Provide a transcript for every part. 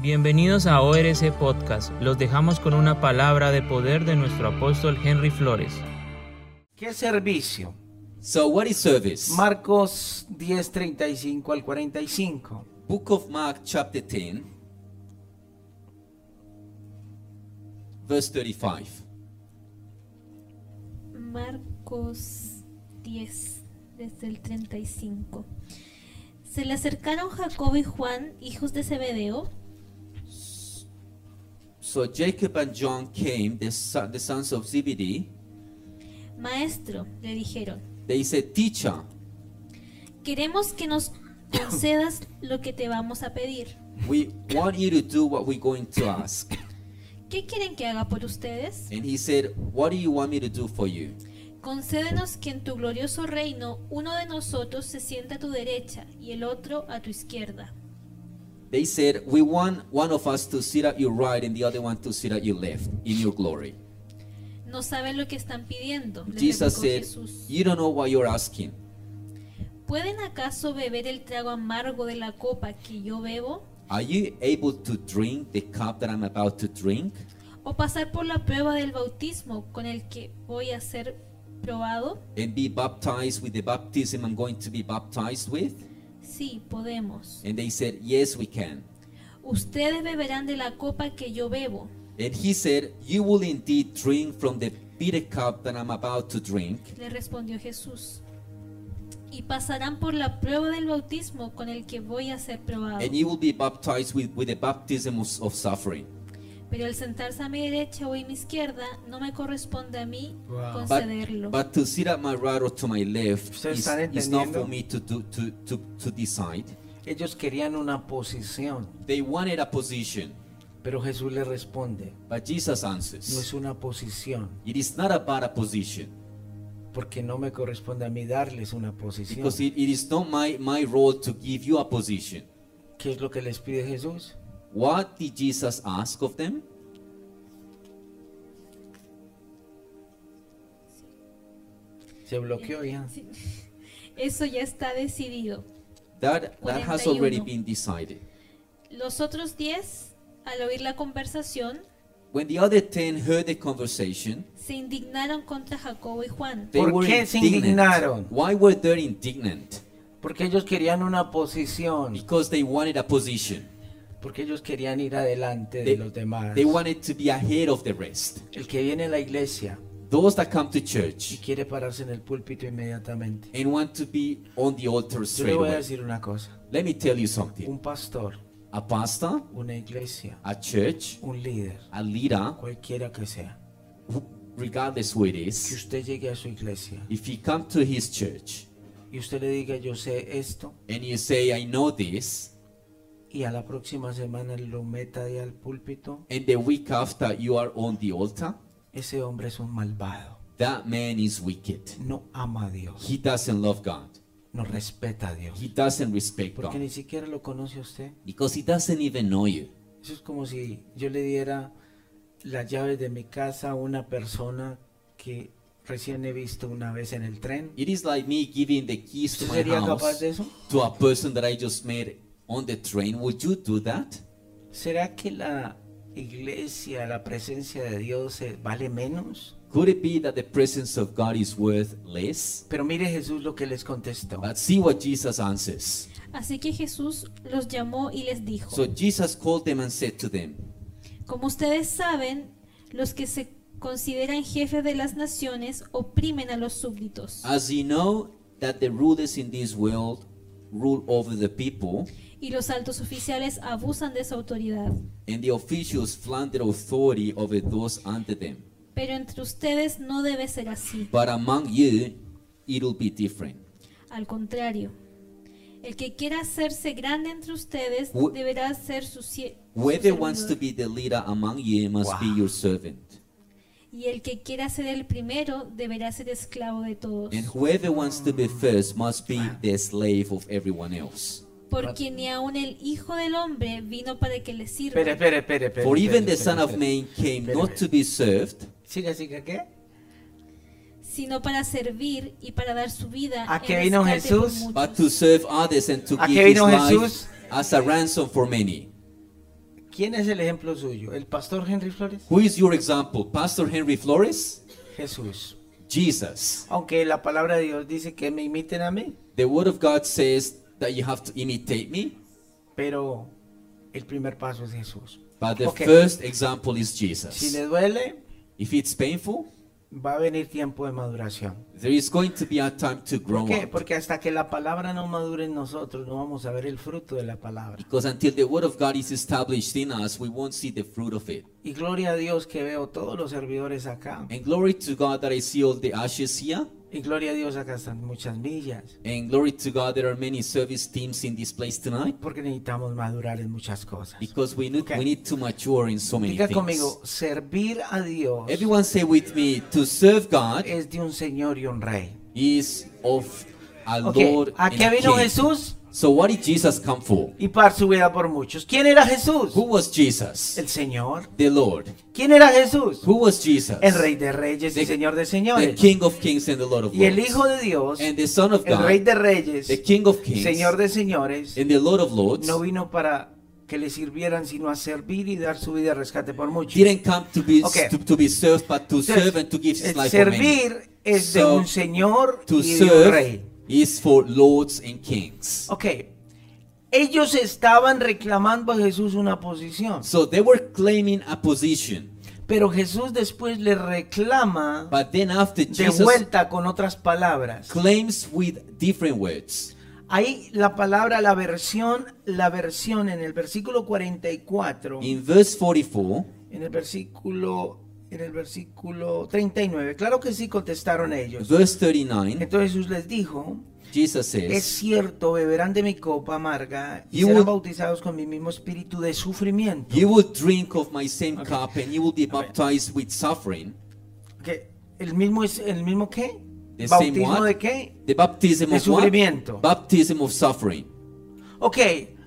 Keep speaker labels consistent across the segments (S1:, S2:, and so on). S1: Bienvenidos a ORC Podcast. Los dejamos con una palabra de poder de nuestro apóstol Henry Flores.
S2: ¿Qué servicio?
S3: So, what is service?
S2: Marcos 10, 35 al 45.
S3: Book of Mark, chapter 10, verse 35.
S4: Marcos 10, desde el 35. Se le acercaron Jacobo y Juan, hijos de Zebedeo,
S3: So, Jacob and John came, the, son, the sons of Zebedee.
S4: Maestro, le dijeron,
S3: They said, Teacher,
S4: queremos que nos concedas lo que te vamos a pedir.
S3: we want you to do what we're going to ask.
S4: ¿Qué quieren que haga por ustedes?
S3: And he said, What do you want me to do for you?
S4: Concédenos que en tu glorioso reino uno de nosotros se sienta a tu derecha y el otro a tu izquierda.
S3: They said, We want one of us to sit at your right and the other one to sit at your left in your glory.
S4: No saben lo que están pidiendo. le
S3: Jesus
S4: replicó
S3: said,
S4: Jesús.
S3: You don't know what you're asking.
S4: ¿Pueden acaso beber el trago amargo de la copa que yo bebo?
S3: Are you able to drink the cup that I'm about to drink?
S4: ¿O pasar por la prueba del bautismo con el que voy a ser probado?
S3: And be baptized with the baptism I'm going to be baptized with?
S4: Sí, podemos.
S3: And they said, Yes, we can.
S4: Ustedes beberán de la copa que yo bebo,
S3: And he said, You will indeed drink from the bitter cup that I'm about to drink,
S4: le respondió Jesús. Y pasarán por la prueba del bautismo con el que voy a ser probado.
S3: and you will be baptized with, with the baptism of, of suffering.
S4: Pero el sentarse a mi derecha o a mi izquierda no me corresponde a mí
S2: Wow.
S3: But,
S4: concederlo.
S3: but to sit at my right or to my left
S2: ¿Ustedes
S3: is,
S2: están
S3: is not
S2: entendiendo?
S3: for me to, do, to, to, to decide.
S2: Ellos querían una posición,
S3: They wanted a position,
S2: pero Jesús les responde,
S3: but Jesus
S2: no
S3: answers,
S2: es una posición,
S3: It is not about a position.
S2: porque no me corresponde a mí darles una posición.
S3: Because it, it is not my, my role to give you a position.
S2: ¿Qué es lo que les pide Jesús?
S3: What did Jesus ask of them?
S2: Se bloqueó ya.
S4: Sí. Eso ya está decidido.
S3: That, that has
S4: 41.
S3: already been decided.
S4: Los otros diez, al oír la conversación,
S3: When the other ten heard the conversation,
S4: se indignaron contra Jacobo y Juan,
S3: they
S2: ¿Por
S3: were
S2: qué se
S3: indignant.
S2: indignaron?
S3: Why were they indignant?
S2: Porque ellos querían una posición,
S3: Because they wanted a position.
S2: porque ellos querían ir adelante de
S3: They,
S2: los demás.
S3: they wanted to be ahead of the rest.
S2: El que viene a la iglesia
S3: Those that come to
S2: y
S3: church
S2: quiere pararse en el púlpito inmediatamente.
S3: and want to be on the altar
S2: Yo le
S3: straight
S2: voy a
S3: away.
S2: decir una cosa.
S3: Let me tell you something.
S2: Un pastor,
S3: A pastor,
S2: una iglesia,
S3: a church,
S2: un líder,
S3: a leader,
S2: cualquiera que sea,
S3: who- regardless who it
S2: que
S3: is,
S2: usted llegue a su iglesia
S3: If you come to his church
S2: y usted le diga yo sé esto
S3: and you say, I know this,
S2: y a la próxima semana lo meta ahí al púlpito,
S3: and the week after you are on the altar,
S2: ese hombre es un malvado,
S3: that man is wicked.
S2: no ama a Dios,
S3: He doesn't love God.
S2: no respeta a Dios,
S3: He doesn't respect
S2: porque ni
S3: God.
S2: siquiera lo conoce a usted.
S3: Because he doesn't even know you.
S2: Eso es como si yo le diera las llaves de mi casa a una persona que recién he visto una vez en el tren.
S3: It is like me giving the keys to
S2: ¿Usted
S3: my
S2: sería capaz
S3: house
S2: de eso?
S3: to a person that I just met on the train. Would you do that?
S2: ¿Será que la iglesia, la presencia de Dios eh, vale menos?
S3: Could it be that the presence of God is worth less?
S2: Pero mire Jesús lo que les contestó.
S3: But see what Jesus answers.
S4: Así que Jesús los llamó y les dijo,
S3: So Jesus called them and said to them,
S4: como ustedes saben, los que se consideran jefes de las naciones oprimen a los súbditos
S3: As you know that the rulers in this world rule over the people,
S4: y los altos oficiales abusan de su autoridad.
S3: and the officials flaunt their authority over those under them.
S4: Pero entre ustedes no debe ser así.
S3: But among you, it'll be different.
S4: Al contrario, el que quiera hacerse grande entre ustedes
S3: Wh-
S4: deberá ser su, sie- su
S3: Whoever wants to
S4: servidor.
S3: be the leader among you must be
S2: Wow.
S3: your servant.
S4: Y el que quiera ser el primero deberá ser esclavo de todos.
S3: And whoever wants to be first must be the slave of everyone else.
S4: Porque ni aun el Hijo del Hombre vino para que le sirva,
S2: Espere, espere, espere, espere.
S3: For even
S2: espere,
S3: the
S2: espere,
S3: Son of
S2: espere.
S3: Man came
S2: Espere,
S3: not
S2: espere.
S3: to be served,
S2: Siga, siga, ¿qué?
S4: sino para servir y para dar su vida.
S2: ¿A
S4: en
S2: qué vino
S4: rescate por
S2: Jesús?
S4: muchos.
S3: but to serve others and to
S2: ¿A
S3: give
S2: qué
S3: his
S2: vino
S3: life
S2: Jesús?
S3: as a ransom for many.
S2: ¿Quién es el ejemplo suyo? ¿El pastor Henry Flores?
S3: Who is your example? Pastor Henry Flores?
S2: Jesús.
S3: Jesus.
S2: Aunque la palabra de Dios dice que me imiten a mí,
S3: The Word of God says that you have to imitate me,
S2: pero el primer paso es Jesús.
S3: but the
S2: Ok.
S3: first example is
S2: Si
S3: Jesus.
S2: le duele,
S3: If it's painful,
S2: va a venir tiempo de maduración.
S3: there is going to be a time to grow
S2: ¿Por qué?
S3: up.
S2: Porque hasta que la palabra no madure en nosotros, no vamos a ver el fruto de la palabra.
S3: Because until the Word of God is established in us, we won't see the fruit of it.
S2: Y gloria a Dios que veo todos los servidores acá.
S3: And glory to God that I see all the ashes here.
S2: Y gloria a Dios acá están muchas millas.
S3: And glory to God there are many service teams in this place tonight.
S2: Porque necesitamos madurar en muchas cosas.
S3: Because we need,
S2: Okay.
S3: we need to mature in so many
S2: Diga
S3: things.
S2: conmigo, servir a Dios
S3: Everyone say with me, to serve God
S2: es de un señor y un rey.
S3: is of a
S2: Ok,
S3: Lord
S2: ¿A
S3: and
S2: qué
S3: a
S2: vino
S3: King.
S2: Jesús?
S3: So what did Jesus come for?
S2: Y para su vida por muchos. ¿Quién era Jesús?
S3: Who was Jesus?
S2: El Señor.
S3: The Lord.
S2: ¿Quién era Jesús?
S3: Who was Jesus?
S2: El Rey de Reyes y
S3: The-
S2: Señor de
S3: The
S2: Señores.
S3: King of Kings and the Lord of
S2: Y el
S3: Lords.
S2: Hijo de Dios,
S3: and the Son of
S2: el
S3: God,
S2: Rey de Reyes,
S3: the King of Kings
S2: Señor de Señores,
S3: and the Lord of Lords
S2: no vino para que le sirvieran, sino a servir y dar su vida a rescate por muchos.
S3: didn't come to be,
S2: Okay.
S3: to, to be served, but to
S2: Entonces,
S3: serve and to give his
S2: el
S3: life for many.
S2: servir es de
S3: So,
S2: un Señor
S3: To
S2: y de un
S3: serve
S2: Rey.
S3: is for lords and kings.
S2: Ok. Ellos estaban reclamando a Jesús una posición,
S3: So they were claiming a position,
S2: pero Jesús después le reclama
S3: but then after
S2: de
S3: Jesus
S2: vuelta con otras palabras.
S3: claims with different words.
S2: Ahí la palabra, la versión, la versión en el versículo 44,
S3: In verse 44,
S2: en el versículo, en el versículo 39. Claro que sí contestaron ellos.
S3: verse 39,
S2: Entonces Jesús les dijo,
S3: Jesus
S2: es
S3: says,
S2: cierto, beberán de mi copa amarga y
S3: You
S2: serán
S3: will-
S2: bautizados con mi mismo espíritu de sufrimiento.
S3: You will drink of my same cup and you will be baptized with suffering,
S2: que el mismo es el mismo qué
S3: The same
S2: bautismo
S3: what?
S2: de qué
S3: the
S2: De
S3: baptism of what?
S2: sufrimiento.
S3: Baptism of suffering.
S2: ok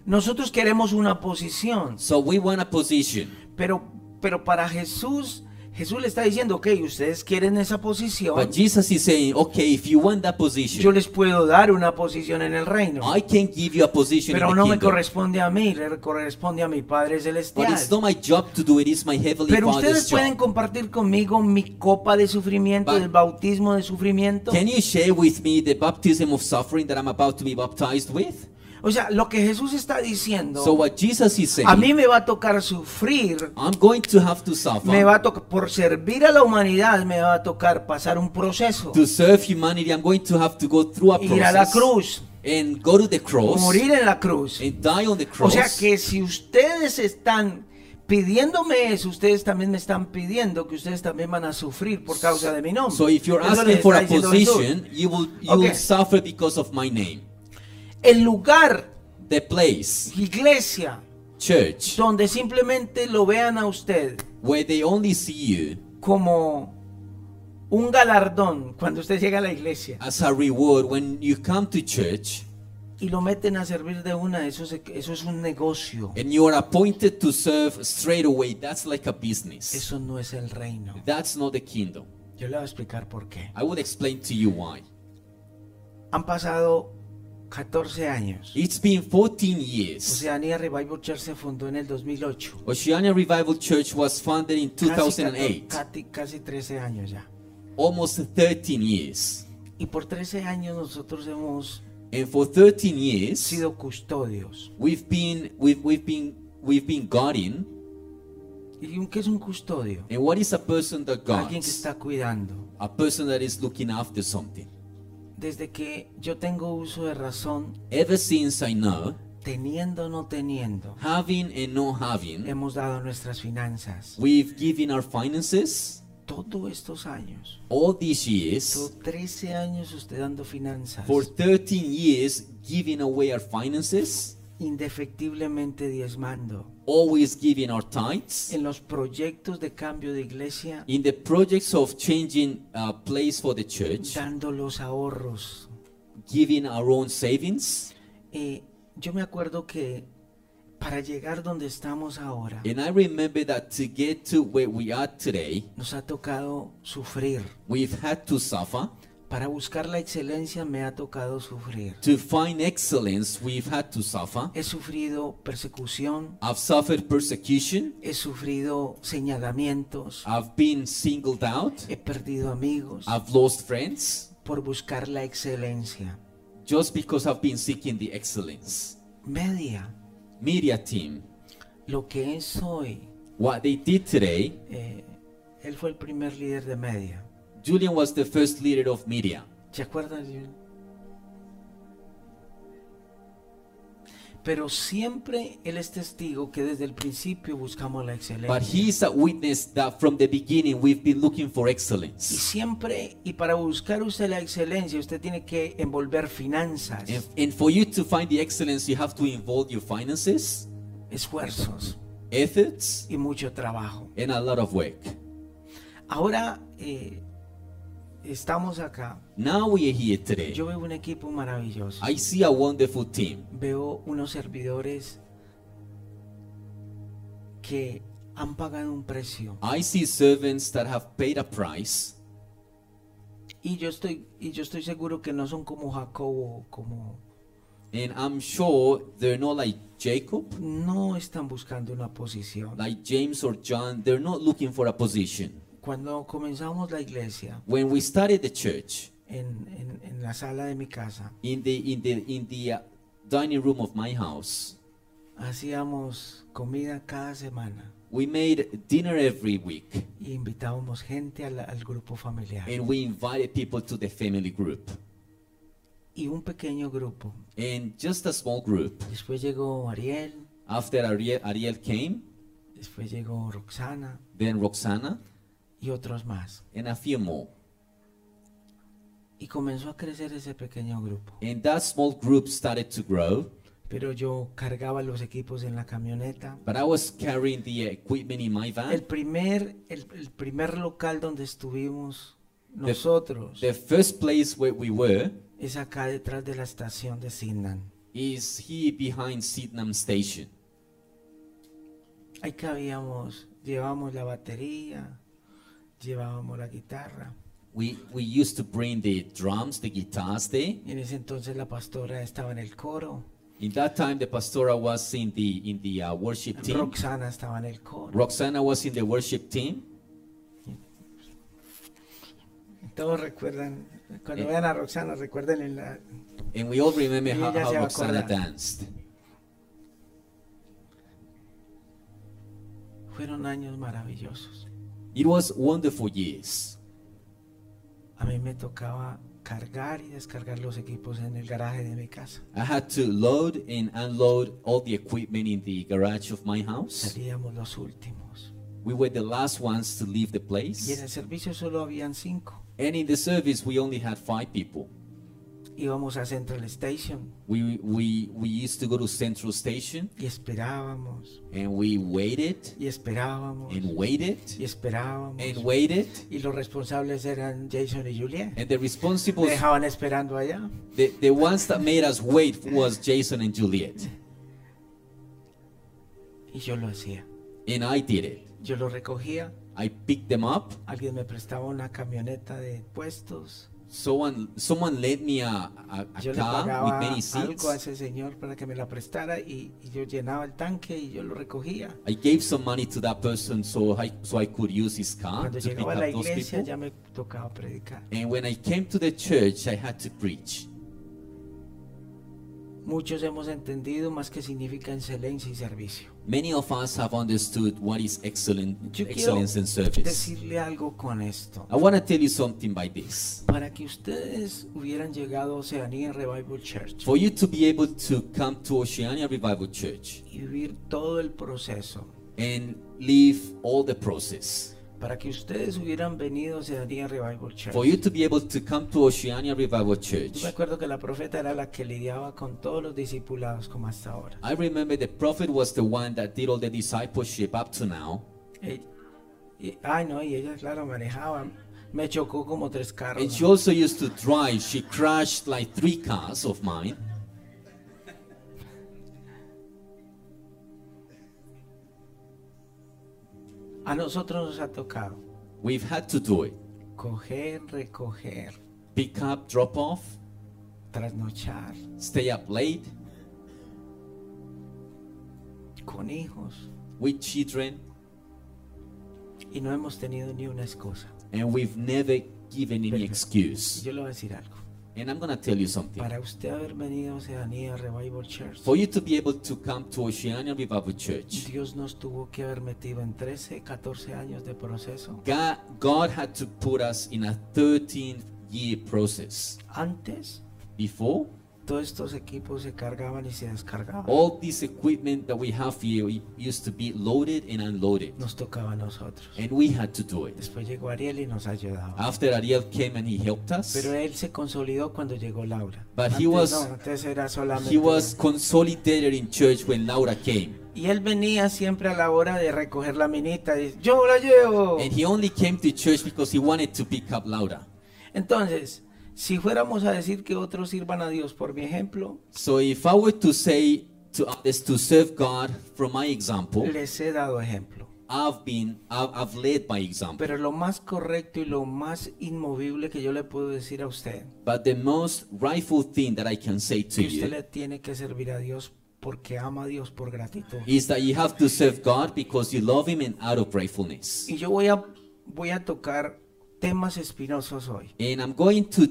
S2: nosotros queremos una posición
S3: So we want a position.
S2: pero pero para Jesús Jesús le está diciendo ok ustedes quieren esa posición
S3: But Jesus is saying, okay, if you want that
S2: yo
S3: position,
S2: les puedo dar una posición en el reino
S3: I can give you a position
S2: pero
S3: in
S2: no
S3: the
S2: me
S3: kingdom.
S2: corresponde a mí le corresponde a mi Padre
S3: But
S2: Celestial
S3: it's not my job to do it, it's my heavenly
S2: pero
S3: Father's
S2: ustedes pueden
S3: job.
S2: compartir conmigo mi copa de sufrimiento,
S3: But-
S2: del bautismo de sufrimiento.
S3: Can you share with me the baptism of suffering that I'm about to be baptized with?
S2: O sea, lo que Jesús está diciendo,
S3: So what Jesus is
S2: a mí
S3: saying,
S2: me va a tocar sufrir
S3: I'm going to have to suffer.
S2: Me va a tocar, por servir a la humanidad, me va a tocar pasar un proceso.
S3: to serve humanity, I'm going to have to go through a
S2: Ir a la
S3: process
S2: cruz,
S3: and go to the cross
S2: morir en la cruz.
S3: and die on the
S2: O
S3: cross.
S2: sea que si ustedes están pidiéndome eso, ustedes también me están pidiendo que ustedes también van a sufrir por causa de mi nombre.
S3: so if you're
S2: Eso le
S3: asking
S2: está
S3: for a
S2: diciendo Jesús.
S3: position, you will you
S2: Okay.
S3: will suffer because of my name.
S2: El lugar,
S3: The place,
S2: iglesia,
S3: church,
S2: donde simplemente lo vean a usted
S3: where they only see you
S2: como un galardón cuando usted llega a la iglesia
S3: as a reward when you come to church
S2: y lo meten a servir de una, eso es, eso es un negocio.
S3: and you are appointed to serve straight away. That's like a business.
S2: Eso no es el reino.
S3: That's not the kingdom.
S2: Yo le voy a explicar por qué.
S3: I will explain to you why.
S2: Han pasado 14 años.
S3: It's been 14 years.
S2: Oceania Revival Church se fundó en el 2008.
S3: Oceania Revival Church was founded in
S2: Casi
S3: 2008,
S2: Casi, casi 13 años ya.
S3: almost 13 years.
S2: Y por 13 años nosotros hemos
S3: And for 13 years,
S2: sido custodios.
S3: we've been we've we've been we've been guarding.
S2: ¿Y un- qué es un custodio?
S3: And what is a person that
S2: Alguien que
S3: guards?
S2: está cuidando.
S3: A person that is looking after something.
S2: Desde que yo tengo uso de razón,
S3: Ever since I know,
S2: teniendo o no teniendo,
S3: having and not having,
S2: hemos dado nuestras finanzas.
S3: we've given our finances
S2: Todos estos años.
S3: all these
S2: Todo
S3: years.
S2: 13 años usted dando finanzas.
S3: For 13 years, giving away our finances,
S2: indefectiblemente diezmando
S3: always giving our tithes.
S2: en los proyectos de cambio de iglesia,
S3: in the projects of changing uh, place for the church,
S2: dando los ahorros.
S3: giving our own savings.
S2: Eh, yo me acuerdo que para llegar donde estamos ahora,
S3: And I remember that to get to where we are today,
S2: nos ha tocado sufrir
S3: we've had to suffer
S2: Para buscar la excelencia me ha tocado sufrir.
S3: To find excellence, we've had to suffer.
S2: He sufrido persecución,
S3: I've suffered persecution.
S2: he sufrido señalamientos,
S3: I've been singled out.
S2: he perdido amigos
S3: I've lost friends
S2: por buscar la excelencia.
S3: just because I've been seeking the excellence.
S2: Media,
S3: Media team,
S2: lo que es hoy.
S3: what they did today,
S2: eh, él fue el primer líder de media.
S3: Julian was the first leader of media.
S2: ¿Se acuerdan? Julian? Pero siempre él es testigo que desde el principio buscamos la
S3: But
S2: excelencia.
S3: he is a witness that from the beginning we've been looking for
S2: Y
S3: excellence.
S2: siempre, y para buscar usted la excelencia, usted tiene que envolver finanzas,
S3: And, and for you to find the excellence, you have to involve your finances,
S2: esfuerzos
S3: efforts,
S2: y mucho trabajo.
S3: and a lot of work.
S2: Ahora eh, estamos acá.
S3: Now we are here today.
S2: Yo veo un equipo maravilloso.
S3: I see a wonderful team.
S2: Veo unos servidores que han pagado un precio.
S3: I see servants that have paid a price.
S2: Y yo estoy, y yo estoy seguro que no son como Jacobo, como
S3: And I'm sure they're not like Jacob,
S2: no están buscando una posición.
S3: like James or John. They're not looking for a position.
S2: Cuando comenzamos la iglesia
S3: When we started the church
S2: en, en- en la sala de mi casa,
S3: in the in the in the uh, dining room of my house,
S2: hacíamos comida cada semana
S3: we made dinner every week
S2: y invitábamos gente al, al grupo familiar.
S3: and we invited people to the family group.
S2: Y un pequeño grupo.
S3: And just a small group.
S2: Después llegó Ariel,
S3: After Ariel, Ariel came,
S2: después llegó Roxana
S3: then Roxana,
S2: y otros más.
S3: and a few more.
S2: Y comenzó a crecer ese pequeño grupo.
S3: And that small group started to grow.
S2: Pero yo cargaba los equipos en la camioneta.
S3: But I was carrying the equipment in my van.
S2: El primer, el, el primer local donde estuvimos nosotros
S3: The first place where we were
S2: es acá detrás de la estación de Sinan.
S3: is here behind Sydenham Station.
S2: Ahí cabíamos, llevábamos la batería, llevábamos la guitarra.
S3: We, we used to bring the drums, the guitars there.
S2: Y en ese entonces la pastora estaba en el coro,
S3: In that time, the pastora was in the in the uh, worship team.
S2: Roxana estaba en el coro.
S3: Roxana was in the worship team.
S2: Todos recuerdan, cuando
S3: Eh.
S2: vean a Roxana, recuerden en la...
S3: And we all remember
S2: Y
S3: how,
S2: ella
S3: how
S2: se va a
S3: Roxana
S2: acordar.
S3: danced.
S2: Fueron años maravillosos.
S3: It was wonderful years.
S2: A mí me tocaba cargar y descargar los equipos en el garaje de mi casa.
S3: I had to load and unload all the equipment in the garage of my house.
S2: Salíamos los últimos.
S3: We were the last ones to leave
S2: Y
S3: the
S2: en
S3: place.
S2: el servicio solo habían cinco.
S3: And in the service, we only had five people.
S2: Íbamos a Central Station
S3: We, we, we used to go to Central Station
S2: y esperábamos,
S3: and we waited
S2: y esperábamos,
S3: and waited
S2: y esperábamos.
S3: and waited.
S2: Y los responsables eran Jason y Juliet.
S3: And the responsible,
S2: Me dejaban esperando allá.
S3: the, the ones that made us wait was Jason and Juliet.
S2: Y yo lo hacía.
S3: And I did it.
S2: Yo lo recogía.
S3: I picked them up.
S2: Alguien me prestaba una camioneta de puestos.
S3: Someone, someone lent me a, a, a
S2: Yo le
S3: car with
S2: pagaba
S3: many
S2: algo a
S3: seats.
S2: ese señor para que me la prestara y, y yo llenaba el tanque y yo lo recogía.
S3: I gave some money to that person so I, so I could use his car
S2: Cuando
S3: to pick
S2: llegaba a
S3: up
S2: la
S3: those
S2: iglesia ya
S3: people.
S2: me tocaba predicar.
S3: And when I came to the church, I had to preach.
S2: Muchos hemos entendido más que significa excelencia y servicio.
S3: Many of us have understood what is excellent,
S2: Yo quiero Ah.
S3: excellence and service.
S2: decirle algo con esto.
S3: I want to tell you something by this.
S2: Para que ustedes hubieran llegado a Oceanía Revival Church
S3: For you to be able to come to Oceania Revival Church
S2: y vivir todo el proceso,
S3: and live all the process,
S2: para que ustedes hubieran venido a Oceanía Revival
S3: for you
S2: Church.
S3: to be able to come to Oceania Revival Church,
S2: Yo me acuerdo que la profeta era la que lidiaba con todos los discipulados como hasta ahora.
S3: I remember the prophet was the one that did all the discipleship up to now.
S2: Eh, y- ay, no, y ella, claro, manejaba. Me chocó como tres
S3: And
S2: carros.
S3: she also used to drive. She crashed like three cars of mine.
S2: A nosotros nos ha tocado
S3: We've had to do it.
S2: coger, recoger,
S3: pick up, drop off,
S2: trasnochar,
S3: stay up late,
S2: con hijos,
S3: with children,
S2: y no hemos tenido ni una excusa.
S3: and we've never given any excuse.
S2: Yo le voy a decir algo.
S3: And I'm going to tell you something.
S2: Para usted haber venido a Oceanía Revival Church,
S3: For you to be able to come to Oceania Revival Church,
S2: Dios nos tuvo que haber metido en 13, 14 años de proceso.
S3: God, God had to put us in a 13 year process.
S2: Antes,
S3: Before,
S2: todos estos equipos se cargaban y se descargaban.
S3: all this equipment that we have here it used to be loaded and unloaded,
S2: Nos tocaba a nosotros.
S3: and we had to do it.
S2: Después llegó Ariel y nos ayudaba.
S3: After Ariel came and he helped us,
S2: Pero él se consolidó cuando llegó Laura.
S3: But
S2: Antes
S3: he was-
S2: no, antes era solamente...
S3: he was consolidated in church when Laura came.
S2: Y él venía siempre a la hora de recoger la minita y yo la llevo.
S3: And he only came to church because he wanted to pick up Laura.
S2: Entonces, si fuéramos a decir que otros sirvan a Dios por mi ejemplo,
S3: So if I were to say to others to serve God from my example,
S2: les he dado ejemplo.
S3: I've been, I've, I've led by example.
S2: Pero lo más correcto y lo más inmovible que yo le puedo decir a usted,
S3: But the most rightful thing that I can say to
S2: que usted
S3: you
S2: le tiene que servir a Dios porque ama a Dios por gratitud.
S3: is that you have to serve God because you love Him and out of gratefulness.
S2: Y yo voy a, voy a tocar temas espinosos hoy.
S3: And I'm going to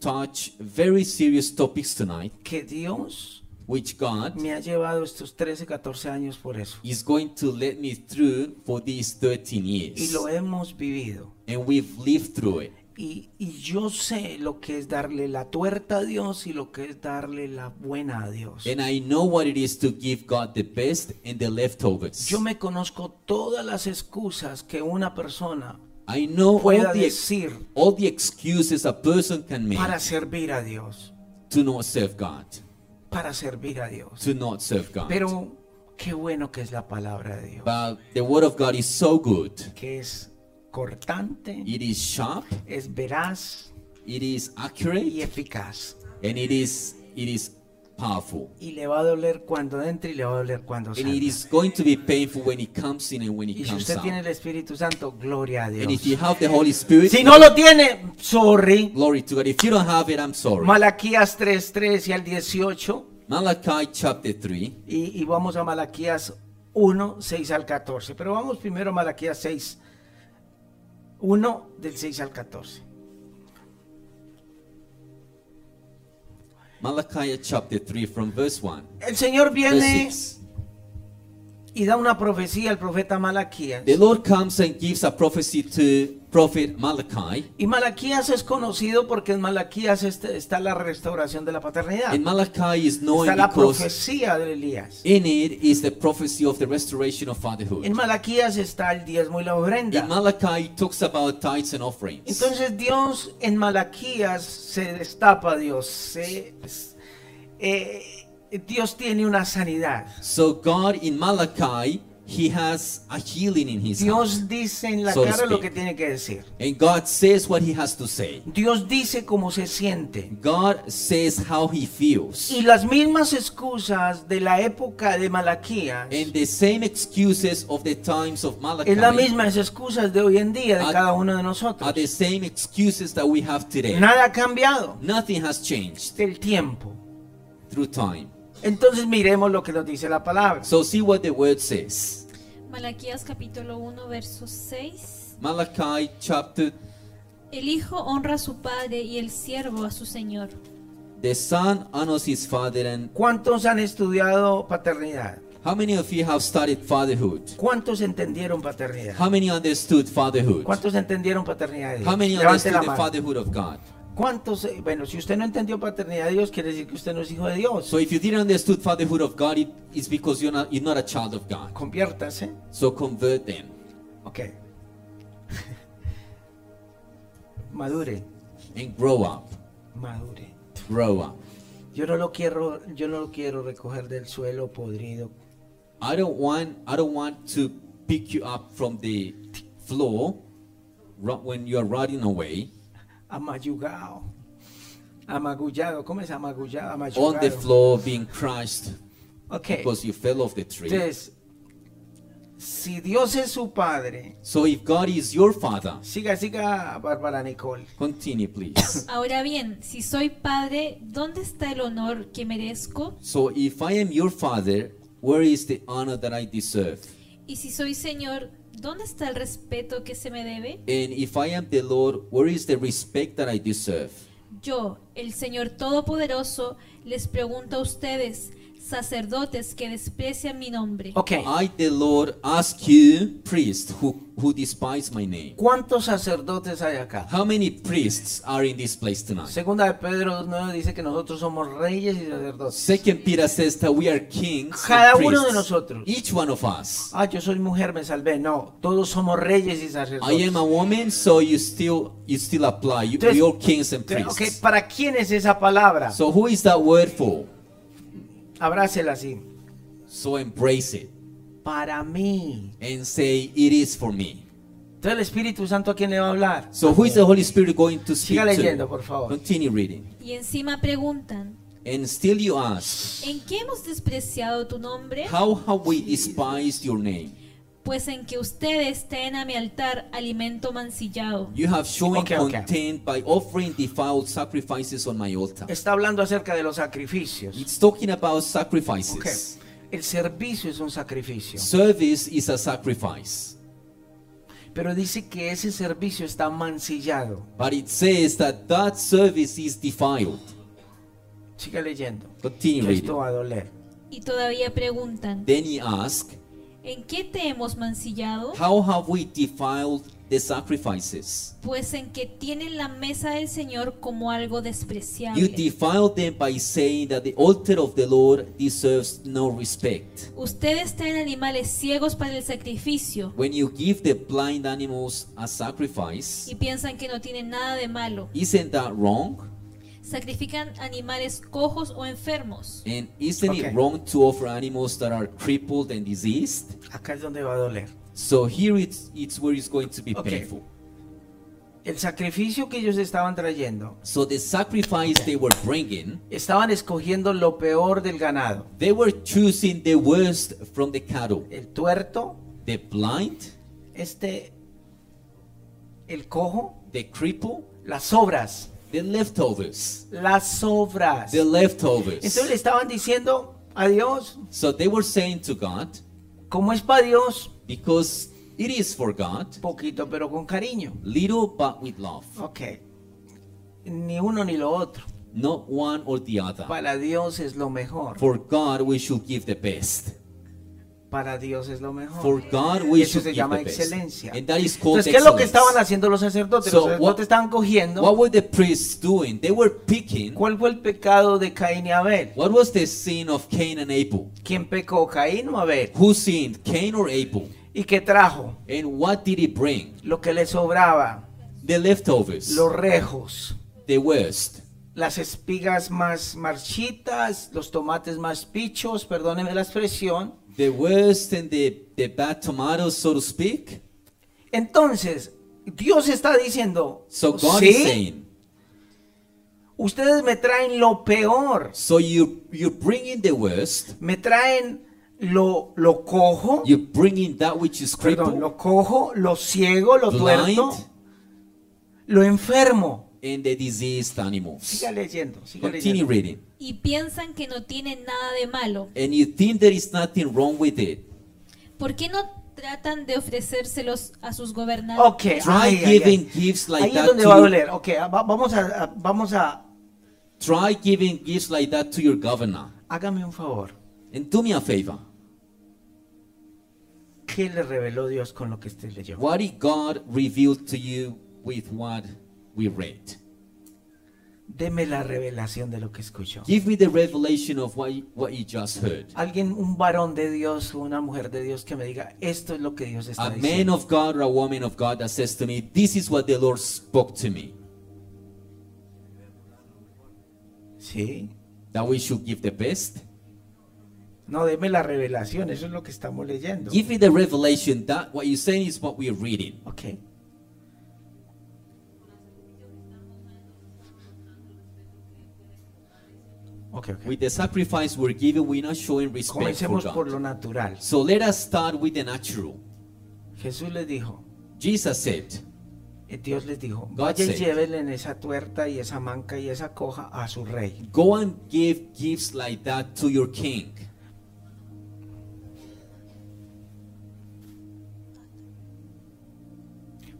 S3: touch very serious topics tonight,
S2: Que Dios
S3: which God
S2: me ha llevado estos 13, 14 años por eso.
S3: is going to let me through for these 13
S2: Y
S3: years.
S2: lo hemos vivido.
S3: And we've lived through it.
S2: Y, y yo sé lo que es darle la tuerta a Dios y lo que es darle la buena a Dios.
S3: And I know what it is to give God the best and the leftovers.
S2: Yo me conozco todas las excusas que una persona
S3: I know all
S2: pueda
S3: the, ex-
S2: decir
S3: all the excuses a person can make
S2: para servir a Dios,
S3: to not serve God.
S2: para servir a Dios.
S3: To not serve God.
S2: Pero qué bueno que es la palabra de Dios,
S3: but the Word of God is so good.
S2: que es cortante,
S3: It is sharp,
S2: es veraz
S3: it is accurate,
S2: y eficaz.
S3: and it is, it is powerful.
S2: Y le va a doler cuando entre y le va a doler cuando
S3: And it
S2: salga.
S3: is going to be painful when it comes in and when it
S2: Y si
S3: comes
S2: usted
S3: out.
S2: tiene el Espíritu Santo, gloria a
S3: and if
S2: Dios.
S3: you have the Holy Spirit,
S2: Si no lo tiene, sorry.
S3: glory to God. If you don't have it, I'm sorry.
S2: Malaquías 3:3 y al 18
S3: Malachi chapter 3.
S2: y, y vamos a Malaquías 1, 6 al 14. Pero vamos primero a Malaquías 6, 1 del 6 al 14.
S3: Malachi chapter 3 from verse 1.
S2: El Señor
S3: Verse
S2: viene
S3: 6.
S2: y da una profecía al profeta Malaquías.
S3: The Lord comes and gives a prophecy to prophet Malachi.
S2: Y Malaquías es conocido porque en Malaquías este- está la restauración de la paternidad.
S3: And Malachi is known
S2: Está la
S3: because
S2: profecía de Elías.
S3: in it is the prophecy of the restoration of fatherhood.
S2: En
S3: In
S2: Malaquías está el diezmo y la ofrenda.
S3: Malachi it talks about tithes and offerings.
S2: Entonces Dios en Malaquías se destapa, Dios. se- eh, Dios tiene una sanidad.
S3: So God in Malachi, he has a healing in his hand.
S2: Dios dice en la
S3: So to
S2: cara lo
S3: speak.
S2: que tiene que decir.
S3: And God says what he has to say.
S2: Dios dice cómo se siente.
S3: God says how he feels.
S2: Y las mismas excusas de la época de Malaquías
S3: And the same excuses of the times of Malachi.
S2: es las mismas excusas de hoy en día de
S3: Are-
S2: cada uno de
S3: are
S2: nosotros.
S3: the same excuses that we have today.
S2: Nada ha cambiado. Este
S3: Nothing has changed
S2: El tiempo.
S3: through time.
S2: Entonces miremos lo que nos dice la palabra.
S3: So see what the word says.
S4: Malaquías capítulo 1, verso 6.
S3: Malachi chapter
S4: El hijo honra a su padre y el siervo a su señor.
S3: the son honors his father and
S2: ¿Cuántos han estudiado paternidad?
S3: how many of you have studied fatherhood?
S2: ¿Cuántos entendieron paternidad?
S3: How many understood fatherhood?
S2: ¿Cuántos entendieron paternidad de Dios?
S3: How many
S2: Levante
S3: understood
S2: la
S3: the
S2: mano.
S3: fatherhood of God?
S2: ¿Cuántos, eh, bueno, si usted no entendió paternidad de Dios, quiere decir que usted no es hijo de Dios.
S3: So if you didn't understood fatherhood of God, it is because you're not you're not a child of God.
S2: Conviértase.
S3: So convert them
S2: Ok. madure,
S3: and grow up.
S2: madure.
S3: Grow up.
S2: Yo no lo quiero, yo no lo quiero recoger del suelo podrido.
S3: I don't want I don't want to pick you up from the floor ro- when you are running away
S2: Amayugado. Amagullado. ¿Cómo es amagullado? Amayugado.
S3: on the floor being crushed
S2: Ok.
S3: because you fell off the tree.
S2: Entonces, Si Dios es su padre,
S3: So if God is your father,
S2: siga, siga, Bárbara Nicole.
S3: continue please.
S4: Ahora bien, si soy padre, ¿dónde está el honor que merezco?
S3: so if I am your father, where is the honor that I deserve?
S4: Y si soy señor, ¿dónde está el respeto que se me debe?
S3: And if I am the Lord, where is the respect that I deserve?
S4: Yo, el Señor Todopoderoso, les pregunto a ustedes, sacerdotes que desprecian mi nombre,
S2: Ok,
S3: I, the Lord, ask you, priest, who, who despise my name.
S2: ¿cuántos sacerdotes hay acá?
S3: How many priests are in this place tonight?
S2: Segunda de Pedro 9 dice que nosotros somos reyes y sacerdotes.
S3: Second Peter says that we are kings.
S2: Cada
S3: and
S2: uno de
S3: priests.
S2: nosotros.
S3: Each one of us.
S2: Ah, yo soy mujer, me salvé. No, todos somos reyes y
S3: I
S2: sacerdotes.
S3: am a woman, so you still you still apply. You,
S2: Entonces-
S3: we are kings and
S2: Entonces,
S3: priests.
S2: ok, ¿para quién es esa palabra?
S3: So who is that word for?
S2: Abrácela así.
S3: So embrace it
S2: Para mí.
S3: and say it is for me.
S2: Entonces el Espíritu Santo a quién le va a hablar.
S3: So who is the Holy Spirit going to speak
S2: Siga
S3: to?
S2: leyendo, por favor.
S3: Continue reading.
S4: y encima preguntan,
S3: And still you ask,
S4: ¿en qué hemos despreciado tu nombre?
S3: how have we despised your name?
S4: Pues en que ustedes traen a mi altar alimento mancillado.
S3: You have shown
S2: Okay, okay.
S3: content by offering defiled sacrifices on my altar.
S2: Está hablando acerca de los sacrificios.
S3: It's talking about sacrifices.
S2: Ok. El servicio es un sacrificio.
S3: Service is a sacrifice.
S2: Pero dice que ese servicio está mancillado.
S3: But it says that that service is defiled.
S2: Siga leyendo.
S3: Continue
S2: Que Esto
S3: reading.
S2: va a doler.
S4: Y todavía preguntan,
S3: Then he asks,
S4: ¿en qué te hemos mancillado?
S3: How have we defiled the sacrifices?
S4: Pues en que tienen la mesa del Señor como algo despreciable.
S3: You defile them by saying that the altar of the Lord deserves no respect.
S4: Ustedes traen animales ciegos para el sacrificio
S3: When you give the blind animals a sacrifice,
S4: y piensan que no tienen nada de malo.
S3: isn't that wrong?
S4: Sacrifican animales cojos o enfermos.
S3: And isn't
S2: Okay.
S3: it wrong to offer animals that are crippled and diseased?
S2: Acá es donde va a doler.
S3: So here it's, it's where it's going to be
S2: Okay.
S3: painful.
S2: El sacrificio que ellos estaban trayendo.
S3: So the sacrifice they were bringing,
S2: Estaban escogiendo lo peor del ganado.
S3: they were choosing the worst from the cattle.
S2: El tuerto,
S3: The blind,
S2: este, el cojo,
S3: the cripple,
S2: las sobras.
S3: the leftovers.
S2: Las sobras.
S3: The leftovers.
S2: Entonces le estaban diciendo a Dios,
S3: So they were saying to God,
S2: como es para Dios,
S3: because it is for God,
S2: poquito pero con cariño.
S3: little but with love,
S2: Ok. Ni uno ni lo otro.
S3: not one or the other.
S2: Para Dios es lo mejor.
S3: For God, we should give the best.
S2: Para Dios es lo mejor.
S3: For God,
S2: y
S3: we
S2: eso
S3: should
S2: se
S3: give
S2: llama
S3: the best.
S2: excelencia.
S3: And that is called
S2: Entonces, ¿qué es lo que
S3: excellence.
S2: estaban haciendo los sacerdotes?
S3: So,
S2: los sacerdotes
S3: what-
S2: estaban cogiendo.
S3: What were the priests doing? They were picking.
S2: ¿Cuál fue el pecado de Caín y Abel?
S3: What was the sin of Cain and Abel?
S2: ¿Quién pecó, Caín o Abel?
S3: Who sinned, Cain or Abel?
S2: ¿Y qué trajo?
S3: And what did it bring?
S2: Lo que le sobraba,
S3: The leftovers,
S2: los rejos,
S3: the worst,
S2: las espigas más marchitas, los tomates más pichos, perdónenme la expresión.
S3: the worst and the, the bad tomatoes, so to speak.
S2: Entonces, Dios está diciendo,
S3: So God is
S2: sí,
S3: saying,
S2: ustedes me traen lo peor,
S3: so you you bring in the worst,
S2: me traen lo, lo cojo,
S3: you bring in that which is
S2: perdón,
S3: crippled,
S2: lo cojo, lo ciego, lo tuerto,
S3: blind,
S2: lo enfermo.
S3: and the diseased animals.
S2: Siga leyendo, siga
S3: Continue
S2: leyendo.
S3: reading.
S4: Y piensan que no tienen nada de malo.
S3: And you think there is nothing wrong with it.
S4: ¿Por qué no tratan de ofrecérselos a sus gobernantes?
S2: Ok,
S3: Try
S2: ay, ay, ay.
S3: giving gifts like
S2: ahí
S3: that
S2: es donde
S3: to
S2: va a
S3: your-
S2: doler. Ok, ah, va- vamos a, a- vamos a,
S3: Try giving gifts like that to your governor.
S2: hágame un favor.
S3: And do me a favor.
S2: ¿Qué le reveló Dios con lo que usted leyó?
S3: What did God reveal to you with what we read?
S2: Deme la revelación de lo que escuchó.
S3: Give me the revelation of what you, what you just heard.
S2: Alguien, un varón de Dios, una mujer de Dios que me diga, esto es lo que Dios está
S3: A man
S2: diciendo.
S3: of God or a woman of God that says to me, This is what the Lord spoke to me,
S2: Sí.
S3: that we should give the best.
S2: No, deme la revelación, eso es lo que estamos leyendo.
S3: Give me the revelation that what you're saying is what we're reading.
S2: Ok. Ok, ok.
S3: With the sacrifice we're giving, we're not showing respect for
S2: Comencemos por lo
S3: God.
S2: natural.
S3: So let us start with the natural.
S2: Jesús les dijo,
S3: Jesus said,
S2: eh, Dios les dijo,
S3: God
S2: vaya y
S3: said.
S2: llévenle en esa tuerta y esa manca y esa coja a su rey.
S3: Go and give gifts like that to your king.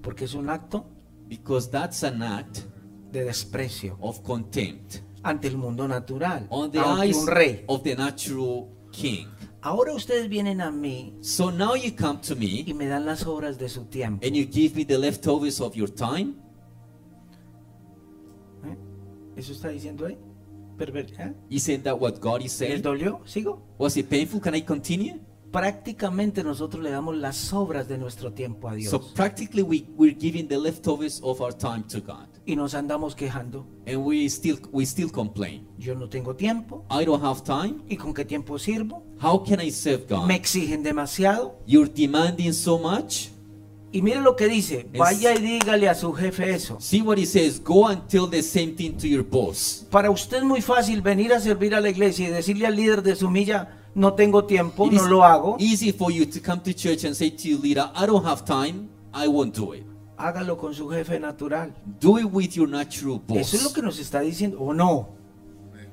S2: Porque es un acto
S3: Because that's an act
S2: de desprecio
S3: of contempt
S2: ante el mundo natural,
S3: on the
S2: ante
S3: eyes
S2: un rey.
S3: of the natural king.
S2: Ahora ustedes vienen a mí
S3: So now you come to
S2: y
S3: me
S2: me dan las obras de su tiempo.
S3: and you give me the leftovers of your time.
S2: ¿Eh? ¿Eso está diciendo ahí? Perver- ¿eh?
S3: Isn't that what God is
S2: ¿Les
S3: saying?
S2: dolió? ¿Sigo?
S3: Was it painful? Can I continue?
S2: Prácticamente nosotros le damos las obras de nuestro tiempo a Dios.
S3: So practically we, we're giving the leftovers of our time to God.
S2: y nos andamos quejando.
S3: And we still we still complain.
S2: Yo no tengo tiempo.
S3: I don't have time.
S2: ¿Y con qué tiempo sirvo?
S3: How can I serve God?
S2: Me exigen demasiado.
S3: You're demanding so much.
S2: Y mire lo que dice.
S3: Es-
S2: Vaya y dígale a su jefe eso.
S3: See what he says. Go and tell the same thing to your boss.
S2: Para usted es muy fácil venir a servir a la iglesia y decirle al líder de su milla, no tengo tiempo,
S3: It is
S2: no lo hago.
S3: Easy for you to come to church and say to your leader, I don't have time. I won't do it.
S2: Hágalo con su jefe natural.
S3: Do it with your natural boss.
S2: Eso es lo que nos está diciendo. ¿O no?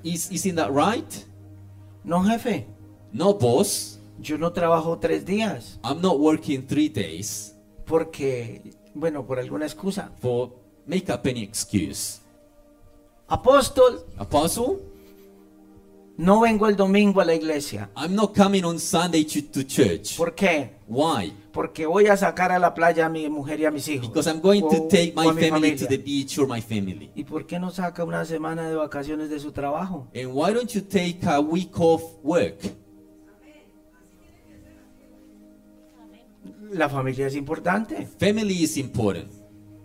S3: is, isn't that right?
S2: No, jefe.
S3: No, boss.
S2: Yo no trabajo tres días
S3: I'm not working three days
S2: porque, bueno, por alguna excusa.
S3: for make up any excuse.
S2: Apóstol,
S3: Apostle,
S2: no vengo el domingo a la iglesia.
S3: I'm not coming on Sunday to, to church.
S2: ¿Por qué?
S3: Why?
S2: Porque voy a sacar a la playa a mi mujer y a mis hijos.
S3: Because I'm going
S2: O-
S3: to take
S2: o
S3: my
S2: a mi
S3: family to
S2: familia.
S3: the beach or my family.
S2: ¿Y por qué no saca una semana de vacaciones de su trabajo?
S3: And why don't you take a week off work?
S2: La familia es importante.
S3: Family is important.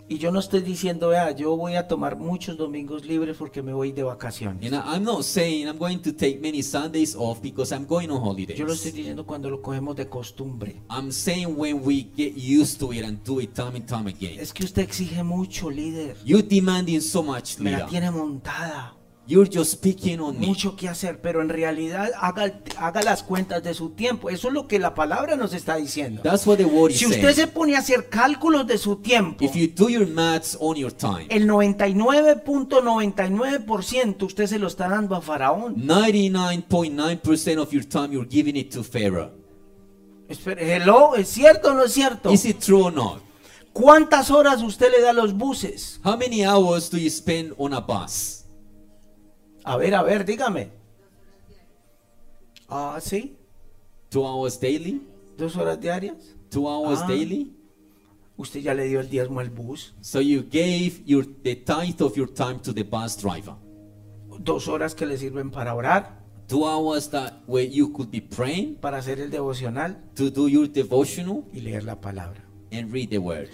S2: Y yo no estoy diciendo, vea, yo voy a tomar muchos domingos libres porque me voy de vacaciones.
S3: And I, I'm not saying I'm going to take many Sundays off because I'm going
S2: Yo
S3: on
S2: lo estoy
S3: holidays.
S2: diciendo cuando lo cogemos de costumbre.
S3: I'm saying when we get used to it and do it time and time again.
S2: Es que usted exige mucho, líder.
S3: You're demanding so much,
S2: Me la
S3: Lira.
S2: tiene montada.
S3: You're just picking on me.
S2: Mucho que hacer, pero en realidad haga, haga las cuentas de su tiempo. Eso es lo que la palabra nos está diciendo.
S3: That's what the word is
S2: Si usted
S3: saying.
S2: se pone a hacer cálculos de su tiempo,
S3: If you do your maths on your time,
S2: el 99.99% usted se lo está dando a Faraón.
S3: 99.9% of your time you're giving it to Pharaoh.
S2: Espere, hello, ¿es cierto o no es cierto?
S3: Is it true or not?
S2: ¿Cuántas horas usted le da a los buses?
S3: How many hours do you spend on a bus?
S2: A ver, a ver, dígame. Ah, sí,
S3: Two hours daily?
S2: dos horas diarias.
S3: Two hours
S2: Ah.
S3: daily?
S2: Usted ya le dio el diezmo al bus.
S3: So you gave your, the tithe of your time to the bus driver.
S2: Dos horas que le sirven para orar,
S3: Two hours that where you could be praying,
S2: para hacer el devocional
S3: to do your devotional,
S2: y leer la palabra.
S3: and read the word.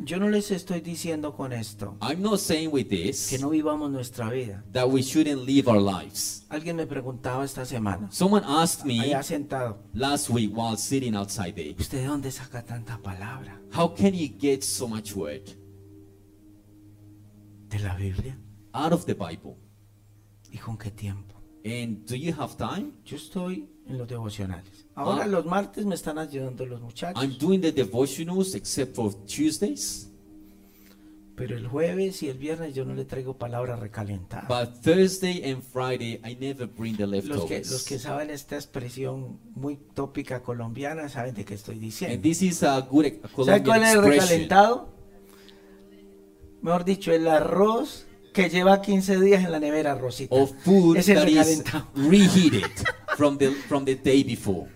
S2: Yo no les estoy diciendo con esto
S3: I'm not saying with this
S2: que no vivamos nuestra vida.
S3: that we shouldn't live our lives.
S2: Alguien me preguntaba esta semana,
S3: Someone asked me
S2: allá sentado,
S3: last week while sitting outside there,
S2: ¿usted de dónde saca tanta palabra?
S3: how can you get so much word
S2: ¿De la Biblia?
S3: out of the Bible?
S2: ¿Y con qué tiempo?
S3: And do you have time?
S2: Yo estoy en los devocionales. Ahora
S3: Ah.
S2: los martes me están ayudando los
S3: I'm
S2: muchachos,
S3: doing the devotionals except for Tuesdays,
S2: pero el jueves y el viernes yo no le traigo palabra recalentada.
S3: but Thursday and Friday I never bring the
S2: Los que, los que
S3: leftovers.
S2: saben esta expresión muy tópica colombiana saben de qué estoy
S3: And
S2: diciendo.
S3: this is a good e- a
S2: ¿Sabes
S3: Colombian
S2: cuál es el
S3: expression.
S2: recalentado? Mejor dicho, el arroz que lleva 15 días en la nevera, Rosita.
S3: Of food
S2: Ese es
S3: that is
S2: recalentado.
S3: reheated from the from the day before.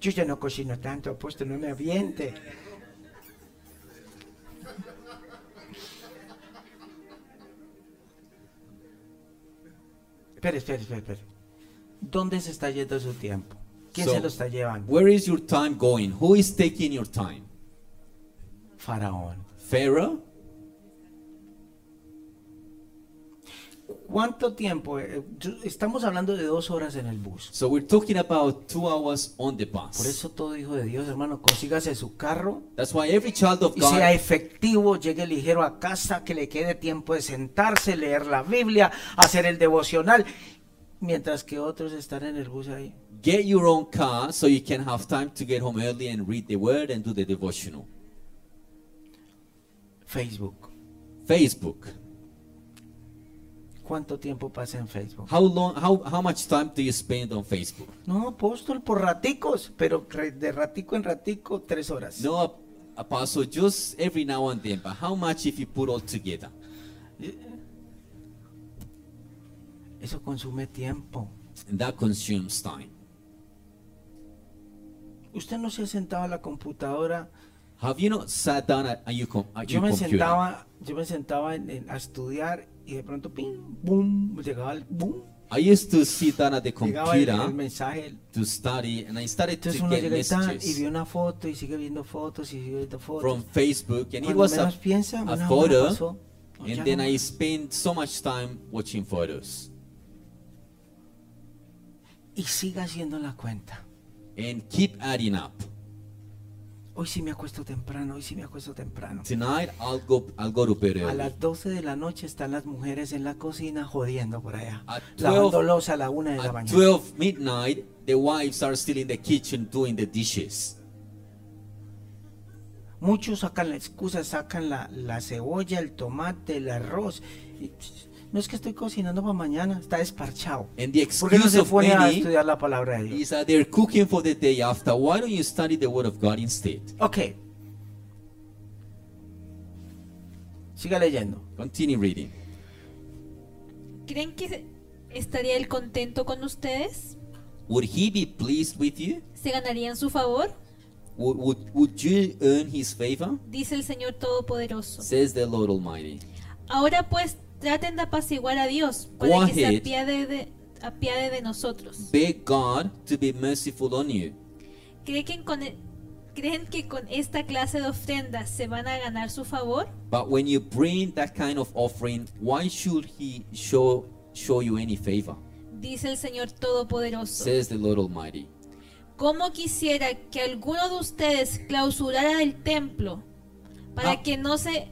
S2: Yo ya no cocino tanto, apuesto, no me aviente. Espera, espera, espera, espera. ¿Dónde se está yendo su tiempo? ¿Quién
S3: So,
S2: se lo está llevando?
S3: Where is your time going? Who is taking your time?
S2: Faraón.
S3: Pharaoh?
S2: ¿Cuánto tiempo? Eh, yo- Estamos hablando de dos horas en el bus.
S3: So we're talking about two hours on the
S2: Por
S3: bus.
S2: eso todo hijo de Dios, hermano, consígase su carro
S3: That's why every child of
S2: y sea
S3: God,
S2: efectivo, llegue ligero a casa, que le quede tiempo de sentarse, leer la Biblia, hacer el devocional, mientras que otros están en el bus ahí.
S3: get your own car so you can have time to get home early and read the word and do the devotional.
S2: Facebook.
S3: Facebook.
S2: ¿Cuánto tiempo pasa en Facebook?
S3: How long? How how much time do you spend on Facebook?
S2: No, apóstol, por raticos, pero re- de ratico en ratico, tres horas.
S3: No, ap- apostle, just every now and then. But how much if you put all together?
S2: Eso consume tiempo.
S3: And that consumes time.
S2: Usted no se ha sentado a la computadora.
S3: Have you not sat down at, at your, com- at
S2: Yo
S3: your
S2: me
S3: computer?
S2: sentaba, yo me sentaba en- en- a estudiar y de pronto, pim, boom, llegaba el boom,
S3: I used to sit down at the
S2: llegaba el, el
S3: computer
S2: mensaje. el-
S3: to study, and I started to
S2: Entonces uno
S3: get
S2: llega y, tan, y
S3: messages
S2: ve una foto y sigue viendo fotos y sigue viendo fotos.
S3: from Facebook, and it
S2: Cuando
S3: was a,
S2: menos piensa,
S3: a
S2: una hora
S3: photo,
S2: pasó. No, ya
S3: and then
S2: no.
S3: I spent so much time watching photos
S2: Y sigue haciendo la cuenta.
S3: and keep adding up.
S2: Hoy sí me acuesto temprano, hoy sí me acuesto temprano.
S3: Tonight I'll go I'll go to bed
S2: A
S3: early.
S2: las 12 de la noche están las mujeres en la cocina jodiendo por allá.
S3: At
S2: Lavando
S3: 12
S2: losa a la una de la
S3: At
S2: mañana.
S3: 12 midnight, the wives are still in the kitchen doing the dishes.
S2: Muchos sacan la excusa, sacan la, la cebolla, el tomate, el arroz. Y, pss, no es que estoy cocinando para mañana, está desparchado.
S3: And the
S2: ¿Por qué no
S3: excuse
S2: se
S3: of
S2: pone a
S3: many
S2: estudiar la palabra de Dios?
S3: is that they're cooking for the day after. Why don't you study the Word of God instead?
S2: Ok. Siga leyendo.
S3: Continue reading.
S4: ¿Creen que estaría él contento con ustedes?
S3: Would he be pleased with you?
S4: ¿Se ganarían su favor?
S3: Would, would, would you earn his favor?
S4: Dice el Señor Todopoderoso.
S3: Says the Lord Almighty.
S4: Ahora pues traten de apaciguar a Dios
S3: Go
S4: para que se
S3: ahead.
S4: apiade de, apiade de nosotros.
S3: Beg God to be merciful on you.
S4: ¿Creen que, con, e- ¿Creen que con esta clase de ofrendas se van a ganar su favor?
S3: But when you bring that kind of offering, why should he show show you any favor?
S4: Dice el Señor Todopoderoso.
S3: Says the Lord Almighty.
S4: ¿Cómo quisiera que alguno de ustedes clausurara el templo para
S3: Ah.
S4: que no se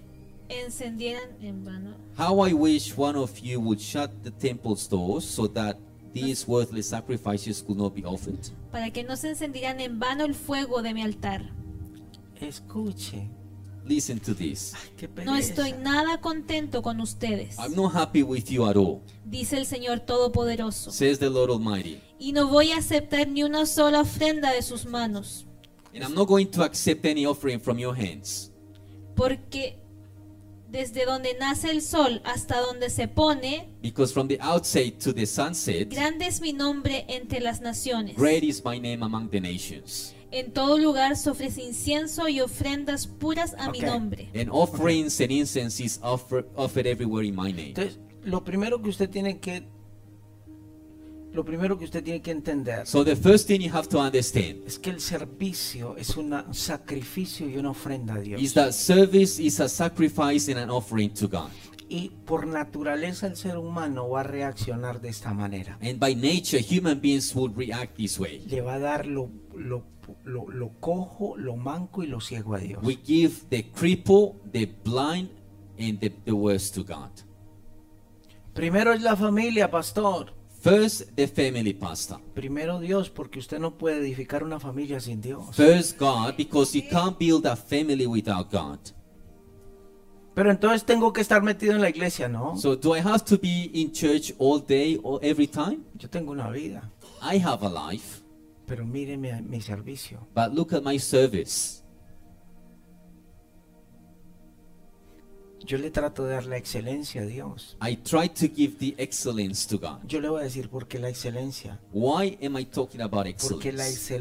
S4: encendieran en vano?
S3: How I wish one of you would shut the temple's doors so that these worthless sacrifices could not be offered.
S4: Para que no se encendieran en vano el fuego de mi altar.
S2: Escuche.
S3: Listen to this.
S2: Ay, qué
S4: No estoy
S2: pereza.
S4: nada contento con ustedes,
S3: I'm not happy with you at all,
S4: dice el Señor Todopoderoso.
S3: says the Lord Almighty.
S4: y no voy a aceptar ni una sola ofrenda de sus manos,
S3: And I'm not going to accept any offering from your hands.
S4: porque desde donde nace el sol hasta donde se pone,
S3: Because from the outset to the sunset,
S4: grande es mi nombre entre las naciones.
S3: great is my name among the nations.
S4: En todo lugar se ofrece incienso y ofrendas puras a
S2: Ok.
S4: mi nombre.
S3: And offerings and incense is offer, offered everywhere in my name.
S2: Entonces, lo primero que usted tiene que lo primero que usted tiene que entender
S3: So the first thing you have to understand
S2: es que el servicio es una- un sacrificio y una ofrenda a
S3: is
S2: Dios.
S3: that service is a sacrifice and an offering to God.
S2: Y por naturaleza el ser humano va a reaccionar de esta manera.
S3: And by nature, human beings would react this way.
S2: Le va a dar lo, lo, lo- lo cojo, lo manco y lo ciego a Dios.
S3: We give the cripple, the blind, and the, the worst to God.
S2: Primero es la familia, pastor.
S3: First, the family pastor.
S2: Primero Dios, porque usted no puede edificar una familia sin Dios.
S3: First, God, because you can't build a family without God.
S2: Pero entonces tengo que estar metido en la iglesia, ¿no?
S3: So, do I have to be in church all day or every time?
S2: Yo tengo una vida,
S3: I have a life,
S2: pero mire mi- mi servicio.
S3: but look at my service.
S2: Yo le trato de dar la excelencia a Dios.
S3: I try to give the excellence to God.
S2: Yo le voy a decir por qué la excelencia.
S3: Why am I talking about
S2: Porque la
S3: excellence?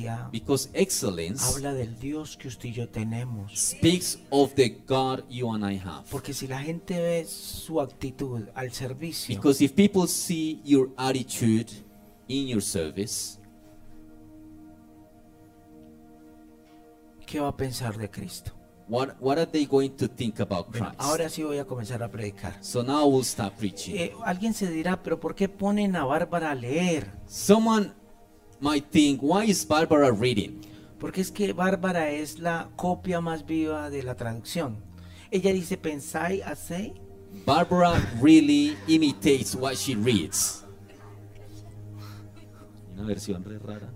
S2: excelencia
S3: Because excellence
S2: habla del Dios que usted y yo tenemos.
S3: speaks of the God you and I have.
S2: Porque si la gente ve su actitud al servicio,
S3: Because if people see your attitude in your service,
S2: ¿qué va a pensar de Cristo?
S3: What, what are they going to think about
S2: Bueno,
S3: Christ?
S2: ahora sí voy a comenzar a predicar.
S3: So now we'll stop preaching.
S2: Eh, alguien se dirá, pero ¿por qué ponen a Bárbara a leer?
S3: Someone might think, why is Barbara reading?
S2: Porque es que Bárbara es la copia más viva de la traducción. Ella dice, pensáis, hacéis.
S3: Barbara really imitates what she reads. Una versión re rara.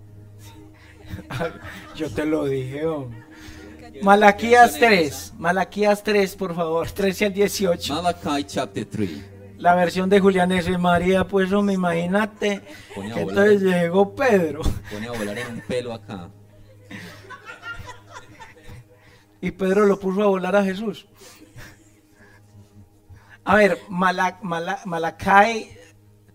S2: Yo te lo dije, Malaquías 3, Malaquías 3, por favor, 13 al 18.
S3: Malachi chapter 3.
S2: La versión de Julián S. María, pues me imagínate.
S3: Ponía
S2: que
S3: a volar.
S2: entonces llegó Pedro
S3: Pone a volar en un pelo acá.
S2: y Pedro lo puso a volar a Jesús. A ver, Mala- Mala- Malaquías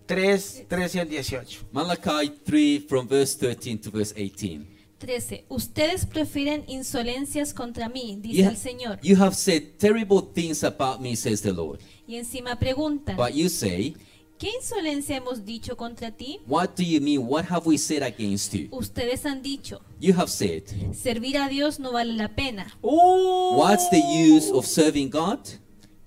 S2: 3, 13 al 18.
S3: Malachi 3 from verse 13 to verse 18.
S4: 13. Ustedes prefieren insolencias contra mí, dice
S3: You-
S4: el Señor.
S3: You have said terrible things about me, says the Lord.
S4: y encima preguntan,
S3: But you say,
S4: ¿qué insolencia hemos dicho contra ti?
S3: What do you mean? What have we said against you?
S4: Ustedes han dicho,
S3: You have said,
S4: servir a Dios no vale la pena.
S3: What's the use of serving God?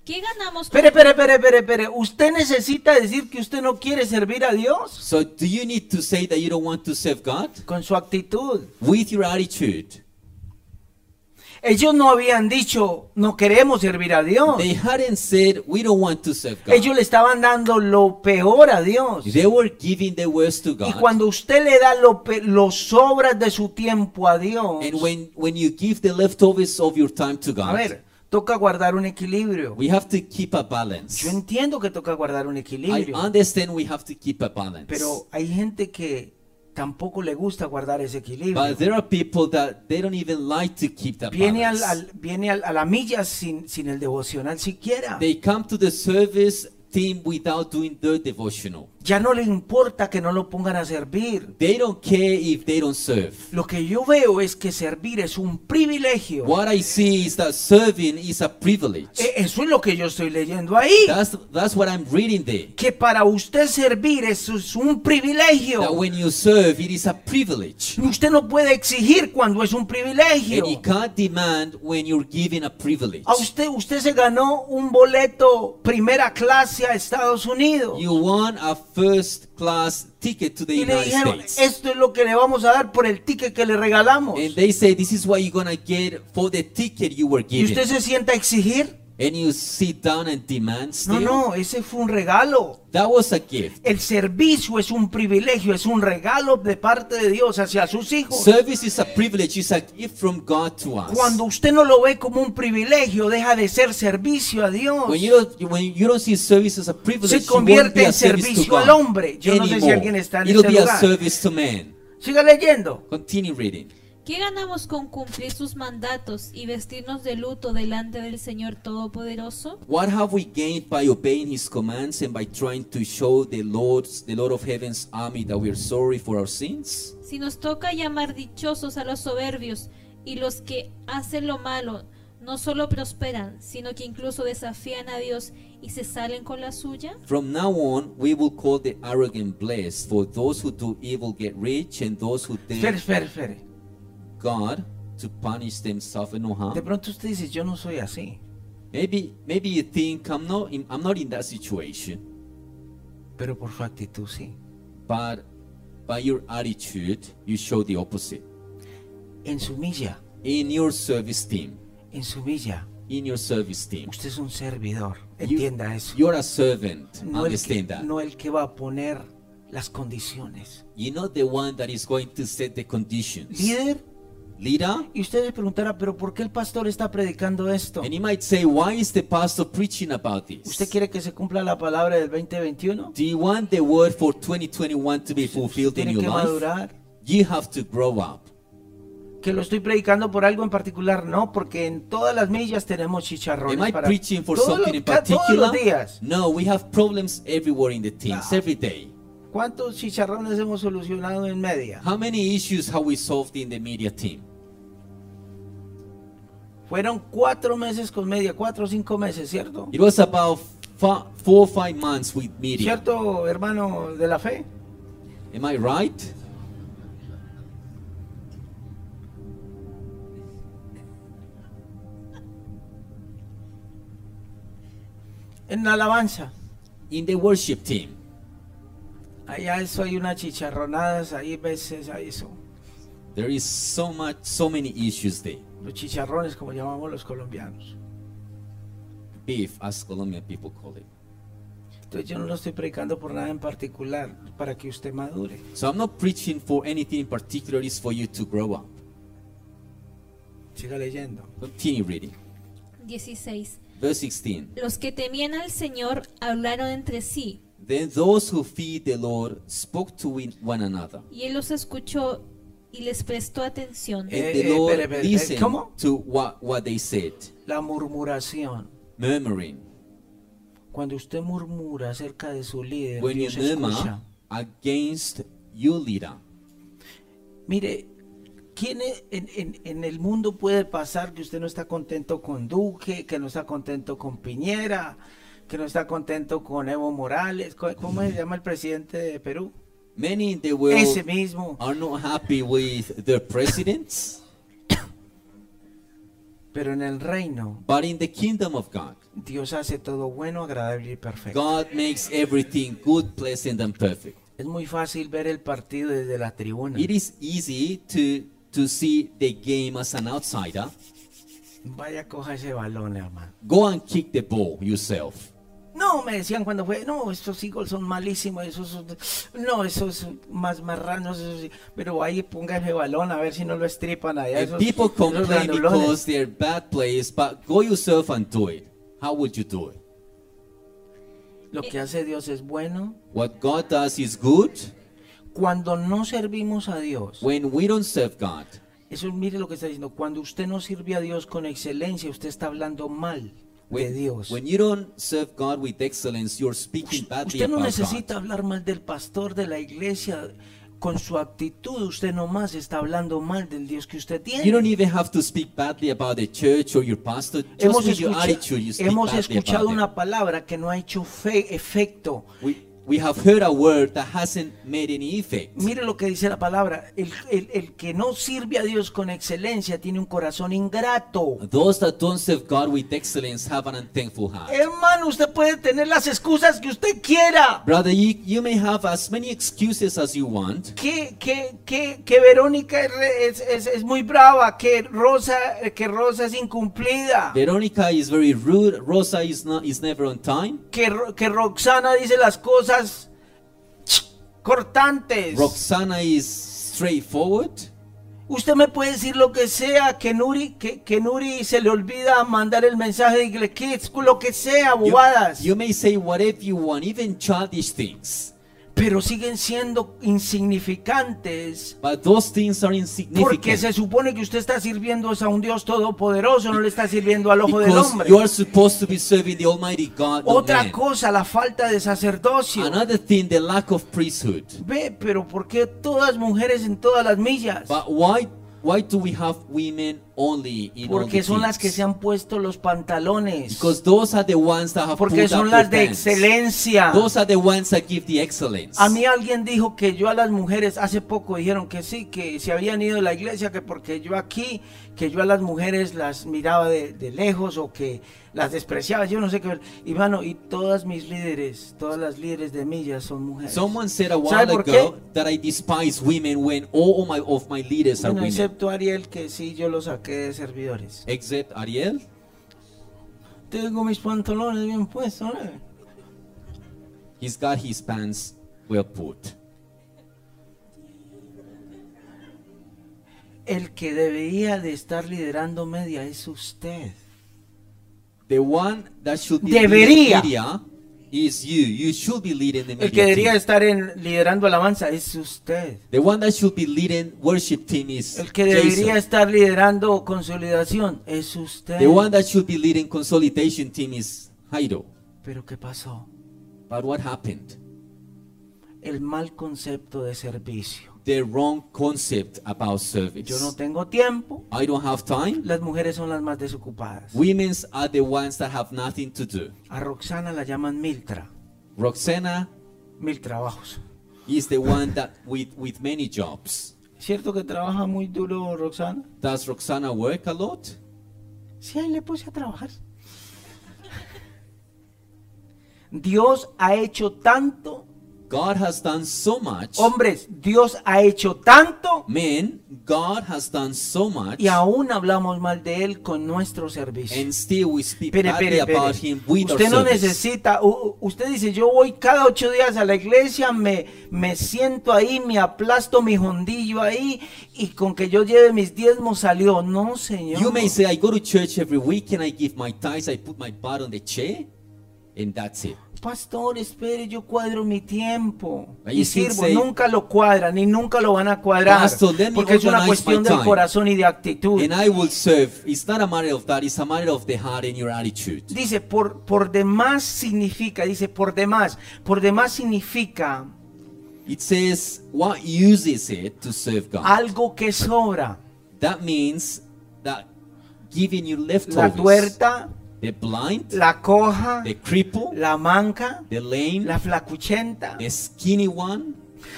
S4: ¿Qué ganamos con
S2: Espere, espere, espere, espere, espere. ¿Usted necesita decir que usted no quiere servir a Dios?
S3: So, do you need to say that you don't want to serve God?
S2: Con su actitud.
S3: With your attitude.
S2: Ellos no habían dicho, no queremos servir a Dios.
S3: They hadn't said, We don't want to serve
S2: Ellos
S3: God.
S2: le estaban dando lo peor a Dios.
S3: They were giving their words to
S2: Y
S3: God.
S2: cuando usted le da lo pe- los obras de su tiempo a Dios,
S3: And when, when you give the leftovers of your time to
S2: a
S3: God,
S2: ver, toca guardar un equilibrio.
S3: we have to keep a balance.
S2: Yo entiendo que toca guardar un
S3: I
S2: equilibrio,
S3: understand we have to keep a balance.
S2: pero hay gente que tampoco le gusta guardar ese equilibrio.
S3: But there are people that they don't even like to keep that
S2: Viene, al,
S3: balance.
S2: al- viene al- a la milla sin, sin el devocional siquiera.
S3: They come to the service team without doing their devotional.
S2: Ya no le importa que no lo pongan a servir.
S3: They don't care if they don't serve.
S2: Lo que yo veo es que servir es un privilegio.
S3: What I see is that serving is a privilege.
S2: E- Eso es lo que yo estoy leyendo ahí.
S3: That's that's what I'm reading there.
S2: Que para usted servir eso es un privilegio.
S3: That when you serve, it is a privilege.
S2: Usted no puede exigir cuando es un privilegio.
S3: And you can't demand when you're given a privilege.
S2: A usted, usted se ganó un boleto primera clase a Estados Unidos.
S3: You won a first class ticket to the
S2: Y le
S3: United
S2: dijeron,
S3: States.
S2: esto es lo que le vamos a dar por el ticket que le regalamos.
S3: And they say this is what you're gonna get for the ticket you were
S2: ¿Y
S3: given.
S2: usted se sienta a exigir?
S3: And you sit down and demand
S2: No,
S3: still.
S2: no, ese fue un regalo.
S3: That was a gift.
S2: El servicio es un privilegio, es un regalo de parte de Dios hacia sus hijos.
S3: Service is a privilege, it's a gift from God to us.
S2: Cuando usted no lo ve como un privilegio, deja de ser servicio a Dios.
S3: when you don't when you don't see service as a privilege,
S2: Se
S3: you won't be
S2: convierte
S3: a
S2: en
S3: service to
S2: servicio al
S3: God
S2: hombre. Yo no sé si
S3: anymore.
S2: alguien está en
S3: It'll
S2: ese
S3: be a
S2: lugar.
S3: service to man.
S2: Siga leyendo.
S3: Continue reading.
S4: ¿Qué ganamos con cumplir sus mandatos y vestirnos de luto delante del Señor Todopoderoso?
S3: What have we gained by obeying his commands and by trying to show the Lord's the Lord of heaven's army that we are sorry for our sins?
S4: Si nos toca llamar dichosos a los soberbios y los que hacen lo malo, no solo prosperan, sino que incluso desafían a Dios y se salen con la suya.
S3: From now on, we will call the arrogant blessed, for those who do evil get rich, and those who
S2: Espere,
S3: dare
S2: espere, espere.
S3: God to punish them suffer no
S2: De
S3: harm.
S2: pronto usted dice, yo no soy así.
S3: Maybe, maybe you think I'm not, in, I'm not in that situation,
S2: Pero por su actitud sí.
S3: but by your attitude, you show the opposite.
S2: En su milla,
S3: In your service team,
S2: en su milla,
S3: in your service team,
S2: usted es un servidor.
S3: You-
S2: Entienda eso.
S3: you're a servant.
S2: No el, que,
S3: Understand that.
S2: no el que va a poner las condiciones.
S3: You're not the one that is going to set the conditions.
S2: Líder,
S3: Leader,
S2: y usted se preguntará, pero ¿por qué el pastor está predicando esto?
S3: and you might say, why is the pastor preaching about this?
S2: ¿Usted quiere que se cumpla la palabra del 2021?
S3: Do you want the word for 2021 to be fulfilled in
S2: Tiene
S3: your
S2: que
S3: life?
S2: madurar.
S3: You have to grow up.
S2: Que lo estoy predicando por algo en particular, no, porque en todas las millas tenemos chicharrones.
S3: Am I
S2: para-
S3: preaching for
S2: Todos
S3: something
S2: los-
S3: in
S2: ca- Todos
S3: particular?
S2: los días.
S3: No, we have problems everywhere in the teams,
S2: Ah.
S3: every day.
S2: ¿Cuántos chicharrones hemos solucionado en media?
S3: How many issues have we solved in the media team?
S2: Fueron cuatro meses con media, cuatro o cinco meses, ¿cierto?
S3: It was about fi- four or five months with media.
S2: ¿Cierto, hermano de la fe?
S3: Am I right?
S2: en la alabanza.
S3: in the worship team.
S2: Allá eso hay unas chicharronadas, hay veces hay eso.
S3: There is so much, so many issues there.
S2: Los chicharrones, como llamamos los colombianos.
S3: Beef, as Colombian people call it.
S2: Entonces yo no lo estoy predicando por nada en particular, para que usted madure.
S3: So I'm not preaching for anything in particular. It's for you to grow up.
S2: Siga leyendo.
S3: Continue reading.
S4: 16.
S3: Verse 16.
S4: Los que temían al Señor hablaron entre sí,
S3: Then those who feared the Lord spoke to win- one another,
S4: y él los escuchó y les prestó atención.
S3: and
S2: Eh,
S3: the
S2: eh,
S3: Lord
S2: espere, espere, eh,
S3: listened
S2: ¿cómo?
S3: to what, what they said,
S2: La murmuración.
S3: murmuring.
S2: Cuando usted murmura acerca de su líder,
S3: When you
S2: Dios
S3: murmur
S2: escucha.
S3: against your leader,
S2: Mire, ¿quién e- en, en- en el mundo puede pasar que usted no está contento con Duque, que no está contento con Piñera, que no está contento con Evo Morales? Co- ¿Cómo se llama el presidente de Perú?
S3: many in the
S2: Ese
S3: world
S2: mismo.
S3: are not happy with their presidents,
S2: Pero en el reino,
S3: but in the kingdom of God,
S2: Dios hace todo bueno, agradable y perfecto.
S3: God makes everything good, pleasant, and perfect.
S2: Es muy fácil ver el partido desde la tribuna.
S3: It is easy to to see the game as an outsider.
S2: Vaya, coja ese balón, hermano.
S3: Go and kick the ball yourself.
S2: No, me decían cuando fue, no, estos Eagles son malísimos, esos son- no, esos más marranos, esos sí". pero ahí ponga ese balón a ver si no lo estripan allá.
S3: And
S2: Eh, esos-
S3: people
S2: esos
S3: complain
S2: granulones".
S3: because they're bad players, but go yourself and do it. How would you do it?
S2: Lo que hace Dios es bueno.
S3: What God does is good.
S2: Cuando no servimos a Dios,
S3: When we don't serve God,
S2: eso mire lo que está diciendo, cuando usted no sirve a Dios con excelencia, usted está hablando mal de
S3: when,
S2: Dios.
S3: when you don't serve God with excellence, you're speaking badly
S2: Usted no
S3: about
S2: necesita
S3: God.
S2: hablar mal del pastor de la iglesia. Con su actitud, usted nomás está hablando mal del Dios que usted tiene.
S3: You don't even have to speak badly about the church or your pastor. Just
S2: Hemos,
S3: with your
S2: escucha-
S3: attitude, you speak
S2: hemos
S3: badly
S2: escuchado
S3: about
S2: una
S3: them.
S2: palabra que no ha hecho fe- efecto.
S3: We, we have heard a word that hasn't made any effect.
S2: Mire lo que dice la palabra. El, el- el que no sirve a Dios con excelencia tiene un corazón ingrato.
S3: Those that don't serve God with excellence have an unthankful heart.
S2: Eh. Hermano, usted puede tener las excusas que usted quiera.
S3: Brother, you, you may have as many excuses as you want.
S2: Que, que, que, que Verónica es, re- es- es- es muy brava, que Rosa, que Rosa es incumplida,
S3: Veronica is very rude. Rosa is not is never on time.
S2: que, Ro- que Roxana dice las cosas cortantes.
S3: Roxana is straightforward.
S2: Usted me puede decir lo que sea, que Nuri, que, que Nuri se le olvida mandar el mensaje de Igle Kids, lo que sea,
S3: You-
S2: bobadas.
S3: You, may say whatever you want, even childish things.
S2: pero siguen siendo insignificantes.
S3: But those things are
S2: Porque
S3: insignificant.
S2: se supone que usted está sirviendo es a un Dios todopoderoso, no le está sirviendo al ojo del
S3: because
S2: hombre.
S3: you are supposed to be serving the Almighty God. not
S2: Otra
S3: man.
S2: cosa, la falta de sacerdocio.
S3: Another thing, the lack of priesthood.
S2: Ve, pero ¿por qué todas mujeres en todas las millas?
S3: But why why do we have women only in all
S2: Porque
S3: the
S2: son las que
S3: things?
S2: se han puesto los pantalones.
S3: Because those are the ones that have
S2: Porque
S3: pulled
S2: son
S3: up their
S2: las de
S3: pants.
S2: excelencia.
S3: Those are the ones that give the excellence.
S2: A mí alguien dijo que yo a las mujeres hace poco dijeron que sí, que se habían ido de la iglesia, que porque yo aquí, que yo a las mujeres las miraba de, de lejos o que las despreciaba, yo no sé qué. Y mano, y todas mis líderes, todas las líderes de millas son mujeres.
S3: Someone said a while
S2: ¿Sabe por
S3: ago
S2: qué?
S3: that I despise women when all of my, of my leaders are
S2: Bueno,
S3: women.
S2: excepto Ariel, que sí, yo lo saqué de servidores.
S3: Except Ariel.
S2: Tengo mis pantalones bien puestos. ¿eh?
S3: He's got his pants well put.
S2: El que debería de estar liderando media es usted.
S3: The one that should be
S2: Debería.
S3: leading the media is you. You should be leading the
S2: El que
S3: media
S2: debería
S3: team.
S2: estar en, liderando alabanza es usted.
S3: The one that should be leading worship team is
S2: El que
S3: Jason.
S2: debería estar liderando consolidación es usted.
S3: The one that should be leading consolidation team is Jairo.
S2: Pero ¿qué pasó?
S3: But what happened?
S2: El mal concepto de servicio.
S3: The wrong concept about service.
S2: Yo no tengo tiempo.
S3: I don't have time.
S2: Las mujeres son las más desocupadas.
S3: Women's are the ones that have nothing to do.
S2: A Roxana la llaman Miltra.
S3: Roxana
S2: Mil trabajos.
S3: is the one that with with many jobs.
S2: ¿Cierto que trabaja muy duro Roxana?
S3: Does Roxana work a lot?
S2: Sí, ahí le puse a trabajar. Dios ha hecho tanto,
S3: God has done so much.
S2: hombres, Dios ha hecho tanto
S3: Men, God has done so much.
S2: y aún hablamos mal de él con nuestro servicio.
S3: And still we speak
S2: Pere,
S3: badly
S2: pere, pere.
S3: about him with our
S2: Usted no
S3: service.
S2: necesita, u- usted dice, yo voy cada ocho días a la iglesia, me, me siento ahí, me aplasto mi jondillo ahí y con que yo lleve mis diezmos salió. No, Señor.
S3: You may say, I go to church every week and I give my tithes, I put my butt on the chair, and that's it.
S2: Pastor, espere, yo cuadro mi tiempo.
S3: Ahí
S2: Y
S3: sí
S2: sirvo,
S3: se-
S2: nunca lo cuadran y nunca lo van a cuadrar.
S3: Pastor, let me
S2: porque es una
S3: organize
S2: cuestión
S3: my
S2: del
S3: time.
S2: corazón y de actitud.
S3: And I will serve. It's not a matter of that, it's a matter of the heart and your attitude.
S2: Dice, por, por demás significa, dice, por demás, por demás significa
S3: It says, What uses it to serve God?
S2: algo que sobra.
S3: That means that giving you
S2: La
S3: leftovers,
S2: tuerta,
S3: the blind,
S2: la coja,
S3: the cripple,
S2: la manca,
S3: the lame,
S2: la flacuchenta.
S3: the skinny one.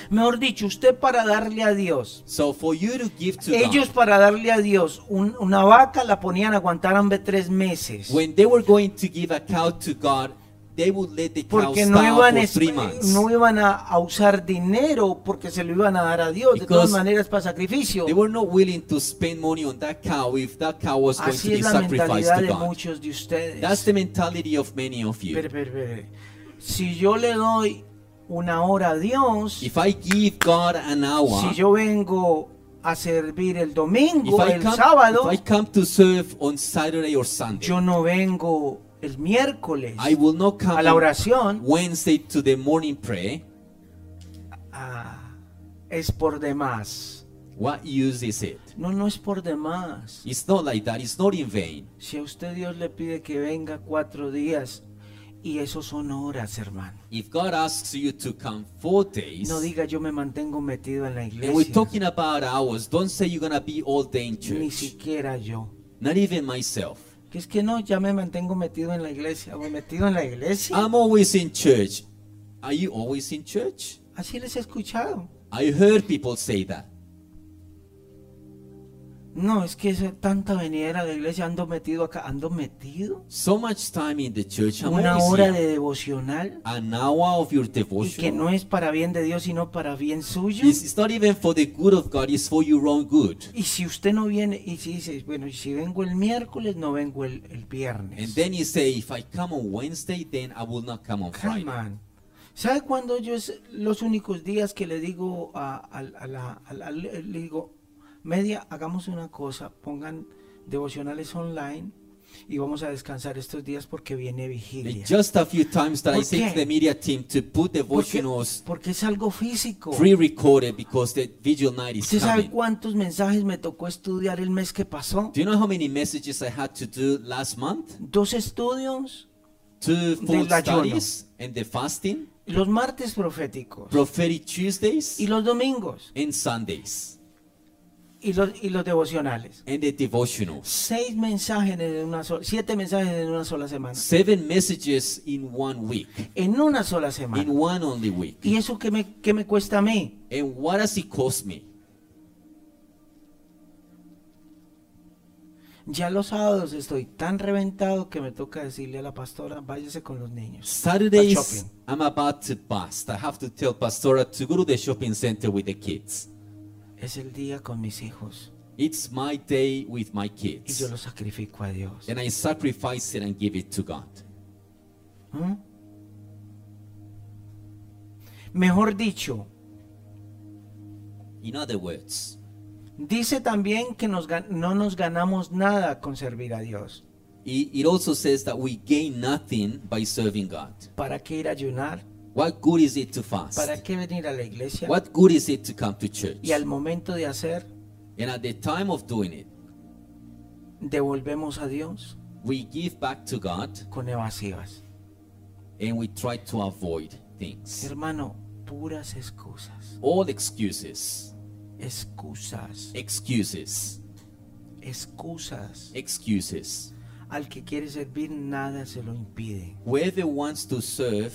S2: Mejor dicho, usted para darle a Dios.
S3: So for you to give to
S2: Ellos
S3: God,
S2: para darle a Dios un- una vaca la ponían a aguantar hambre tres meses.
S3: when they were going to give a cow to God, they would let the cow
S2: porque no
S3: starve
S2: iban,
S3: for
S2: es-
S3: three months.
S2: no iban a, a usar dinero porque se lo iban a dar a Dios de
S3: Because
S2: todas maneras para sacrificio
S3: They were not willing to spend money on that cow if that cow was going to
S2: así
S3: be
S2: es la
S3: sacrificed
S2: mentalidad
S3: to
S2: de
S3: God.
S2: muchos de
S3: That's
S2: ustedes
S3: the mentality of many of
S2: Pero,
S3: you.
S2: pero, pero, si yo le doy una hora a Dios
S3: If I give God an hour,
S2: si yo vengo a servir el
S3: if
S2: domingo
S3: I
S2: el
S3: come,
S2: sábado
S3: if I come to serve on Saturday or Sunday,
S2: yo no vengo el miércoles
S3: I will not come
S2: a la
S3: on
S2: oración
S3: Wednesday to the morning prayer.
S2: ah, es por demás
S3: What use is it?
S2: no no es por demás
S3: It's not like that. It's not in vain.
S2: Si a usted Dios le pide que venga cuatro días, y eso son horas, hermano.
S3: If God asks you to come four days,
S2: No diga yo me mantengo metido en la
S3: and we're
S2: iglesia.
S3: talking about hours, don't say you're gonna be all day in
S2: Ni
S3: church.
S2: siquiera yo.
S3: Not even myself.
S2: Que es que no, ya me mantengo metido en la iglesia. O metido en la iglesia.
S3: I'm always in church. Are you always in church?
S2: Así les he escuchado.
S3: I heard people say that.
S2: No, es que esa tanta venida a la iglesia, ando metido acá, ando metido.
S3: So much time in the church. I'm
S2: Una
S3: always
S2: hora
S3: here.
S2: de devocional
S3: An hour of your
S2: y
S3: devotion.
S2: que no es para bien de Dios, sino para bien suyo.
S3: it's, it's not even for the good of God, it's for your own good.
S2: Y si usted no viene y si dice, bueno, y si vengo el miércoles, no vengo el, el
S3: And
S2: viernes.
S3: then you say, if I come on Wednesday, then I will not come on Friday.
S2: Come on. ¿Sabe cuándo yo es los únicos días que le digo a, a- a la, a la- le digo, media, hagamos una cosa, pongan devocionales online y vamos a descansar estos días porque viene vigilia.
S3: There's Just a few times that I
S2: ¿Por
S3: say
S2: qué?
S3: to the media team to put
S2: Porque,
S3: devotionals
S2: porque es algo físico.
S3: pre-recorded because the vigil night is
S2: ¿Usted sabe
S3: coming.
S2: cuántos mensajes me tocó estudiar el mes que pasó?
S3: Do you know how many messages I had to do last month?
S2: Dos estudios,
S3: Two full
S2: Del ayuno.
S3: studies and the fasting,
S2: los martes proféticos
S3: prophetic Tuesdays
S2: y los domingos
S3: and Sundays,
S2: y los, y los devocionales.
S3: and the devotionals.
S2: Seis mensajes en una sola, siete mensajes en una sola semana.
S3: Seven messages in one week,
S2: en una sola
S3: in
S2: semana.
S3: one only week.
S2: ¿Y eso qué me, qué me cuesta a mí?
S3: And what does it cost me?
S2: Ya los sábados estoy tan reventado que me toca decirle a la pastora, váyase con los niños. A
S3: Saturdays,
S2: shopping.
S3: I'm about to bust. I have to tell Pastora to go to the shopping center with the kids.
S2: Es el día con mis hijos
S3: It's my day with my
S2: y
S3: kids.
S2: yo los sacrifico a Dios.
S3: And I sacrifice it and give it to God.
S2: ¿Mm? Mejor dicho,
S3: In other words,
S2: dice también que nos gan- no nos ganamos nada con servir a Dios.
S3: it, it also says that we gain nothing by serving God.
S2: ¿Para qué ir a ayunar?
S3: What good is it to
S2: ¿Para
S3: fast?
S2: qué venir a la iglesia?
S3: What good is it to come to church?
S2: Y al momento de hacer,
S3: And at the time of doing it,
S2: devolvemos a Dios
S3: we give back to God
S2: con evasivas.
S3: and we try to avoid things.
S2: Hermano, puras excusas.
S3: All excuses,
S2: Excusas.
S3: excuses,
S2: Excusas.
S3: excuses.
S2: Al que quiere servir, nada se lo impide.
S3: Whoever wants to serve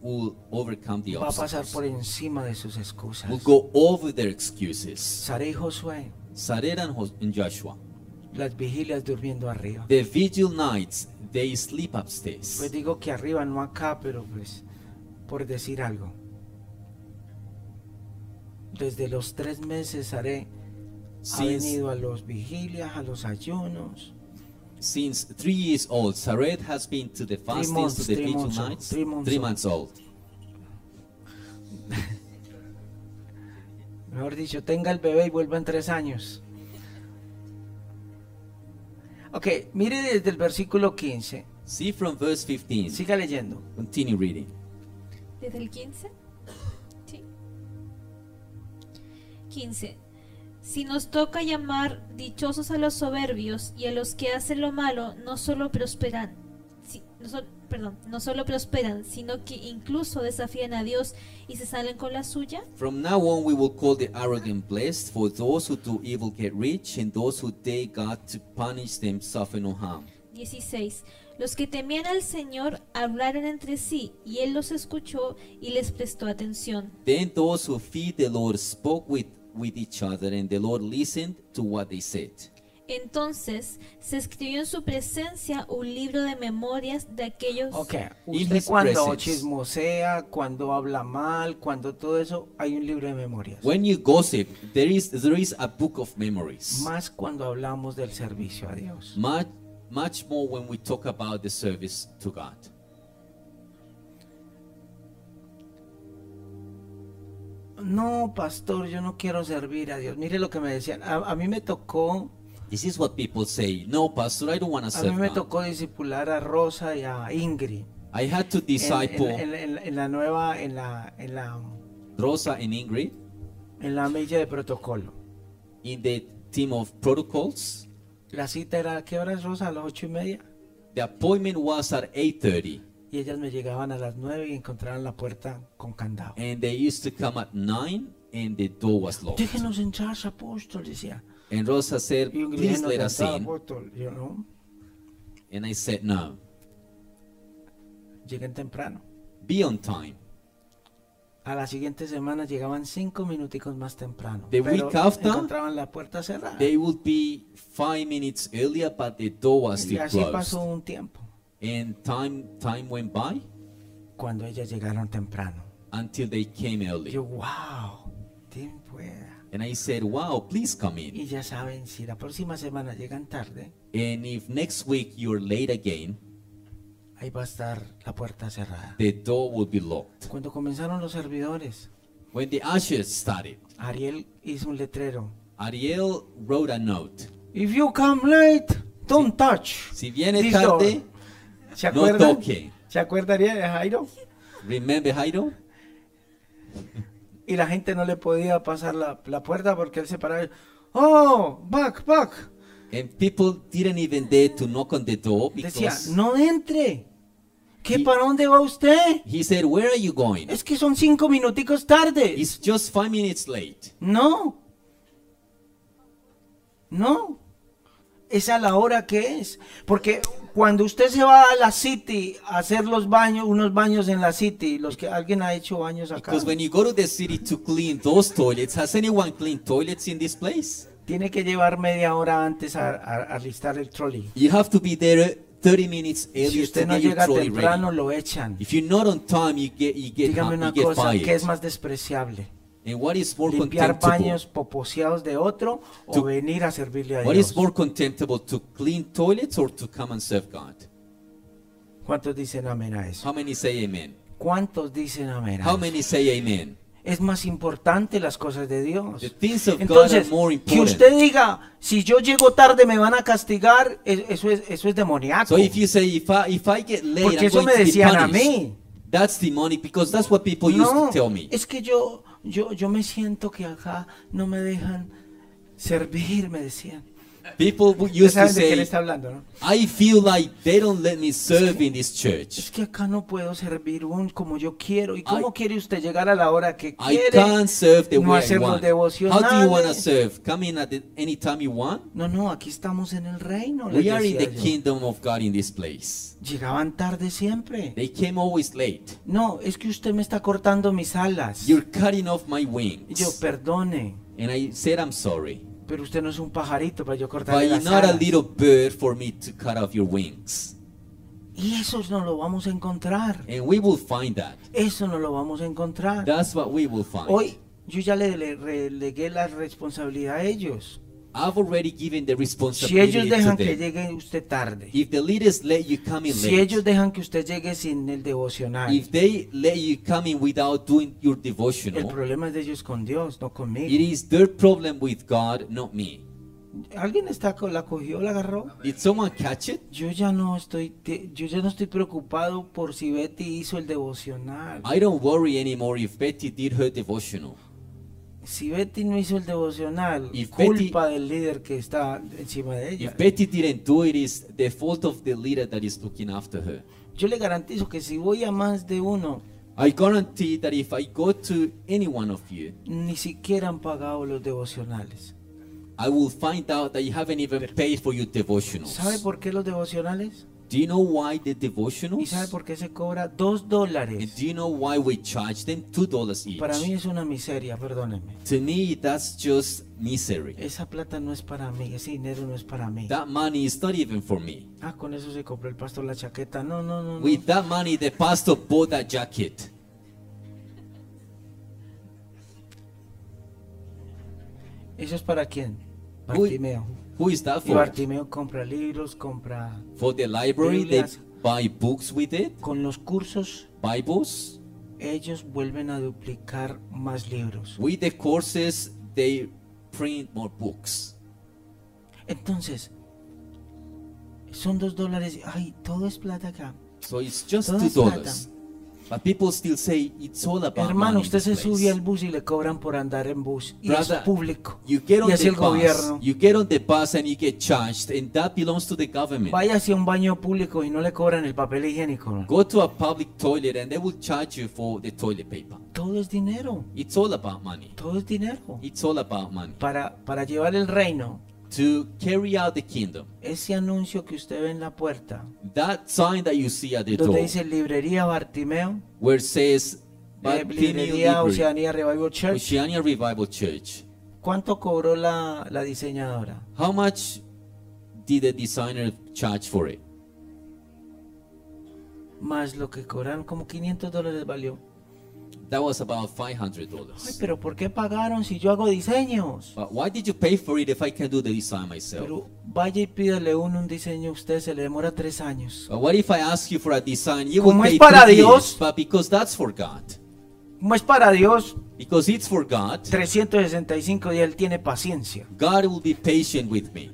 S3: will overcome the
S2: Va a pasar
S3: obstacles.
S2: por encima de sus excusas.
S3: Will go over their excuses.
S2: Saré y Josué
S3: Sarah and Jos- and Joshua.
S2: las vigilias durmiendo arriba.
S3: The vigil nights, they sleep
S2: Pues
S3: upstairs.
S2: digo que arriba, no acá, pero pues por decir algo. Desde los tres meses haré, ha
S3: Since,
S2: venido a los vigilias, a los ayunos,
S3: since three years old, Sareth has been to the fastings,
S2: months,
S3: to the
S2: three
S3: vigil
S2: months old,
S3: nights.
S2: three months old.
S3: old.
S2: mejor dicho, tenga el bebé y vuelva en tres años. Ok, mire desde el versículo 15,
S3: See from verse 15.
S2: siga leyendo.
S3: Continue reading.
S4: ¿Desde el 15? Sí. 15. Si nos toca llamar dichosos a los soberbios y a los que hacen lo malo, no solo prosperan, si- no sol- perdón, no solo prosperan, sino que incluso desafían a Dios y se salen con la suya.
S3: From now on, we will call the arrogant blessed, for those who do evil get rich, and those who take God to punish them suffer no harm.
S4: 16. Los que temían al Señor hablaron entre sí, y Él los escuchó y les prestó atención.
S3: Then those who feed the Lord spoke with, with each other, and the Lord listened to what they said.
S4: Entonces se escribió en su presencia un libro de memorias de aquellos
S2: Ok,
S3: In
S2: usted
S3: his
S2: cuando
S3: presence.
S2: chismosea, cuando habla mal, cuando todo eso, hay un libro de memorias.
S3: When you gossip, there is there is a book of memories.
S2: Más cuando hablamos del servicio a Dios.
S3: Much much more when we talk about the service to God.
S2: No, pastor, yo no quiero servir a Dios. Mire lo que me decían. A, a mí me tocó,
S3: This is what people say. No, pastor, I don't want to
S2: a mí
S3: serve
S2: me
S3: God.
S2: tocó discipular a Rosa y a Ingrid.
S3: I had to
S2: En,
S3: disciple
S2: en- en- en- en la nueva, en la, en la,
S3: Rosa and Ingrid
S2: en la milla de protocolo.
S3: in the team of protocols.
S2: La cita era, ¿a ¿qué hora es Rosa? A las ocho y media.
S3: The appointment was at 8:30,
S2: Y ellas me llegaban a las nueve y encontraban la puerta con candado.
S3: and they used to come at nine, and the door was locked.
S2: Déjenos entrar, apóstol, decía.
S3: And Rosa said,
S2: Y un
S3: "Please
S2: gringo
S3: let us
S2: cantaba,
S3: in,"
S2: apóstol. Yo no,
S3: and I said, "No,
S2: lleguen temprano.
S3: be on time."
S2: A la siguiente semana llegaban cinco minuticos más temprano.
S3: The
S2: pero
S3: week after,
S2: encontraban la puerta cerrada.
S3: They would be five minutes earlier, but the door was
S2: Y
S3: still
S2: así pasó
S3: closed.
S2: un tiempo.
S3: And time time went by
S2: Cuando ellas llegaron temprano.
S3: until they came early.
S2: Yo, wow, ¿quién pueda?
S3: And I said, "Wow, please come in."
S2: Y ya saben, si la próxima semana llegan tarde,
S3: And if next week you're late again,
S2: ahí va a estar la puerta cerrada.
S3: the door will be locked.
S2: Cuando comenzaron los servidores,
S3: When the ushers started,
S2: Ariel hizo un letrero.
S3: Ariel wrote a note.
S2: If you come late, don't touch.
S3: Si viene
S2: This
S3: tarde,
S2: door. ¿Se
S3: no
S2: acuerdan?
S3: toque.
S2: ¿Se acuerdaría de Jairo?
S3: remember Jairo?
S2: y la gente no le podía pasar la, la puerta porque él se paraba. y, Oh, back, back.
S3: And people didn't even dare to knock on the door
S2: Decía,
S3: because
S2: no entre. ¿Qué
S3: Y-
S2: para dónde va usted?
S3: he said, Where are you going?
S2: Es que son cinco minuticos tarde.
S3: It's just five minutes late.
S2: No. No. Es a la hora que es. Porque cuando usted se va a la city a hacer los baños, unos baños en la city, los que alguien ha hecho baños acá,
S3: Because when you go to the city to clean those toilets, has anyone cleaned toilets in this place?
S2: tiene que llevar media hora antes a, a- a alistar el trolley.
S3: You have to be there 30 minutes earlier
S2: Si usted
S3: to
S2: no
S3: get your
S2: llega
S3: trolley
S2: temprano,
S3: ready.
S2: lo echan.
S3: If you're not on time, you get you get,
S2: Dígame
S3: you
S2: una
S3: get
S2: cosa,
S3: fired.
S2: ¿qué es más despreciable?
S3: and what is more
S2: ¿Limpiar
S3: contemptible?
S2: baños poposeados de otro o
S3: To-
S2: venir a servirle a
S3: What is
S2: Dios?
S3: more contemptible, to clean toilets or to come and serve God?
S2: ¿Cuántos dicen amén a eso?
S3: How many say amen?
S2: ¿Cuántos dicen amén a
S3: How
S2: eso?
S3: many say amen?
S2: Es más importante las cosas de Dios.
S3: The things of God are
S2: Entonces,
S3: more
S2: que
S3: important.
S2: usted diga, si yo llego tarde me van a castigar, e- eso es, eso es demoniaco.
S3: So if you say if I if I get
S2: Ah,
S3: late,
S2: Porque
S3: I'm
S2: eso
S3: going
S2: me
S3: to be
S2: decían a
S3: punished.
S2: mí.
S3: That's demonic because that's what people used
S2: No,
S3: to tell me.
S2: es que yo, yo, yo me siento que acá no me dejan servir, me decían.
S3: People would
S2: Ustedes
S3: used to
S2: saben de qué le
S3: say,
S2: está hablando, ¿no?
S3: I feel like they don't let me serve in this
S2: Es
S3: church.
S2: que acá no puedo servir un como yo quiero. ¿Y cómo
S3: I-
S2: quiere usted llegar a la hora que
S3: I
S2: quiere?
S3: can't serve the
S2: no
S3: way I
S2: hacer los
S3: want. How do you want to
S2: devocionales.
S3: serve? Come in at the, any time you want.
S2: No, no, aquí estamos en el reino. les
S3: We are in
S2: decía
S3: the
S2: yo.
S3: kingdom of God in this place.
S2: Llegaban tarde siempre.
S3: They came always late.
S2: No, es que usted me está cortando mis alas.
S3: You're cutting off my
S2: Y yo,
S3: wings.
S2: perdone,
S3: And I said, I'm sorry.
S2: pero usted no es un pajarito para yo cortarle
S3: but
S2: las
S3: you're not a
S2: alas.
S3: little bird for me to cut off your wings.
S2: Y eso no lo vamos a encontrar.
S3: And we will find that.
S2: Eso no lo vamos a encontrar.
S3: That's what we will find.
S2: Hoy yo ya le, le relegué la responsabilidad a ellos.
S3: I've already given the
S2: Si
S3: responsibility
S2: ellos dejan
S3: to
S2: que
S3: them.
S2: llegue usted tarde,
S3: If the leaders let you come in
S2: si
S3: late,
S2: ellos dejan que usted llegue sin el devocional,
S3: if they let you come in without doing your
S2: el
S3: devotional,
S2: problema es de ellos con Dios, no
S3: it
S2: conmigo.
S3: is their problem with God, not me.
S2: ¿Alguien está con la cogió, la agarró?
S3: Did someone catch it?
S2: Yo ya no estoy, te- yo ya no estoy preocupado por si Betty hizo el devocional.
S3: I don't worry anymore if Betty did her devotional.
S2: Si Betty no hizo el devocional,
S3: If
S2: culpa del líder que está encima de ella.
S3: If Betty didn't do it, it's the fault of the leader that is looking after her.
S2: Yo le garantizo que si voy a más de uno,
S3: I guarantee that if I go to any one of you,
S2: ni siquiera han pagado los devocionales.
S3: I will find out that you haven't even paid for your devotionals.
S2: ¿Sabe por qué los devocionales?
S3: Do you know why the
S2: ¿Y sabe
S3: devotionals?
S2: por qué se cobra dos
S3: And
S2: dólares?
S3: do you know why we charge them two dollars each?
S2: Para mí es una miseria, perdónenme.
S3: To me, that's just misery.
S2: Esa plata no es para mí, ese dinero no es para mí.
S3: That money is not even for me.
S2: Ah, con eso se compró el pastor la chaqueta. No, no, no. no.
S3: With that money, the pastor bought that jacket.
S2: ¿Eso es para quién?
S3: Uy.
S2: Bartimeo.
S3: Who is that
S2: Y
S3: for?
S2: Bartimeo compra libros, compra
S3: For the library, they
S2: Biblias.
S3: buy books with it,
S2: con los cursos
S3: Bibles.
S2: ellos vuelven a duplicar más libros.
S3: With the courses, they print more books.
S2: Entonces, son dos dólares. Ay, todo es plata acá.
S3: So it's just
S2: Todo
S3: two
S2: es plata.
S3: dollars. But people still say it's all about money
S2: Hermano,
S3: in
S2: usted se
S3: this place.
S2: sube al bus y le cobran por andar en bus. Y es
S3: Brother,
S2: público.
S3: You get on
S2: y es
S3: the
S2: el
S3: bus,
S2: gobierno.
S3: You get on the bus and you get charged, and that belongs to the government.
S2: Vaya hacia un baño público y no le cobran el papel higiénico.
S3: Go to a public toilet and they will charge you for the toilet paper.
S2: Todo es dinero.
S3: It's all about money.
S2: Todo es dinero.
S3: It's all about money.
S2: Para, para llevar el reino,
S3: To carry out the kingdom.
S2: ese anuncio que usted ve en la puerta,
S3: That sign that you see at the door,
S2: donde dice librería Bartimeo,
S3: where it says
S2: eh,
S3: Bartholomew
S2: librería
S3: Library,
S2: Oceanía Revival Church,
S3: Oceania Revival Church.
S2: ¿cuánto cobró la, la diseñadora?
S3: How much did the designer charge for it?
S2: Más lo que cobraron, como 500 dólares valió.
S3: That was about five hundred
S2: Ay,
S3: dollars.
S2: pero ¿por qué pagaron si yo hago diseños?
S3: But why did you pay for it if I can do the design myself?
S2: Pero vaya y pídale uno un diseño a usted, se le demora tres años.
S3: But what if I ask you for a design? You
S2: Como
S3: will
S2: es
S3: pay
S2: para
S3: three
S2: Dios.
S3: years, but because that's for God.
S2: Como es para Dios,
S3: Because it's for God,
S2: 365 días él tiene paciencia.
S3: God will be patient with me.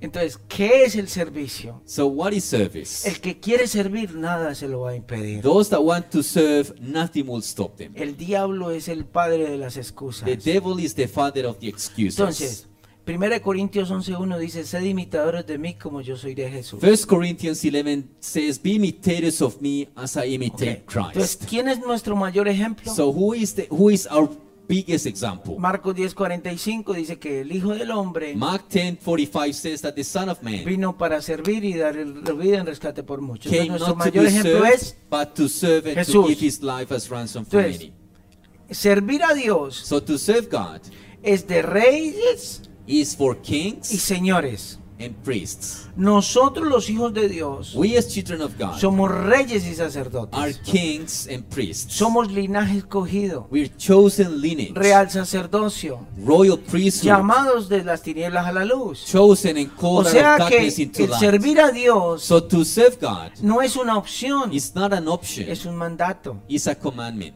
S2: Entonces, ¿qué es el servicio?
S3: So what is service?
S2: El que quiere servir, nada se lo va a impedir.
S3: Those that want to serve, nothing will stop them.
S2: El diablo es el padre de las excusas.
S3: The devil is the father of the excuses.
S2: Entonces, 1 de Corintios 11.1 dice, sed imitadores de mí como yo soy de Jesús.
S3: First Corinthians 11 says, "Be imitators of me as I
S2: Ok.
S3: imitate
S2: Entonces,
S3: Christ."
S2: ¿quién es nuestro mayor ejemplo?
S3: So who is the who is our biggest example?
S2: Marcos 10.45 dice que el Hijo del Hombre
S3: Mark 10:45 says that the Son of Man
S2: vino para servir y dar el- la vida en rescate por muchos.
S3: came
S2: Entonces, nuestro
S3: not to be
S2: mayor ejemplo
S3: served,
S2: es
S3: but to serve and to
S2: Jesús.
S3: give his life as ransom for
S2: Entonces,
S3: many.
S2: servir a Dios
S3: So to serve God
S2: es de reyes
S3: is for
S2: y
S3: kings
S2: señores.
S3: and priests.
S2: Nosotros los hijos de Dios
S3: We as children of God
S2: somos reyes y
S3: are
S2: sacerdotes.
S3: kings and priests.
S2: Somos linaje escogido,
S3: We're chosen lineage,
S2: real sacerdocio,
S3: royal priesthood,
S2: llamados de las tinieblas a la luz.
S3: chosen and
S2: O
S3: called
S2: sea
S3: out of
S2: que
S3: darkness into
S2: el
S3: light.
S2: servir a Dios
S3: So to serve God
S2: no es una opción,
S3: is not an option,
S2: es un mandato.
S3: it's a commandment.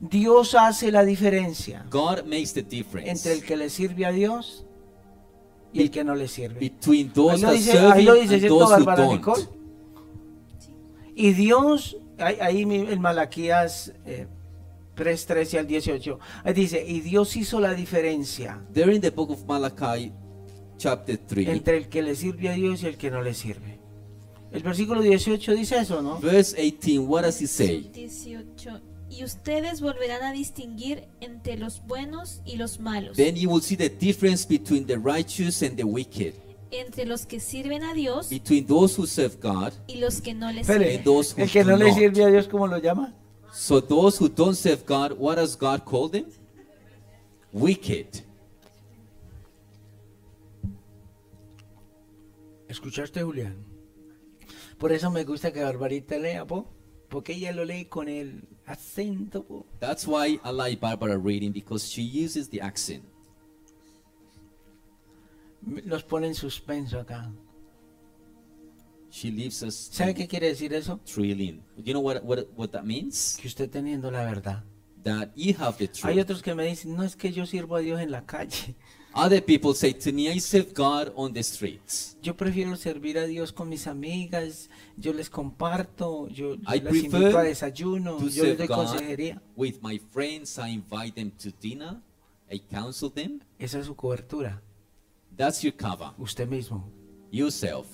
S2: Dios hace la diferencia
S3: God makes the difference
S2: entre el que le sirve a Dios y el que no le sirve.
S3: between
S2: Ahí
S3: those
S2: lo
S3: that
S2: dice,
S3: serve
S2: ahí
S3: Him
S2: lo dice,
S3: and
S2: ¿cierto,
S3: those who
S2: Bárbara Nicole?
S3: don't.
S2: Y Dios, ahí, ahí mi- en Malaquías eh, 3, 13 al 18, ahí dice, y Dios hizo la diferencia
S3: There in the book of Malachi, chapter 3,
S2: entre el que le sirve a Dios y el que no le sirve. El versículo 18 dice eso, ¿no?
S3: verse 18, what does it say?
S4: 18. Y ustedes volverán a distinguir entre los buenos y los malos,
S3: Then you will see the difference between the righteous and the wicked,
S4: entre los que sirven a Dios
S3: between those who serve God.
S4: y los que no les
S2: Espere,
S4: sirven.
S3: And those who
S2: el que no
S3: do
S2: le
S3: not.
S2: sirve a Dios, ¿cómo lo llama?
S3: So those who don't serve God, what does God call them? wicked.
S2: ¿Escuchaste, Julián? Por eso me gusta que Barbarita lea, po, porque ella lo lee con el acento, po.
S3: That's why I like Barbara reading because she uses the accent.
S2: M- Nos pone en suspenso acá.
S3: She leaves us
S2: ¿Sabe qué quiere decir eso?
S3: thrilling. You know what, what, what that means?
S2: Que usted teniendo la verdad.
S3: That you have the
S2: Hay
S3: truth.
S2: otros que me dicen, no es que yo sirvo a Dios en la calle.
S3: Other people say to me, I serve God on the streets.
S2: Yo prefiero servir a Dios con mis amigas, yo les comparto, yo, yo
S3: I
S2: las invito a
S3: prefer
S2: desayuno,
S3: To
S2: Oh, yo les
S3: serve
S2: doy
S3: God
S2: consejería.
S3: with my friends, I invite them to dinner, I counsel them.
S2: Esa es su cobertura,
S3: That's your cover,
S2: usted mismo.
S3: yourself.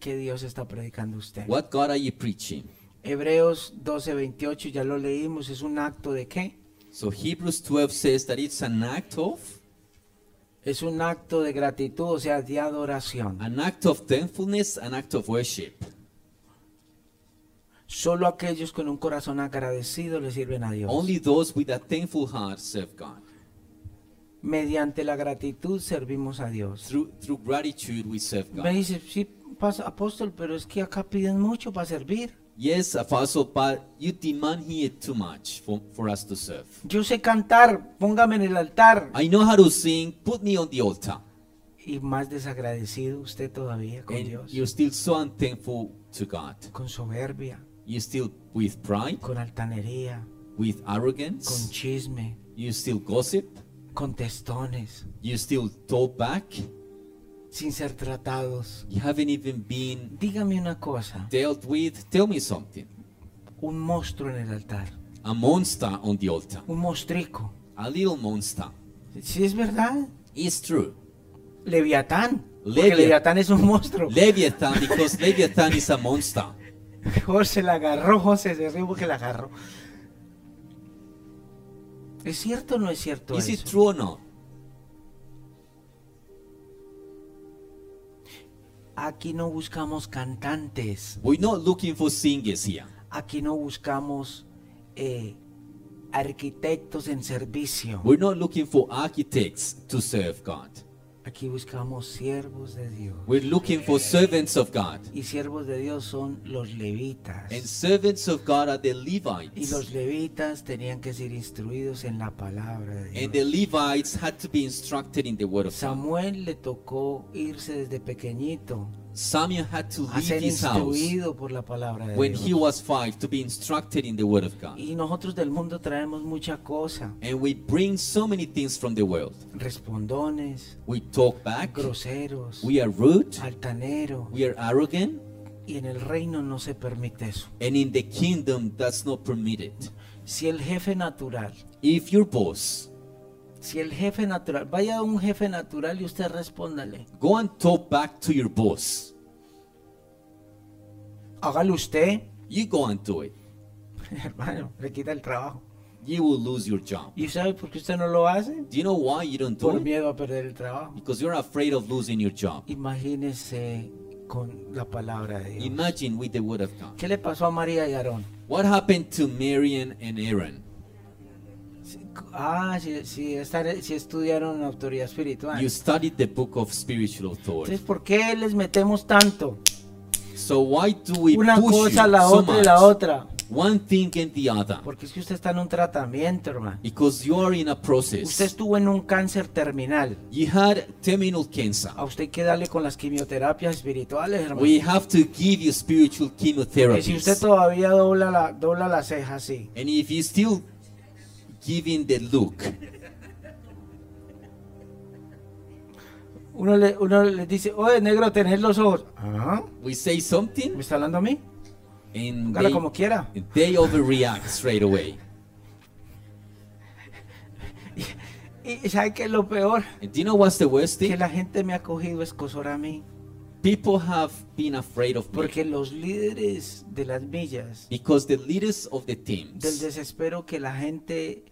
S2: ¿Qué Dios está predicando usted?
S3: What God are you preaching?
S2: Hebreos 12, 28, ya lo leímos, es un acto de qué?
S3: So Hebrews 12 says that it's an act of,
S2: Es un acto de gratitud, o sea, de adoración.
S3: an act of thankfulness, an act of worship.
S2: Solo aquellos con un corazón agradecido le sirven a Dios.
S3: Only those with a thankful heart serve God.
S2: Mediante la gratitud servimos a Dios.
S3: Through through gratitude we serve
S2: Me
S3: God.
S2: dice, sí, pas- apóstol, pero es que acá piden mucho para servir.
S3: Yes, Apostle, but you demand here too much for, for us to serve.
S2: Yo sé cantar, póngame en el altar.
S3: I know how to sing, put me on the altar.
S2: Y más desagradecido usted todavía con
S3: And
S2: Dios.
S3: you're still so unthankful to God.
S2: Con soberbia,
S3: You're still with pride,
S2: con altanería,
S3: with
S2: con
S3: arrogance.
S2: chisme,
S3: You still gossip.
S2: con testones,
S3: You still talk back.
S2: sin ser tratados.
S3: You haven't even been
S2: Dígame una cosa,
S3: dealt with. Tell me something.
S2: un monstruo en el altar,
S3: A monster on the altar.
S2: un mostrico.
S3: A little monster.
S2: Si es verdad,
S3: It's true.
S2: Leviatán. Porque
S3: Levia-
S2: Leviatán es un monstruo.
S3: Leviathan, because Leviathan is a monster.
S2: José la agarró, José se rió porque la agarró. ¿Es cierto o no es cierto
S3: Is it
S2: eso?
S3: true or not?
S2: Aquí no buscamos cantantes.
S3: We're not looking for singers here.
S2: Aquí no buscamos eh, arquitectos en servicio.
S3: We're not looking for architects to serve God.
S2: Aquí buscamos siervos de Dios.
S3: We're looking for servants of God.
S2: Y siervos de Dios son los
S3: And
S2: levitas.
S3: servants of God are the
S2: Y
S3: Levites.
S2: los levitas tenían que ser instruidos en la palabra de Dios.
S3: And the Levites had to be instructed in the word of God.
S2: Samuel le tocó irse desde pequeñito
S3: Samuel had to
S2: a
S3: leave
S2: ser
S3: his house
S2: instruido por la palabra de
S3: when
S2: Dios.
S3: he was five to be instructed in the word of God.
S2: Y nosotros del mundo traemos mucha cosa,
S3: And we bring so many things from the world.
S2: respondones,
S3: We talk back,
S2: groseros,
S3: we are rude,
S2: altaneros,
S3: we are arrogant,
S2: y en el reino no se permite eso.
S3: and in the kingdom that's not permitted.
S2: Si el jefe natural,
S3: If your boss
S2: si el jefe natural, vaya a un jefe natural y usted respóndale,
S3: Go and talk back to your boss.
S2: hágalo usted,
S3: You go and do it.
S2: hermano, le quita el trabajo.
S3: You will lose your job.
S2: ¿Y sabe por qué usted no lo hace?
S3: Do you know why you don't
S2: Por
S3: do it?
S2: miedo a perder el trabajo.
S3: Because you're afraid of losing your job.
S2: Imagínese con la palabra de Dios.
S3: Imagine with the word of God.
S2: ¿Qué le pasó a María y Aarón?
S3: What happened to Marian and Aaron?
S2: Sí, Ah, si estudiaron autoridad espiritual.
S3: You studied the book of spiritual
S2: Entonces,
S3: authority.
S2: ¿por qué les metemos tanto?
S3: So why do we
S2: Una
S3: push you
S2: cosa, la
S3: so
S2: otra y la
S3: much?
S2: otra.
S3: One thing and the other.
S2: Porque es que usted está en un tratamiento, hermano.
S3: Because you are in a
S2: Usted
S3: process.
S2: estuvo en un cáncer terminal.
S3: You had terminal cancer.
S2: A usted hay que darle con las quimioterapias espirituales, hermano.
S3: We have to give you spiritual
S2: Que si
S3: chemotherapy.
S2: usted todavía dobla la, dobla la ceja así,
S3: And if you still giving the look,
S2: uno le, uno le dice, oye, negro, tenés los ojos. Ah,
S3: we say
S2: ¿me
S3: something
S2: está hablando a mí?
S3: and
S2: Hágala
S3: they,
S2: como quiera.
S3: they overreact straight away.
S2: Y y sabe que lo peor,
S3: And do you know what's the worst
S2: que
S3: thing?
S2: la gente me ha cogido escosor a mí.
S3: People have been afraid of me
S2: Porque los líderes de las millas,
S3: because the leaders of the
S2: del
S3: teams,
S2: desespero que la gente,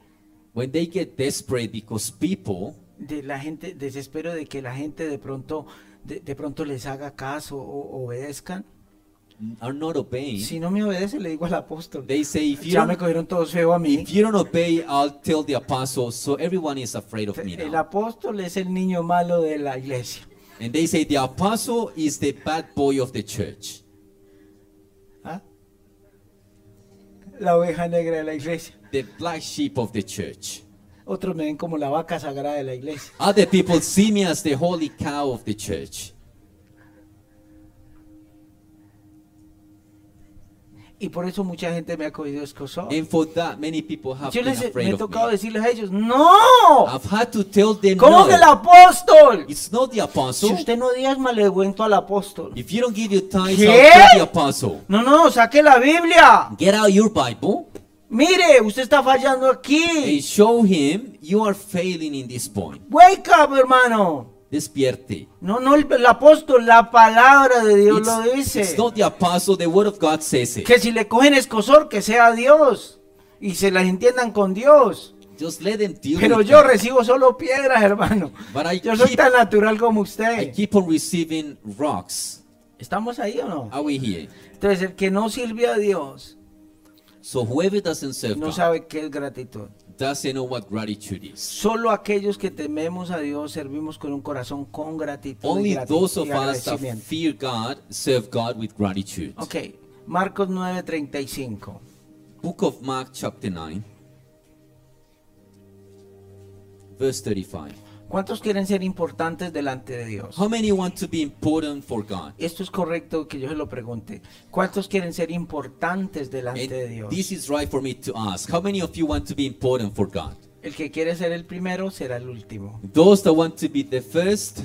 S3: when they get desperate because people,
S2: de la gente, desespero de que la gente de pronto, de, de pronto les haga caso o obedezcan,
S3: are not obeying,
S2: Si no me obedece, le digo al apóstol.
S3: they say, if you,
S2: Ya me
S3: don't,
S2: cogieron todos feo a mí.
S3: if you don't obey, I'll tell the apostles, so everyone is afraid of me
S2: El
S3: now.
S2: apóstol es el niño malo de la iglesia.
S3: And they say, the apostle is the bad boy of the church,
S2: ¿ah? La oveja negra de la iglesia.
S3: the black sheep of the church.
S2: Otros me ven como la vaca sagrada de la iglesia.
S3: Other people see me as the holy cow of the church.
S2: Y por eso mucha gente me ha cogido escozor.
S3: And for that, many people have
S2: Yo
S3: been
S2: les he, me
S3: afraid
S2: he
S3: of
S2: tocado
S3: me.
S2: decirles a ellos, ¡No!
S3: I've had to tell them
S2: ¿Cómo
S3: no.
S2: que el apóstol?
S3: It's not the
S2: Si
S3: apostle.
S2: usted no diezma, le cuento al apóstol.
S3: If you don't give your tithes,
S2: ¿Qué?
S3: I'll tell the apostle.
S2: No, no, saque la Biblia.
S3: Get out your Bible
S2: Mire, usted está fallando
S3: and
S2: aquí.
S3: show him you are failing in this point.
S2: Wake up, hermano.
S3: Despierte.
S2: No, no, el, el apóstol, la palabra de Dios lo
S3: It's,
S2: dice.
S3: it's not the apostle. The word of God says it.
S2: Que si le cogen escosor, que sea Dios. Y se las entiendan con Dios.
S3: Just let them deal
S2: Pero
S3: with
S2: yo
S3: it.
S2: recibo solo piedras, hermano.
S3: But I
S2: Yo soy
S3: keep-
S2: tan natural como
S3: I
S2: usted.
S3: keep on receiving rocks.
S2: ¿Estamos ahí o no?
S3: Are we here?
S2: Entonces, el que no sirve a Dios
S3: So whoever doesn't serve
S2: no
S3: God
S2: sabe qué es gratitud.
S3: doesn't know what gratitude is.
S2: Solo aquellos que tememos a Dios servimos con un corazón con gratitud. y
S3: Only
S2: grati-
S3: those of
S2: y
S3: us that
S2: agradecimiento.
S3: fear God serve God with gratitude.
S2: Ok, Marcos 9:35.
S3: Book of Mark, chapter 9, verse 35.
S2: ¿Cuántos quieren ser importantes delante de Dios?
S3: How many want to be important for God?
S2: Esto es correcto que yo se lo pregunte. ¿Cuántos quieren ser importantes delante de
S3: And
S2: Dios?
S3: this is right for me to ask. How many of you want to be important for God?
S2: El que quiere ser el primero será el último.
S3: Those that want to be the first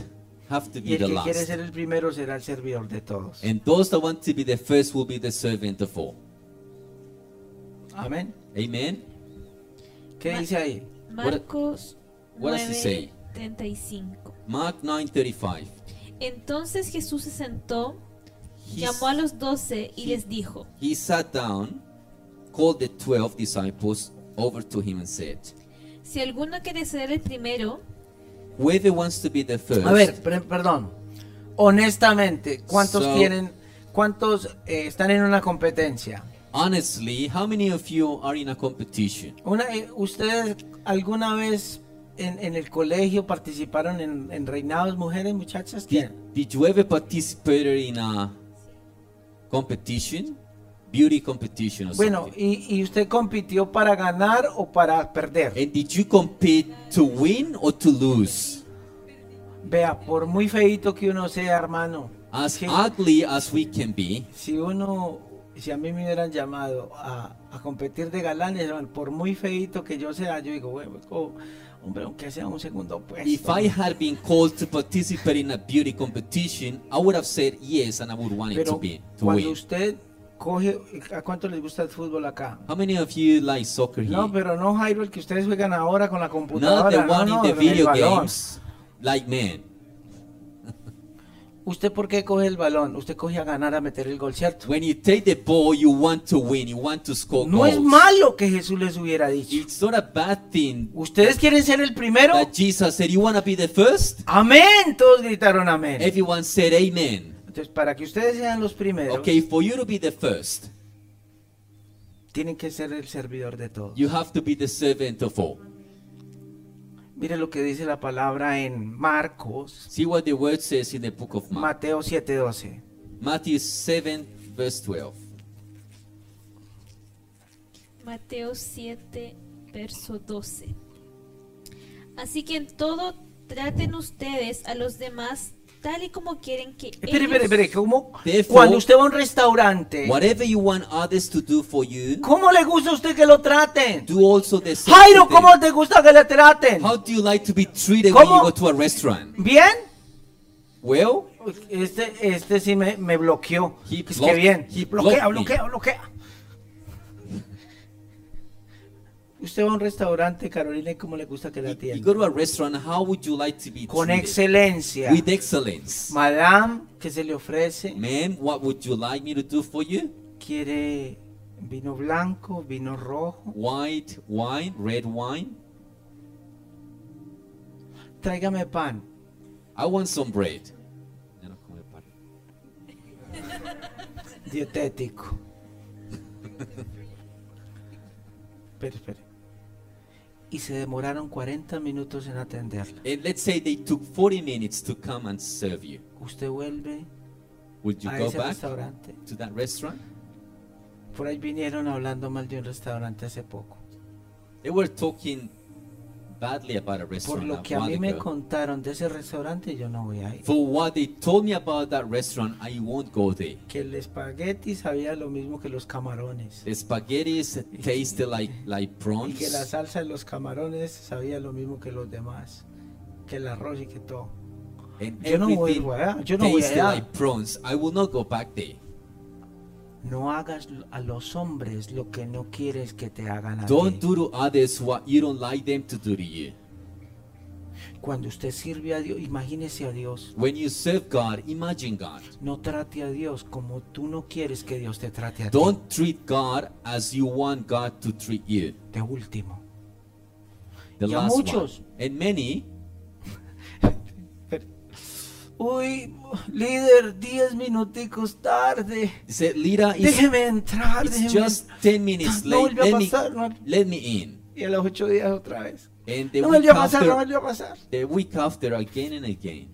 S3: have to
S2: Y
S3: be
S2: el
S3: the
S2: que quiere
S3: last.
S2: ser el primero será el servidor de todos.
S3: And those that want to be the first will be the servant of all.
S2: Amén.
S3: Amen.
S2: ¿Qué
S4: Ma-
S2: dice ahí?
S4: Marcos
S3: what does it say?
S4: 9:35.
S3: Mark 9:35.
S4: Entonces Jesús se sentó,
S3: He
S4: llamó a los doce y les dijo,
S3: He sat down, called the twelve disciples over to him and said,
S4: si alguno quiere ser el primero,
S3: Whoever wants to be the first,
S2: A ver, pre- perdón. Honestamente, ¿cuántos
S3: So-
S2: quieren, cuántos eh, están en una competencia?
S3: honestly, how many of you are in a competition?
S2: Una, eh, ¿Ustedes alguna vez en, en el colegio participaron en, en reinados mujeres, muchachas?
S3: Did,
S2: ¿Quién?
S3: did you ever participate in a competition? Beauty competition or
S2: Bueno,
S3: something?
S2: y, y usted compitió para ganar o para perder?
S3: And did you compete to win or to lose?
S2: Vea, por muy feito que uno sea, hermano,
S3: As
S2: que
S3: ugly as we can be,
S2: si uno, si a mí me hubieran llamado a, a competir de galanes, hermano, por muy feito que yo sea, yo digo, bueno, co- hombre, aunque sea un segundo puesto.
S3: if I had been called to participate in a beauty competition, I would have said yes and I would want it
S2: Pero
S3: to be to
S2: cuando
S3: win.
S2: usted coge, ¿a cuánto les gusta el fútbol acá?
S3: How many of you like soccer here?
S2: No, pero no, Jairo, el que ustedes juegan ahora con la
S3: Not the
S2: computadora.
S3: one
S2: no,
S3: in the
S2: no, el
S3: video
S2: balón.
S3: games, like men.
S2: ¿Usted por qué coge el balón? Usted coge a ganar, a meter el gol, ¿cierto?
S3: When you take the ball, you want to win. You want to score
S2: No
S3: goals.
S2: es malo que Jesús les hubiera dicho.
S3: It's not a bad thing
S2: ¿Ustedes quieren ser el primero?
S3: that Jesus said, "You want to be the first?
S2: Amén. Todos gritaron amén.
S3: Everyone said, "Amen."
S2: Entonces, para que ustedes sean los primeros,
S3: Okay, for you to be the first,
S2: tienen que ser el servidor de todos.
S3: you have to be the servant of all.
S2: Mire lo que dice la palabra en Marcos,
S3: See what the word says in the book of Mark,
S2: Mateo 7:12.
S3: Matthew seven, verse twelve.
S4: Mateo 7, verso 12. Así que en todo traten ustedes a los demás tal y como quieren que
S2: Espere,
S4: ellos...
S2: espere, espere. ¿Cómo?
S3: Therefore-
S2: Cuando usted va a un restaurante,
S3: Whatever you want others to do for you,
S2: ¿cómo le gusta a usted que lo traten?
S3: do also the same.
S2: Jairo,
S3: to them.
S2: ¿cómo te gusta que le traten?
S3: How do you like to be treated when you
S2: ¿Cómo?
S3: go to a restaurant?
S2: ¿Bien?
S3: Well,
S2: Este, este sí me, me bloqueó.
S3: He
S2: es que
S3: blocked-
S2: bien.
S3: he
S2: Bloquea,
S3: blocked me.
S2: bloquea, bloquea. Usted va a un restaurante, Carolina, ¿y cómo le gusta que la
S3: you, you go
S2: atiendan?
S3: to a restaurant, how would you like to be
S2: Con
S3: treated?
S2: excelencia.
S3: With excellence.
S2: Madame, ¿qué se le ofrece?
S3: Ma'am, what would you like me to do for you?
S2: ¿Quiere vino blanco, vino rojo?
S3: White wine, red wine.
S2: Tráigame pan.
S3: I want some bread.
S2: Dietético. Espere, espere. Y se demoraron 40 minutos en atenderla.
S3: And let's say they took 40 minutes to come and serve you.
S2: Usted vuelve
S3: Would you
S2: a
S3: go
S2: ese
S3: back
S2: restaurante.
S3: to that restaurant?
S2: Por ahí vinieron hablando mal de un restaurante hace poco.
S3: They were talking badly about a
S2: Por
S3: restaurant.
S2: lo que
S3: a
S2: a mí
S3: while
S2: me
S3: ago.
S2: contaron de ese restaurante, yo no voy a ir.
S3: For what they told me about that restaurant, I won't go there.
S2: Que el espagueti sabía lo mismo que los camarones.
S3: The spaghetti tasted like like
S2: Y
S3: prawns.
S2: que la salsa de los camarones sabía lo mismo que los demás. Que el arroz y que todo.
S3: And
S2: Yo no voy
S3: everything
S2: allá, yo no voy
S3: tasted
S2: allá.
S3: like prawns. I will not go back there.
S2: No hagas a los hombres lo que no quieres que te hagan a
S3: Don't
S2: ti.
S3: do to others what you don't like them to do to you.
S2: Cuando usted sirve a Dios, imagínese a Dios.
S3: When you serve God, imagine God.
S2: No trate a Dios como tú no quieres que Dios te trate a ti.
S3: Don't treat God as you want God to treat you.
S2: De último.
S3: The
S2: Y a
S3: last
S2: muchos.
S3: one. And many,
S2: Uy, líder, 10 minuticos tarde.
S3: said, Lira, it's,
S2: Déjeme entrar,
S3: it's
S2: déjeme
S3: just 10 minutes
S2: No
S3: late.
S2: volvió a
S3: Let me,
S2: pasar, no-
S3: let me in.
S2: Y a los 8 días otra vez.
S3: And the
S2: No
S3: week
S2: volvió a pasar, no
S3: after,
S2: volvió a pasar.
S3: the week after, again and again.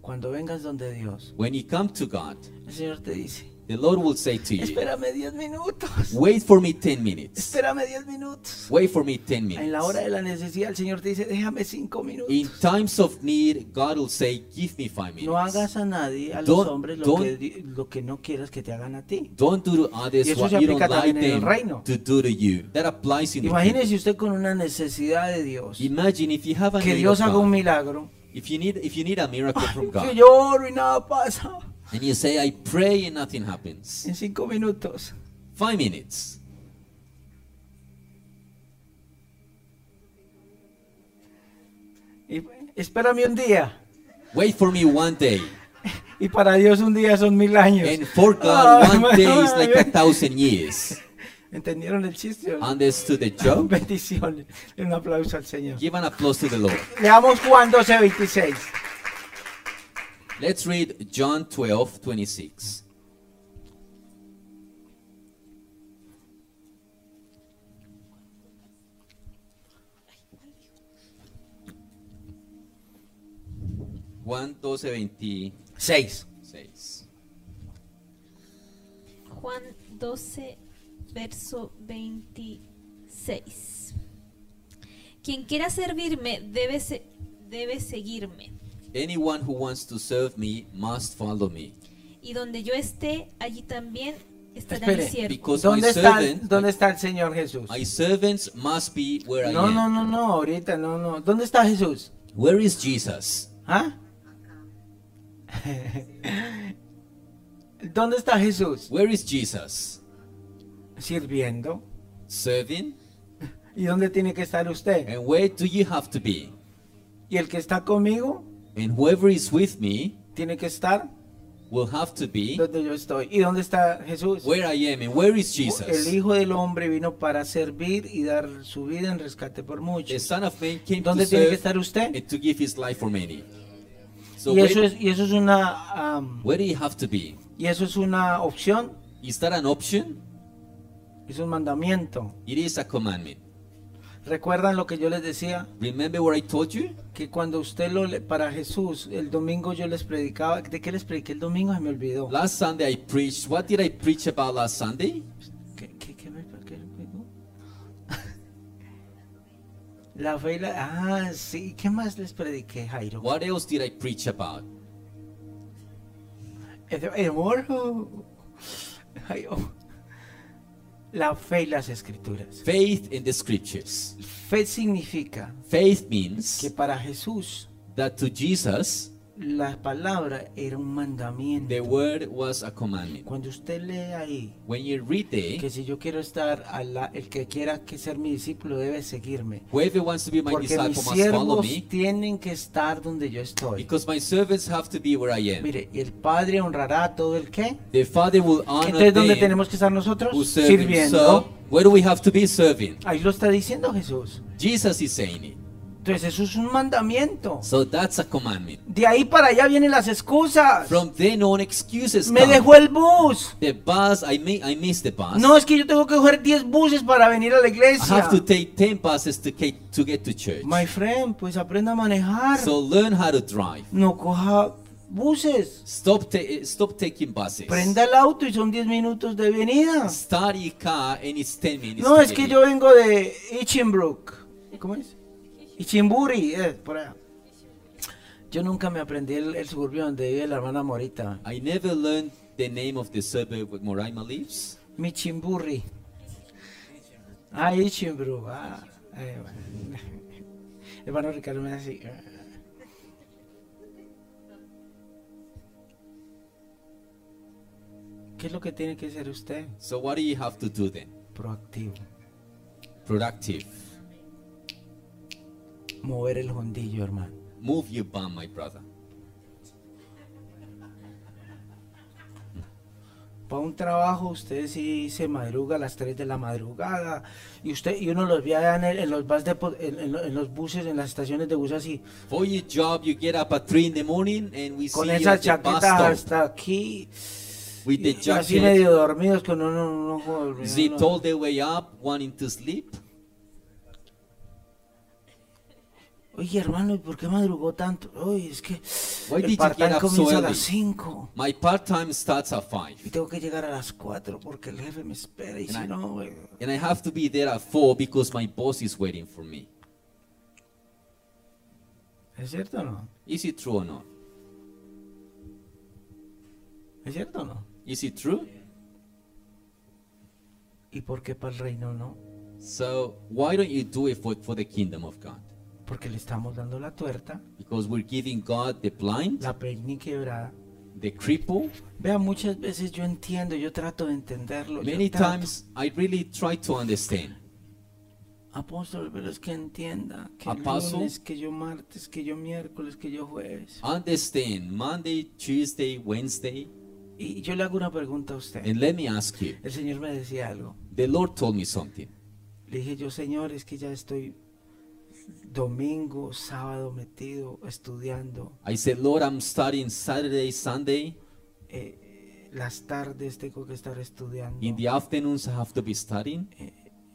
S2: Cuando vengas donde Dios,
S3: When you come to God,
S2: el Señor te dice,
S3: the Lord will say to you,
S2: espérame 10 minutos.
S3: Wait for me 10 minutes.
S2: Espérame 10 minutos.
S3: Wait for me 10
S2: En la hora
S3: minutes.
S2: de la necesidad, el Señor te dice, déjame 5
S3: In
S2: minutos.
S3: times of need, God will say, Give me 5
S2: No
S3: minutes.
S2: hagas a nadie, a los
S3: Don't-
S2: hombres, lo
S3: don't-
S2: que, di- lo que no quieras que te hagan a ti.
S3: Don't do to
S2: Y
S3: others
S2: eso
S3: what
S2: se
S3: you don't
S2: aplica
S3: like
S2: también en el reino.
S3: them to do to you. That applies in the kingdom.
S2: Imagínese usted con una necesidad de Dios.
S3: Imagine if you have a
S2: Que
S3: need
S2: Dios
S3: of
S2: haga un
S3: God,
S2: milagro.
S3: if you need if you need a miracle
S2: Ay,
S3: from
S2: que
S3: God,
S2: yo oro y nada pasa.
S3: and you say, "I pray and nothing happens,"
S2: En 5 minutos.
S3: five minutes,
S2: Y, espérame un día.
S3: wait for me one day,
S2: Y para Dios un día son mil años.
S3: and for God
S2: Ay,
S3: one day is like a
S2: madre.
S3: thousand years.
S2: ¿Entendieron el chiste?
S3: Ah, Understood the joke?
S2: Bendiciones. Un aplauso al Señor.
S3: Give an applause to the Lord.
S2: Leamos Juan 12, 26.
S3: Let's read John 12, 26. Juan 12, 26.
S2: 6.
S4: Juan 12, verso 26. Quien quiera servirme debe, se- debe seguirme,
S3: Anyone who wants to serve me must follow me.
S4: y donde yo esté, allí también estará
S2: Espere,
S4: mi siervo.
S3: Because my
S2: ¿Dónde está,
S3: servant-
S2: ¿Dónde está el Señor Jesús?
S3: My servants must be where I
S2: No,
S3: am.
S2: no, no, no, ahorita no, no. ¿Dónde está Jesús?
S3: Where is Jesus?
S2: ¿Ah? ¿Dónde está Jesús?
S3: Where is Jesus?
S2: Sirviendo.
S3: Serving?
S2: ¿Y dónde tiene que estar usted?
S3: And where do you have to be?
S2: Y el que está conmigo
S3: And whoever is with me
S2: tiene que estar
S3: will have to be
S2: donde yo estoy. ¿Y dónde está Jesús?
S3: where I am. And where is
S2: El
S3: Jesus?
S2: Hijo del Hombre vino para servir y dar su vida en rescate por
S3: The
S2: muchos.
S3: Son of Man came to
S2: ¿Dónde tiene que
S3: serve
S2: estar usted?
S3: and to give his life for many. So
S2: Y eso
S3: where,
S2: es, y eso es una am,
S3: where do you have to be?
S2: y eso es una opción,
S3: Is that an option?
S2: es un mandamiento.
S3: It is a commandment.
S2: ¿Recuerdan lo que yo les decía?
S3: Remember what I told you?
S2: que cuando usted lo le- para Jesús, el domingo yo les predicaba, ¿de qué les prediqué el domingo? Se me olvidó.
S3: Last Sunday I preached. What did I preach about last Sunday?
S2: ¿Qué, qué, qué me qué me olvidó? La fe y la... Ah, sí. ¿Qué más les prediqué, Jairo?
S3: What else did I preach about?
S2: El, el amor, oh, Jairo. oh. La fe y las escrituras.
S3: Faith in the scriptures.
S2: Fe significa
S3: Faith
S2: que
S3: means
S2: para Jesús
S3: that to Jesus
S2: la palabra era un
S3: the
S2: mandamiento.
S3: word was a commandment.
S2: Cuando usted lee ahí
S3: When you read it,
S2: que si yo quiero estar a la, el que quiera que ser mi discípulo debe seguirme
S3: whoever wants to be my
S2: porque mis
S3: disciple must follow
S2: siervos
S3: me,
S2: tienen que estar donde yo estoy
S3: because my servants have to be where I am.
S2: mire y el padre honrará a todo el que
S3: The Father will honor
S2: entonces dónde
S3: them
S2: tenemos que estar nosotros
S3: who serve Him.
S2: sirviendo
S3: So, where do we have to be serving?
S2: ahí lo está diciendo Jesús
S3: Jesus is saying it.
S2: Entonces eso es un mandamiento.
S3: So that's a commandment.
S2: De ahí para allá vienen las excusas.
S3: From then on, excuses
S2: Me
S3: come.
S2: dejó el bus.
S3: The bus, I may, I missed the bus.
S2: No, es que yo tengo que coger 10 buses para venir a la
S3: I
S2: iglesia.
S3: have to take ten buses to get to, get to church.
S2: My friend, pues aprenda a manejar.
S3: So learn how to drive.
S2: no coja buses.
S3: Stop, ta- stop taking buses.
S2: Prenda el auto y son 10 minutos de venida.
S3: Start your car and it's 10 minutes.
S2: No,
S3: to
S2: es
S3: get
S2: que
S3: in.
S2: yo vengo de Ichinbrook. ¿Cómo es? Ichimburi, eh, por allá. Yo nunca me aprendí el, el suburbio donde vive la hermana Morita.
S3: I never learned the name of the suburb where Moraima lives.
S2: Michimburri. Ah, Ichimbru. Ah, eh, bueno. Hermano Ricardo me hace así. ah. ¿Qué es lo que tiene que ser usted?
S3: So what do you have to do then?
S2: Proactivo.
S3: Productive.
S2: Mover el jondillo, hermano.
S3: Move your bum, my brother.
S2: Para un trabajo usted sí se madruga a las 3 de la madrugada y usted y uno los ve allá en, el- en los bus depo- en- en lo- en los buses, en las estaciones de bus así,
S3: For your job, you get up at 3 in the morning and we
S2: con
S3: see you
S2: esa
S3: at the bus
S2: chaqueta
S3: stop
S2: hasta aquí,
S3: with the
S2: Y así
S3: jacket.
S2: medio dormidos con un, un ojo dormido,
S3: Zipped
S2: ¿no?
S3: all the way up, wanting to sleep.
S2: Oye, hermano, ¿y por qué madrugó tanto? Oye, es que
S3: Why did
S2: el
S3: you get
S2: part-time
S3: up so
S2: comienza a
S3: early?
S2: las 5
S3: My part time starts at 5.
S2: y tengo que llegar a las 4 porque el jefe me espera y si
S3: Claro.
S2: no, güey,
S3: And I have to be there at 4 because my boss is waiting for me.
S2: ¿es cierto o no?
S3: Is it true or not?
S2: ¿Es cierto o no?
S3: Is it true?
S2: ¿Y por qué para el reino no?
S3: So why don't you do it for, for the kingdom of God?
S2: Porque le estamos dando la tuerta,
S3: Because we're giving God the blind,
S2: la peña quebrada.
S3: the cripple.
S2: Vea, muchas veces yo entiendo, yo trato de entenderlo. yo
S3: Many
S2: trato.
S3: times I really try to understand.
S2: Apóstol, pero es que entienda que
S3: Apaso.
S2: lunes, que yo martes, que yo miércoles, que yo jueves.
S3: Understand Monday, Tuesday, Wednesday.
S2: Y yo le hago una pregunta a usted.
S3: And let me ask you.
S2: El Señor me decía algo.
S3: The Lord told me something.
S2: Le dije yo, Señor, es que ya estoy domingo, sábado metido, estudiando.
S3: I said, Lord, I'm studying Saturday, Sunday.
S2: eh, las tardes tengo que estar estudiando.
S3: In the afternoons, I have to be studying.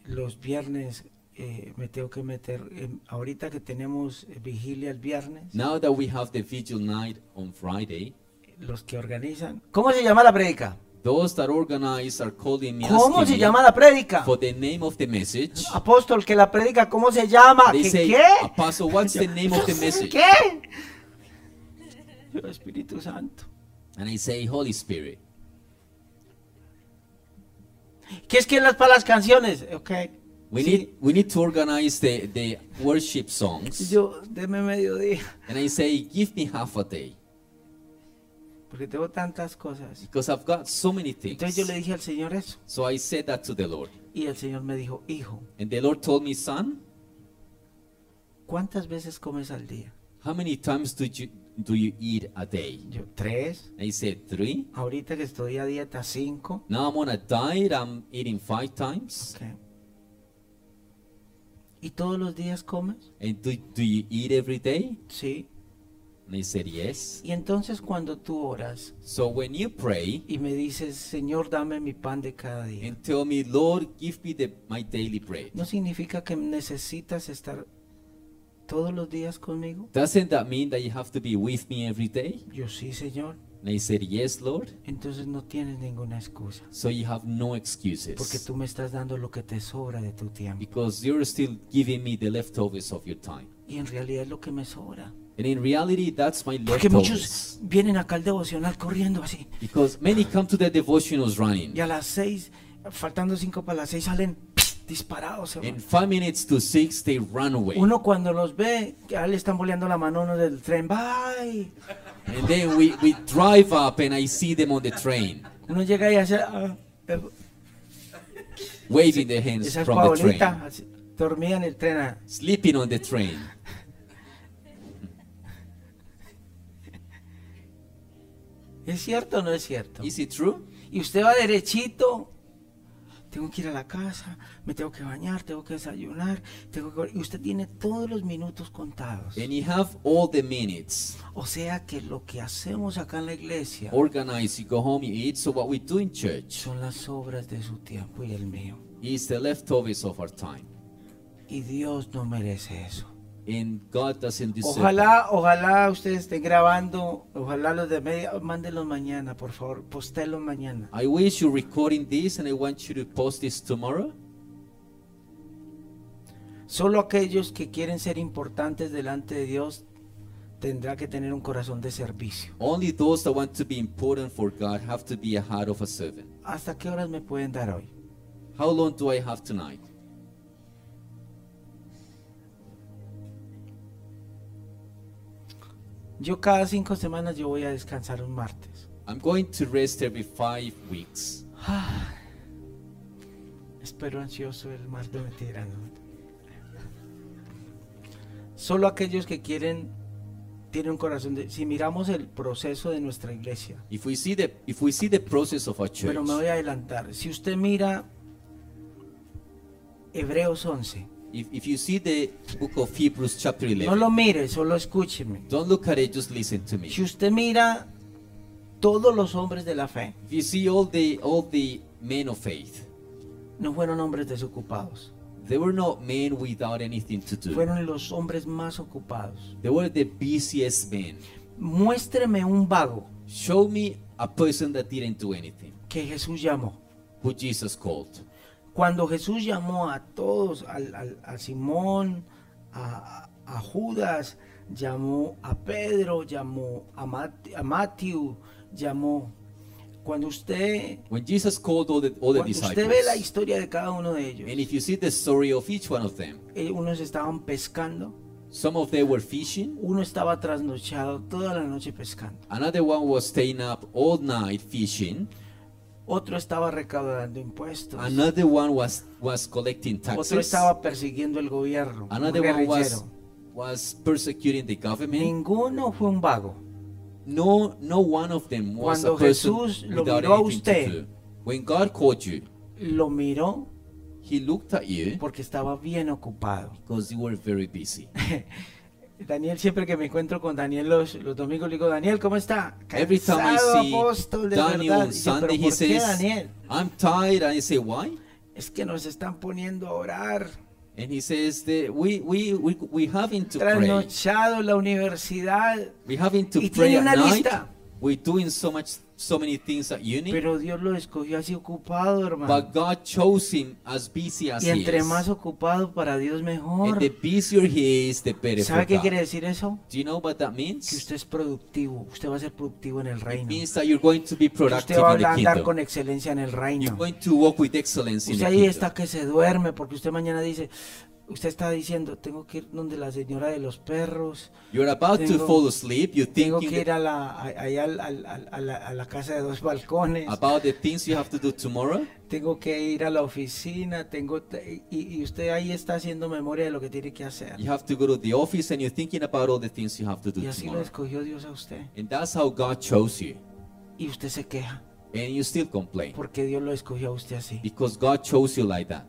S2: Los viernes eh, me tengo que meter. en- ahorita que tenemos eh, vigilia el viernes,
S3: Now that we have the vigil night on Friday,
S2: los que organizan. ¿Cómo se llama la prédica?
S3: those that organize are calling me
S2: ¿Cómo
S3: asking
S2: se
S3: me
S2: llama la prédica?
S3: for the name of the message.
S2: Apóstol, que la prédica, ¿cómo se llama?
S3: They
S2: ¿Que
S3: say,
S2: ¿Qué?
S3: Apostle, what's the name of the message?
S2: ¿Qué? Yo, Espíritu Santo.
S3: And I say, Holy Spirit.
S2: ¿Qué es que las para las canciones? Ok.
S3: We
S2: Sí.
S3: need we need to organize the, the worship
S2: Y
S3: songs.
S2: Yo, deme mediodía.
S3: And I say, give me half a day.
S2: Porque tengo tantas cosas.
S3: Because I've got so many
S2: Entonces yo le
S3: things.
S2: dije al Señor eso.
S3: So I said that to the Lord.
S2: Y el Señor me dijo, hijo,
S3: And the Lord told me, son,
S2: ¿cuántas veces comes al día?
S3: how many times do you do you eat a day?
S2: Yo, tres.
S3: And I said, three.
S2: Ahorita que estoy a dieta, cinco.
S3: Now I'm on a diet, I'm eating five times.
S2: Ok. ¿Y todos los días comes?
S3: And do, do you eat every day?
S2: Sí.
S3: And I said, yes.
S2: Y entonces cuando tú oras
S3: So when you pray
S2: y me dices, Señor, dame mi pan de cada día,
S3: and tell me, Lord, give me the, my daily bread,
S2: ¿no significa que necesitas estar todos los días conmigo?
S3: doesn't that mean that you have to be with me every day?
S2: Yo sí, Señor.
S3: And I said, yes, Lord.
S2: Entonces no tienes ninguna excusa.
S3: So you have no excuses.
S2: Porque tú me estás dando lo que te sobra de tu tiempo.
S3: Because you're still giving me the leftovers of your time.
S2: Y en realidad es lo que me sobra.
S3: And in reality, that's my
S2: Porque
S3: leftovers.
S2: muchos vienen acá al devocional corriendo así.
S3: Because many come to their devotionals running.
S2: Y a las seis, faltando cinco para las seis, salen disparados. hermano.
S3: In five minutes to six, they run away.
S2: Uno cuando los ve, ya le están boleando la mano a uno del tren. ¡Bye!
S3: And then we, we drive up and I see them on the train,
S2: Uno llega y hace... ah, eh,
S3: waving their hands
S2: esa es
S3: from the train,
S2: Paulita. así, Dormida en el tren. ah.
S3: sleeping on the train.
S2: ¿Es cierto o no es cierto?
S3: Is it true?
S2: Y usted va derechito. tengo que ir a la casa, me tengo que bañar, tengo que desayunar, tengo que... Y usted tiene todos los minutos contados.
S3: And you have all the minutes
S2: O sea que lo que hacemos acá en la iglesia
S3: organized. You go home, you eat. So what we do in church
S2: son las obras de su tiempo y el mío.
S3: is the leftovers of our time.
S2: Y Dios no merece eso.
S3: And God doesn't deserve that.
S2: Ojalá, ojalá ustedes estén grabando, ojalá los de media, mándenlos mañana, por favor, postelos mañana.
S3: I wish you're recording this and I want you to post this tomorrow.
S2: Solo aquellos que quieren ser importantes delante de Dios tendrá que tener un corazón de servicio.
S3: Only those that want to be important for God have to be a heart of a servant.
S2: ¿Hasta qué horas me pueden dar hoy?
S3: How long do I have tonight?
S2: Yo cada cinco semanas yo voy a descansar un martes.
S3: I'm going to rest every five weeks.
S2: Espero ansioso el martes me tiran. Solo aquellos que quieren tienen un corazón de. Si miramos el proceso de nuestra iglesia,
S3: If we see the if we see the process of our church,
S2: Pero me voy a adelantar. Si usted mira Hebreos 11,
S3: if, if you see the book of Hebrews chapter
S2: no
S3: 11,
S2: lo mire, solo escúcheme.
S3: don't look at it, just listen to me.
S2: Si usted mira todos los hombres de la fe,
S3: If you see all the all the men of faith,
S2: no fueron hombres desocupados,
S3: they were not men without anything to do.
S2: fueron los hombres más ocupados.
S3: They were the busiest men.
S2: Muéstreme un vago
S3: Show me a person that didn't do anything,
S2: que Jesús llamó.
S3: who Jesus called.
S2: Cuando Jesús llamó a todos, al- al- a, Simón, a, a Judas, llamó a Pedro, llamó a, Mat- a Matthew, llamó. Cuando usted,
S3: When Jesus called all the all the
S2: cuando usted ve la
S3: disciples,
S2: historia de cada uno de ellos,
S3: and if you see the story of each one of them,
S2: eh, unos estaban pescando,
S3: some of them were fishing,
S2: uno estaba trasnochado toda la noche pescando,
S3: another one was staying up all night fishing,
S2: otro estaba recaudando impuestos,
S3: another one was was collecting
S2: otro
S3: taxes,
S2: estaba persiguiendo el gobierno, un
S3: another one was
S2: guerrillero.
S3: was persecuting the government.
S2: Ninguno fue un vago.
S3: No, no one of them was
S2: Cuando
S3: a person
S2: Jesús lo
S3: without
S2: miró a
S3: anything to
S2: usted.
S3: do. When God called you,
S2: Lo miró
S3: He looked at you
S2: porque estaba bien ocupado.
S3: because you were very busy.
S2: Daniel, siempre que me encuentro con Daniel los, los domingos, le digo, Daniel, ¿cómo está?
S3: Every time I
S2: Cansado,
S3: see
S2: apóstol, de
S3: Daniel
S2: verdad.
S3: on
S2: Dice, "¿Pero
S3: Sunday, he
S2: por qué,
S3: says,
S2: Daniel?
S3: "I'm tired," and I say, "Why?"
S2: Es que nos están poniendo a orar.
S3: And he says that we we we we having to pray.
S2: Trasnochado en la universidad.
S3: We having to
S2: Y
S3: pray
S2: tiene
S3: at
S2: una
S3: night.
S2: lista.
S3: We're doing so much so many things at uni.
S2: Pero Dios lo escogió así ocupado, hermano.
S3: But God chose him as busy as
S2: Y entre
S3: he is.
S2: más ocupado para Dios mejor.
S3: And the busier he is, the better for
S2: ¿Sabe qué
S3: God.
S2: quiere decir eso?
S3: Do you know what that
S2: Que
S3: means?
S2: usted es productivo. Usted va a ser productivo en el
S3: It
S2: reino.
S3: means that you're going to be
S2: Que usted
S3: productive
S2: va
S3: in the
S2: a andar
S3: kingdom.
S2: con excelencia en el
S3: You're
S2: reino.
S3: going to walk with excellence in
S2: Usted
S3: the
S2: ahí
S3: kingdom.
S2: está que se duerme porque usted mañana dice, usted está diciendo, tengo que ir donde la señora de los perros,
S3: You're about to
S2: Tengo-
S3: fall asleep. You're
S2: tengo
S3: thinking
S2: que ir
S3: that-
S2: a la, a, allá al- al- al- a la, a la casa de dos balcones,
S3: about the things you have to do tomorrow.
S2: tengo que ir a la oficina, tengo t- y, y usted ahí está haciendo memoria de lo que tiene que hacer.
S3: You have to go to the office and you're thinking about all the things you have to do
S2: Y así lo
S3: tomorrow.
S2: escogió Dios a usted.
S3: And that's how God chose you.
S2: Y usted se queja
S3: And you still complain
S2: porque Dios lo escogió a usted así.
S3: because God chose you like that.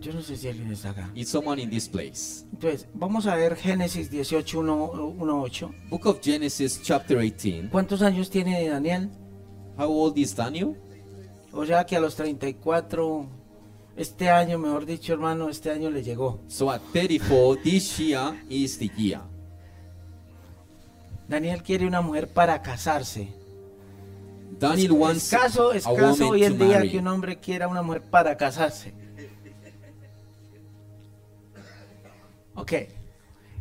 S2: Yo no sé si alguien está acá.
S3: It's someone in this place.
S2: Entonces, vamos a ver Génesis 18, 1, 1, 8.
S3: Book of Genesis, chapter 18.
S2: ¿Cuántos años tiene Daniel?
S3: How old is Daniel?
S2: O sea que a los 34, este año, mejor dicho, hermano, este año le llegó.
S3: So at 34, this year is the year.
S2: Daniel quiere una mujer para casarse.
S3: Daniel wants
S2: escaso,
S3: a
S2: escaso
S3: woman
S2: hoy
S3: to
S2: en día
S3: marry.
S2: que un hombre quiera una mujer para casarse. Ok.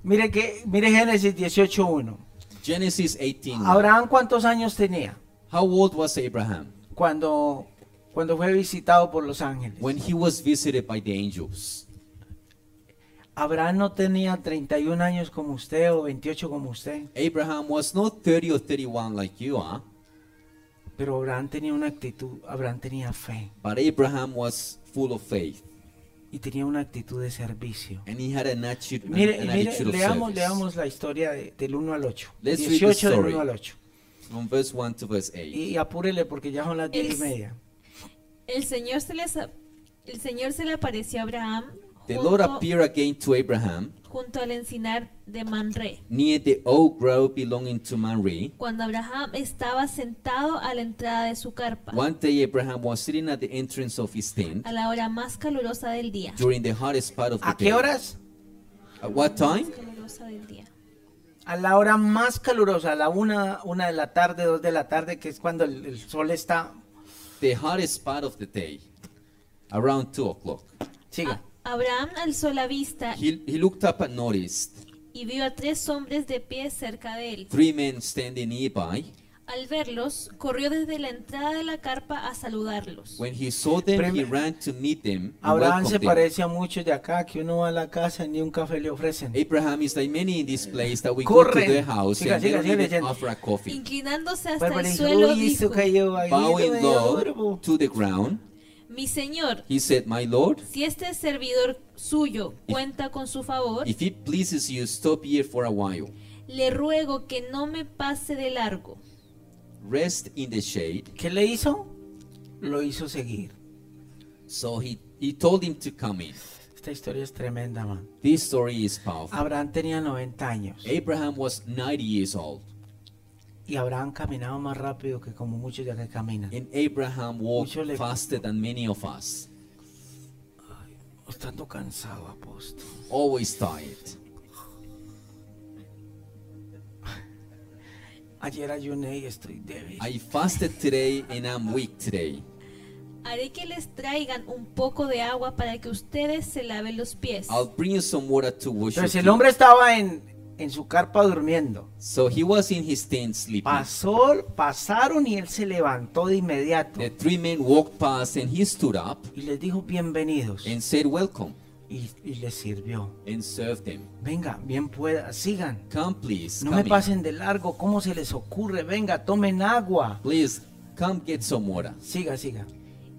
S2: Mire que, mire Génesis 18.1.
S3: Genesis 18.
S2: Abraham, ¿cuántos años tenía
S3: How old was Abraham
S2: cuando, cuando fue visitado por los ángeles?
S3: when he was visited by the angels?
S2: Abraham no tenía 31 años como usted o 28 como usted,
S3: Abraham was not 30 or 31 like you are,
S2: pero Abraham tenía una actitud, Abraham tenía fe.
S3: but Abraham was full of faith
S2: y tenía una actitud de servicio.
S3: and he had an attitude, an-
S2: Mire,
S3: an
S2: mire
S3: attitude of
S2: leamos,
S3: service.
S2: leamos la historia de- del 1 al 8.
S3: Let's read the
S2: 18 del
S3: story.
S2: 1 al 8.
S3: From verse 1 to verse 8.
S2: Y, y apúrele porque ya son las 10 y
S4: Es-
S2: media.
S4: El Señor se, les a- el Señor se le apareció a Abraham
S3: The Lord
S4: junto,
S3: appeared again to Abraham
S4: junto al encinar de Manré,
S3: near the oak grove belonging to Manre.
S4: cuando Abraham estaba sentado a la entrada de su carpa,
S3: One day Abraham was sitting at the entrance of his tent
S4: a la hora más calurosa del día.
S3: during the hottest part of the
S2: ¿A
S3: day.
S2: qué horas?
S3: At what time?
S4: Más calurosa del día.
S2: A la hora más calurosa, a la una, una de la tarde, dos de la tarde, que es cuando el, el sol está.
S3: The hottest part of the day, around 2 o'clock.
S2: Siga.
S3: Ah.
S4: A- Abraham alzó la vista
S3: He, he looked up and noticed
S4: y vio a tres hombres de pie cerca de él.
S3: three men standing nearby.
S4: Al verlos, corrió desde la entrada de la carpa a saludarlos.
S3: When he saw them, he
S2: Prim-
S3: ran to meet them. and
S2: Abraham se
S3: welcomed them.
S2: parece a muchos de acá que uno va a la casa y ni un café le ofrecen.
S3: Abraham is like many in this place that we go to
S2: Corren.
S3: their house
S2: Siga,
S3: and
S2: siga,
S3: they don't
S2: siga
S3: even
S2: leyendo.
S3: offer a coffee.
S4: Inclinándose hasta
S2: Bárbara Pues, dice,
S4: el suelo,
S2: "Uy, esto
S4: dijo,
S2: cayó ahí,
S3: Bowing
S2: medio
S3: low
S2: duro".
S3: to the ground,
S4: Mi señor,
S3: he said, My Lord,
S4: si este servidor suyo cuenta con su favor,
S3: if it pleases you, stop here for a while.
S4: le ruego que no me pase de largo.
S3: Rest in the shade.
S2: ¿Qué le hizo? Lo hizo seguir.
S3: So he, he told him to come in.
S2: Esta historia es tremenda, man.
S3: This story is powerful.
S2: Abraham tenía 90 años
S3: Abraham was 90 years old,
S2: y Abraham caminaba más rápido que como muchos de acá caminan.
S3: and Abraham walked
S2: Mucho le-
S3: faster than many of us,
S2: Estando cansado, apóstol.
S3: always tired.
S2: Ayer ayuné y estoy débil.
S3: I fasted today and I'm weak today.
S4: Haré que les traigan un poco de agua para que ustedes se laven los pies.
S3: I'll bring you some water to wash your
S2: Entonces el
S3: feet.
S2: hombre estaba en, en su carpa durmiendo.
S3: So he was in his tent sleeping.
S2: Pasó, pasaron y él se levantó de inmediato
S3: The three men walked past and he stood up
S2: y les dijo bienvenidos
S3: and said, Welcome,
S2: y, y les sirvió.
S3: and served them.
S2: Venga, bien pueda, sigan.
S3: Come, please.
S2: No
S3: come
S2: me
S3: in.
S2: pasen de largo, ¿cómo se les ocurre? Venga, tomen agua.
S3: Please, come get some water.
S2: Siga, siga.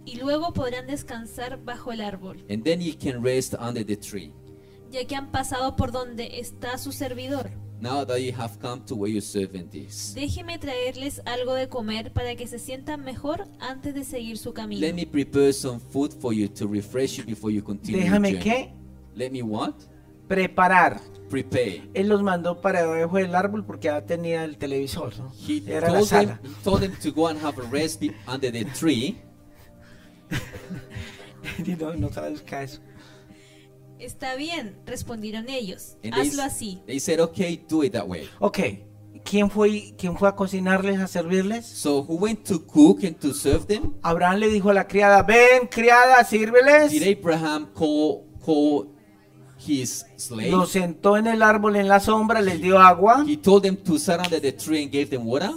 S4: Y luego podrán descansar bajo el árbol,
S3: And then you can rest under the tree.
S4: ya que han pasado por donde está su servidor.
S3: Now that you have come to where your servant is,
S4: Déjeme traerles algo de comer para que se sientan mejor antes de seguir su camino.
S3: let me prepare some food for you to refresh you before you continue. your
S2: Déjame
S3: journey.
S2: que
S3: Let me what?
S2: preparar.
S3: Prepare.
S2: Él los mandó para debajo del árbol porque ya tenía el televisor, ¿no?
S3: He
S2: Era la
S3: told, them,
S2: sala.
S3: he told them to go and have a rest be- under the tree.
S2: Y no, no traduzca eso.
S4: Está bien, respondieron ellos.
S3: And they, s-
S4: Hazlo así.
S3: they said, okay, do it that way.
S2: Ok, ¿quién fue, quién fue a cocinarles, a servirles?
S3: So who went to cook and to serve them?
S2: Abraham le dijo a la criada, ven criada, sírveles.
S3: Did Abraham call, call his
S2: Los
S3: slaves?
S2: sentó en el árbol en la sombra, les dio agua
S3: He told them to sit under the tree and gave them water.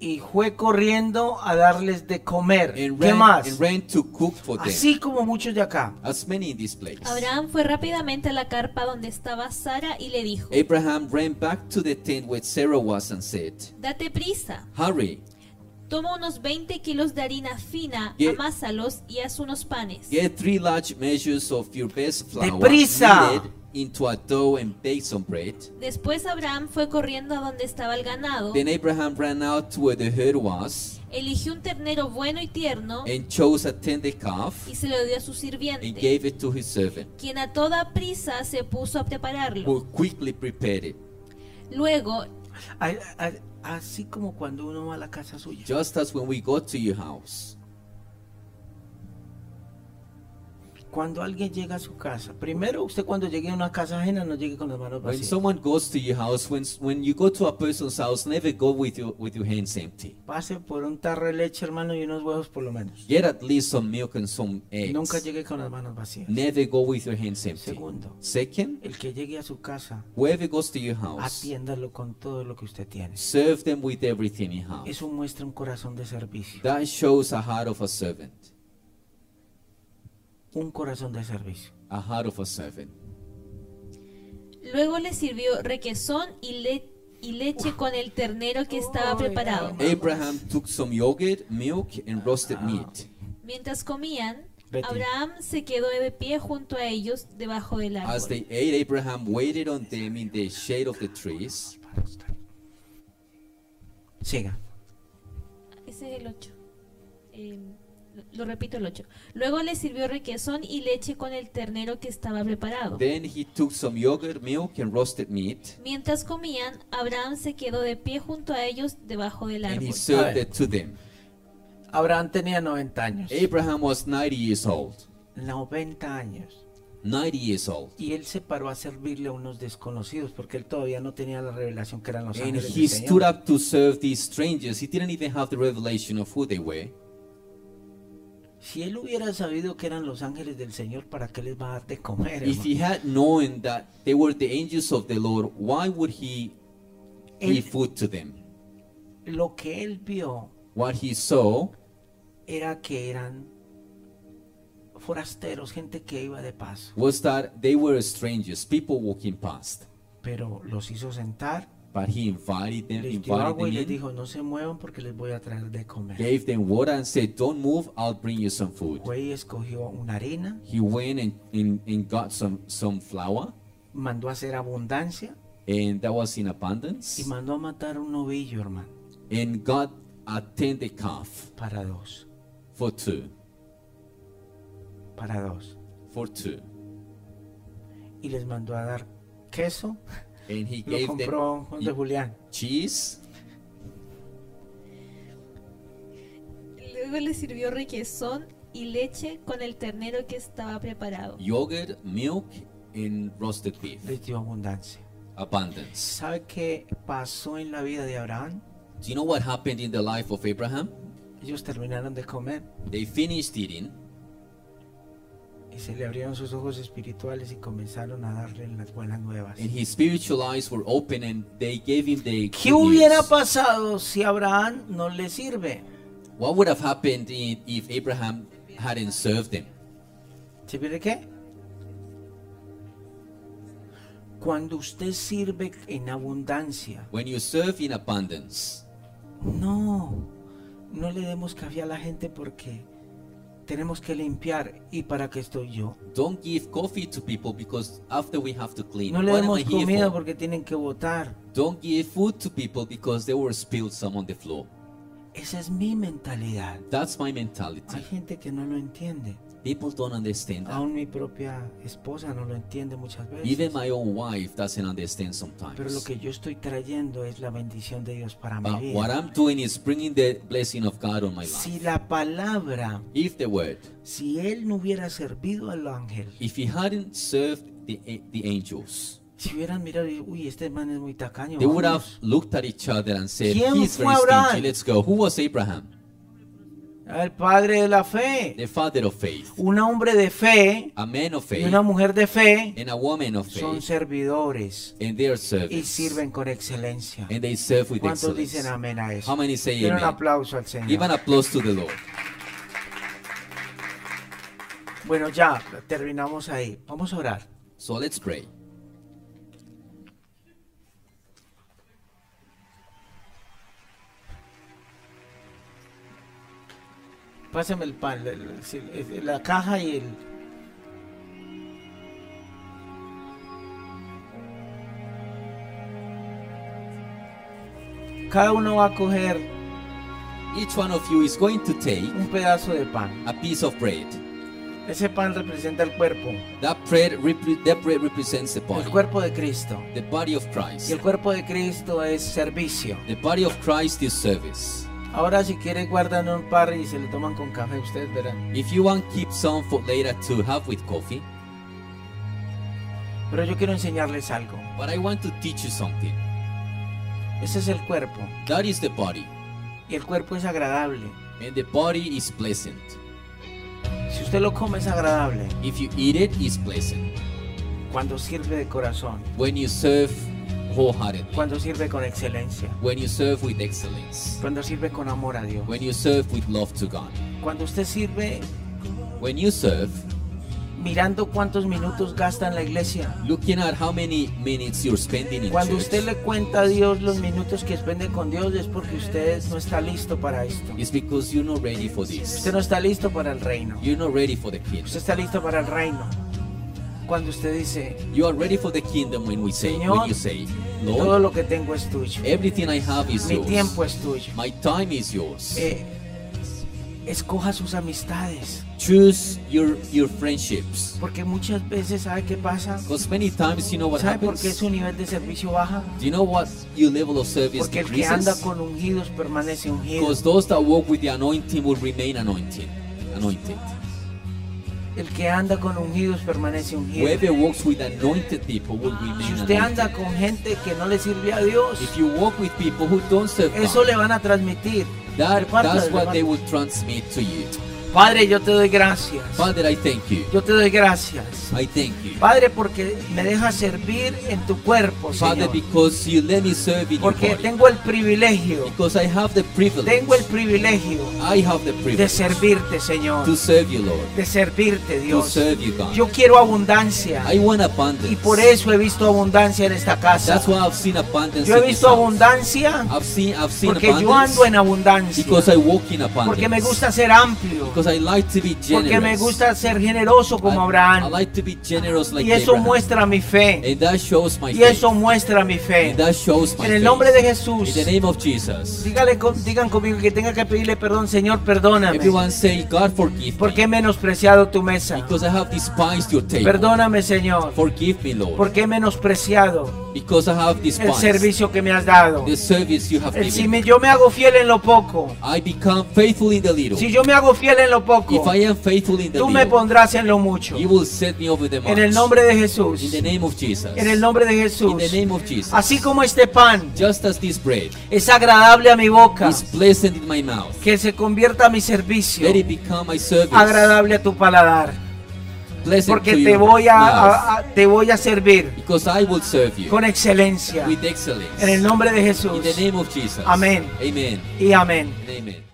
S2: y fue corriendo a darles de comer.
S3: and
S2: ¿Qué
S3: ran,
S2: más? Ah,
S3: and ran to cook for them.
S2: Así como muchos de acá.
S3: As many in this place.
S4: Abraham fue rápidamente a la carpa donde estaba Sara y le dijo,
S3: Abraham ran back to the tent where Sarah was and said,
S4: date prisa,
S3: Hurry,
S4: toma unos 20 kilos de harina fina,
S3: Ye-
S4: amásalos y haz unos panes.
S3: get three large measures of your best flour
S2: Deprisa.
S3: kneaded into a dough and bake some bread.
S4: Después Abraham fue corriendo a donde estaba el ganado,
S3: Then Abraham ran out to where the herd was
S4: eligió un ternero bueno y tierno
S3: and chose a tender calf
S4: y se lo dio a su
S3: and
S4: sirviente,
S3: gave it to his servant,
S4: quien a toda prisa se puso a prepararlo.
S3: who quickly prepared it,
S4: Luego
S2: A- a- así como cuando uno va a la casa suya.
S3: just as when we got to your house.
S2: Cuando alguien llega a su casa, primero usted cuando llegue a una casa ajena no llegue con las manos
S3: When
S2: vacías.
S3: someone goes to your house, when, when you go to a person's house, never go with your, with your hands empty.
S2: Pase por un tarro de leche, hermano, y unos huevos por lo menos.
S3: Get at least some milk and some eggs.
S2: Nunca llegue con las manos vacías.
S3: Never go with your hands empty.
S2: Segundo,
S3: Second,
S2: el que llegue a su casa,
S3: whoever goes to your house,
S2: atiéndalo con todo lo que usted tiene.
S3: serve them with everything you have.
S2: Eso muestra un corazón de servicio.
S3: That shows a heart of a servant.
S2: Un corazón de servicio.
S3: A heart of a servant.
S4: Luego le sirvió requesón y, le- y leche con el ternero que estaba preparado.
S3: Abraham took some yogurt, milk, and roasted meat.
S4: Mientras comían,
S2: Betty.
S4: Abraham se quedó de pie junto a ellos debajo del
S2: Ah.
S3: As
S4: árbol.
S3: they ate, Abraham waited on them in the shade of the trees.
S2: Siga.
S4: Ese es el 8. Em, lo repito el 8. Luego le sirvió requesón y leche con el ternero que estaba preparado.
S3: Then he took some yogurt, milk, and roasted meat,
S4: Mientras comían, Abraham se quedó de pie junto a ellos debajo del
S3: and he
S4: árbol.
S3: served it to them.
S2: Abraham tenía 90 años.
S3: Abraham was 90 years old.
S2: 90 años.
S3: 90 years old.
S2: Y él se paró a servirle a unos desconocidos porque él todavía no tenía la revelación que eran los
S3: And
S2: ángeles.
S3: he
S2: del
S3: stood
S2: Señor.
S3: up to serve these strangers. He didn't even have the revelation of who they were.
S2: Si él hubiera sabido que eran los ángeles del Señor, ¿para qué les va a dar de comer?
S3: If
S2: hermano?
S3: he had known that they were the angels of the Lord, why would he
S2: Él-
S3: give food to them?
S2: Lo que él vio
S3: What he saw
S2: era que eran forasteros, gente que iba de paso,
S3: was that they were strangers, people walking past.
S2: pero los hizo sentar,
S3: But he invited them,
S2: les dio
S3: invited
S2: agua y les
S3: them in,
S2: dijo, no se muevan porque les voy a traer de comer.
S3: gave them water and said, Don't move, I'll bring you some food.
S2: Fue y escogió una harina,
S3: He went and, and, and got some, some flour,
S2: mandó a hacer abundancia
S3: and that was in
S2: y
S3: abundance,
S2: mandó a matar un novillo, hermano,
S3: and God attended the calf
S2: para dos,
S3: for two,
S2: para dos.
S3: for two.
S2: Y les mandó a dar queso,
S3: And he
S2: lo
S3: gave
S2: compró Juan de
S3: them
S2: Julián.
S3: cheese,
S4: Luego le sirvió requesón y leche con el ternero que estaba preparado.
S3: yogurt, milk, and roasted beef.
S2: les dio abundancia.
S3: Abundance.
S2: ¿Sabe qué pasó en la vida de Abraham?
S3: Do you know what happened in the life of Abraham?
S2: Ellos terminaron de comer
S3: They finished eating,
S2: y se le abrieron sus ojos espirituales y comenzaron a darle las buenas nuevas.
S3: and his spiritual eyes were open, and they gave him the.
S2: ¿Qué
S3: good
S2: hubiera
S3: news.
S2: pasado si Abraham no le sirve?
S3: What would have happened i- if Abraham hadn't served them?
S2: ¿Se pierde qué? Cuando usted sirve en abundancia,
S3: When you serve in abundance,
S2: no, no le demos café a la gente porque tenemos que limpiar y para qué estoy yo.
S3: don't give coffee to people because after we have to clean.
S2: No le
S3: What am
S2: demos
S3: I here
S2: comida
S3: for?
S2: porque tienen que votar.
S3: Don't give food to people because there were spilled some on the floor.
S2: Esa es mi mentalidad.
S3: That's my
S2: Hay
S3: mentality.
S2: gente que no lo entiende.
S3: People don't understand that.
S2: Aún mi propia esposa no lo entiende muchas veces.
S3: Even my own wife doesn't understand
S2: Pero lo
S3: sometimes.
S2: que yo estoy trayendo es la bendición de Dios para mi
S3: But Ah, what
S2: vida.
S3: I'm doing is bringing the blessing of God on my
S2: Si
S3: life.
S2: la palabra,
S3: If the word,
S2: si él no hubiera servido al ángel,
S3: if he hadn't served the, eh, the angels,
S2: si hubieran mirado, y, uy, este man es muy tacaño.
S3: they would have
S2: vámonos".
S3: looked at each other and said,
S2: ¿Quién
S3: He's
S2: fue
S3: very
S2: Abraham?
S3: stingy, let's go. Who was Abraham?
S2: El padre de la fe,
S3: The father of faith,
S2: un hombre de fe
S3: a man of
S2: y una
S3: faith,
S2: mujer de fe
S3: and a woman of
S2: son
S3: faith,
S2: servidores
S3: and they are
S2: y
S3: servants,
S2: sirven con excelencia.
S3: and they serve with
S2: ¿Cuántos dicen
S3: excellence.
S2: amén a eso?
S3: How many say
S2: Den un
S3: amen?
S2: aplauso al
S3: Give an
S2: Señor.
S3: applause to the Lord.
S2: Bueno, ya terminamos ahí. Vamos a orar.
S3: So let's pray.
S2: Pásame el pan, el- el- sí, el- la caja y el. Cada uno va a coger
S3: Each one of you is going to take
S2: un pedazo de pan.
S3: a piece of bread.
S2: Ese pan representa el cuerpo,
S3: That bread, repre- that bread represents the
S2: el
S3: body,
S2: cuerpo de Cristo.
S3: the body of
S2: Y
S3: Christ.
S2: el cuerpo de Cristo es servicio.
S3: The body of Christ is service.
S2: Ahora si quieren guardan un par y se lo toman con café, ustedes verán.
S3: If you want, keep some for later to have with coffee.
S2: Pero yo quiero enseñarles algo.
S3: But I want to teach you something.
S2: Ese es el cuerpo.
S3: That is the body,
S2: Y el cuerpo es agradable.
S3: and the body is pleasant.
S2: Si usted lo come es agradable.
S3: If you eat it, it's pleasant.
S2: Cuando sirve de corazón.
S3: When you serve wholeheartedly,
S2: Cuando sirve con excelencia.
S3: when you serve with excellence,
S2: Cuando sirve con amor a Dios.
S3: when you serve with love to God,
S2: Cuando usted sirve
S3: when you serve,
S2: mirando cuántos minutos gasta en la iglesia.
S3: looking at how many minutes you're spending in
S2: Cuando
S3: church.
S2: usted le cuenta a Dios los minutos que expende con Dios es porque usted no está listo para esto.
S3: It's because you're not ready for this.
S2: Usted no está listo para el reino.
S3: You're not ready for the kingdom.
S2: Usted está listo para el reino. Cuando usted dice,
S3: You are ready for the kingdom when we say,
S2: Señor,
S3: when you say,
S2: todo
S3: Lord,
S2: lo que tengo es tuyo.
S3: everything I have is
S2: Mi Eh.
S3: yours.
S2: tiempo es tuyo.
S3: My time is yours.
S2: Eh, escoja sus amistades.
S3: Choose your, your friendships.
S2: Porque muchas veces, ¿sabe qué pasa?
S3: Because many times, you know what
S2: ¿Sabe por qué
S3: happens?
S2: su nivel de servicio baja?
S3: Do you know what your level of service
S2: Porque el que anda
S3: decreases?
S2: con ungidos permanece ungido.
S3: Because those that walk with the anointing will remain anointed. Anointed.
S2: El que anda con ungidos permanece ungido.
S3: Whoever walks with anointed people will remain
S2: Si usted
S3: anointed.
S2: anda con gente que no le sirve a Dios,
S3: If you walk with people who don't serve
S2: eso
S3: God,
S2: le van a transmitir. De
S3: that,
S2: parte
S3: that's
S2: del
S3: what they
S2: hermano.
S3: will transmit to you.
S2: Padre, yo te doy gracias.
S3: Father, I thank you.
S2: Yo te doy gracias.
S3: I thank you.
S2: Padre, porque me dejas servir en tu cuerpo,
S3: Father,
S2: Señor.
S3: because you let me serve in your
S2: Porque
S3: body.
S2: tengo el privilegio,
S3: Because I have the privilege.
S2: tengo el privilegio
S3: I have the
S2: de
S3: privilege
S2: servirte, Señor.
S3: to serve you, Lord.
S2: De servirte,
S3: To
S2: Dios.
S3: serve you, God.
S2: Yo quiero abundancia.
S3: I want abundance.
S2: Y por eso he visto abundancia en esta casa.
S3: That's why I've seen abundance.
S2: Yo he
S3: in this
S2: visto
S3: house.
S2: abundancia
S3: I've seen, I've seen
S2: porque yo
S3: abundance
S2: ando en abundancia.
S3: because I walk in abundance.
S2: Porque me gusta ser amplio.
S3: Because I like to be generous.
S2: Porque me gusta ser generoso como
S3: I- I,
S2: Abraham.
S3: like to be generous like
S2: Y eso
S3: Abraham.
S2: muestra mi fe.
S3: And that shows my
S2: Y eso
S3: faith.
S2: muestra mi fe.
S3: And that shows my
S2: En el
S3: faith.
S2: nombre de
S3: In
S2: Jesús.
S3: the name of Jesus.
S2: Dígale, con- digan conmigo que tenga que pedirle perdón, Señor, perdóname.
S3: Everyone say, God forgive
S2: Porque
S3: me
S2: he menospreciado tu mesa.
S3: because I have despised your table.
S2: Perdóname, Señor.
S3: Forgive me, Lord,
S2: Porque he menospreciado
S3: because I have
S2: el
S3: despised
S2: servicio que me has dado.
S3: the service you have
S2: El- si
S3: given. me.
S2: me- yo me hago fiel en lo poco.
S3: I become faithful in the little.
S2: Si yo me hago fiel en lo
S3: If
S2: poco.
S3: I am faithful in the
S2: Tú me
S3: little,
S2: pondrás en lo mucho.
S3: you will set me over the much.
S2: En el nombre de Jesús.
S3: in the name of Jesus.
S2: En el nombre de
S3: in
S2: Jesús.
S3: the name of Jesus.
S2: Así como este pan
S3: Just as this bread
S2: es agradable a mi boca,
S3: is pleasant in my mouth,
S2: que se convierta a mi servicio,
S3: let it become my service.
S2: agradable a tu paladar,
S3: pleasant
S2: porque
S3: to
S2: te
S3: your
S2: voy a,
S3: mouth,
S2: a- a- te voy a servir
S3: because I will serve you
S2: con excelencia
S3: with excellence.
S2: en el nombre de
S3: in
S2: Jesús
S3: the name of Jesus.
S2: Amén.
S3: Amen.
S2: y amén.
S3: and Amen.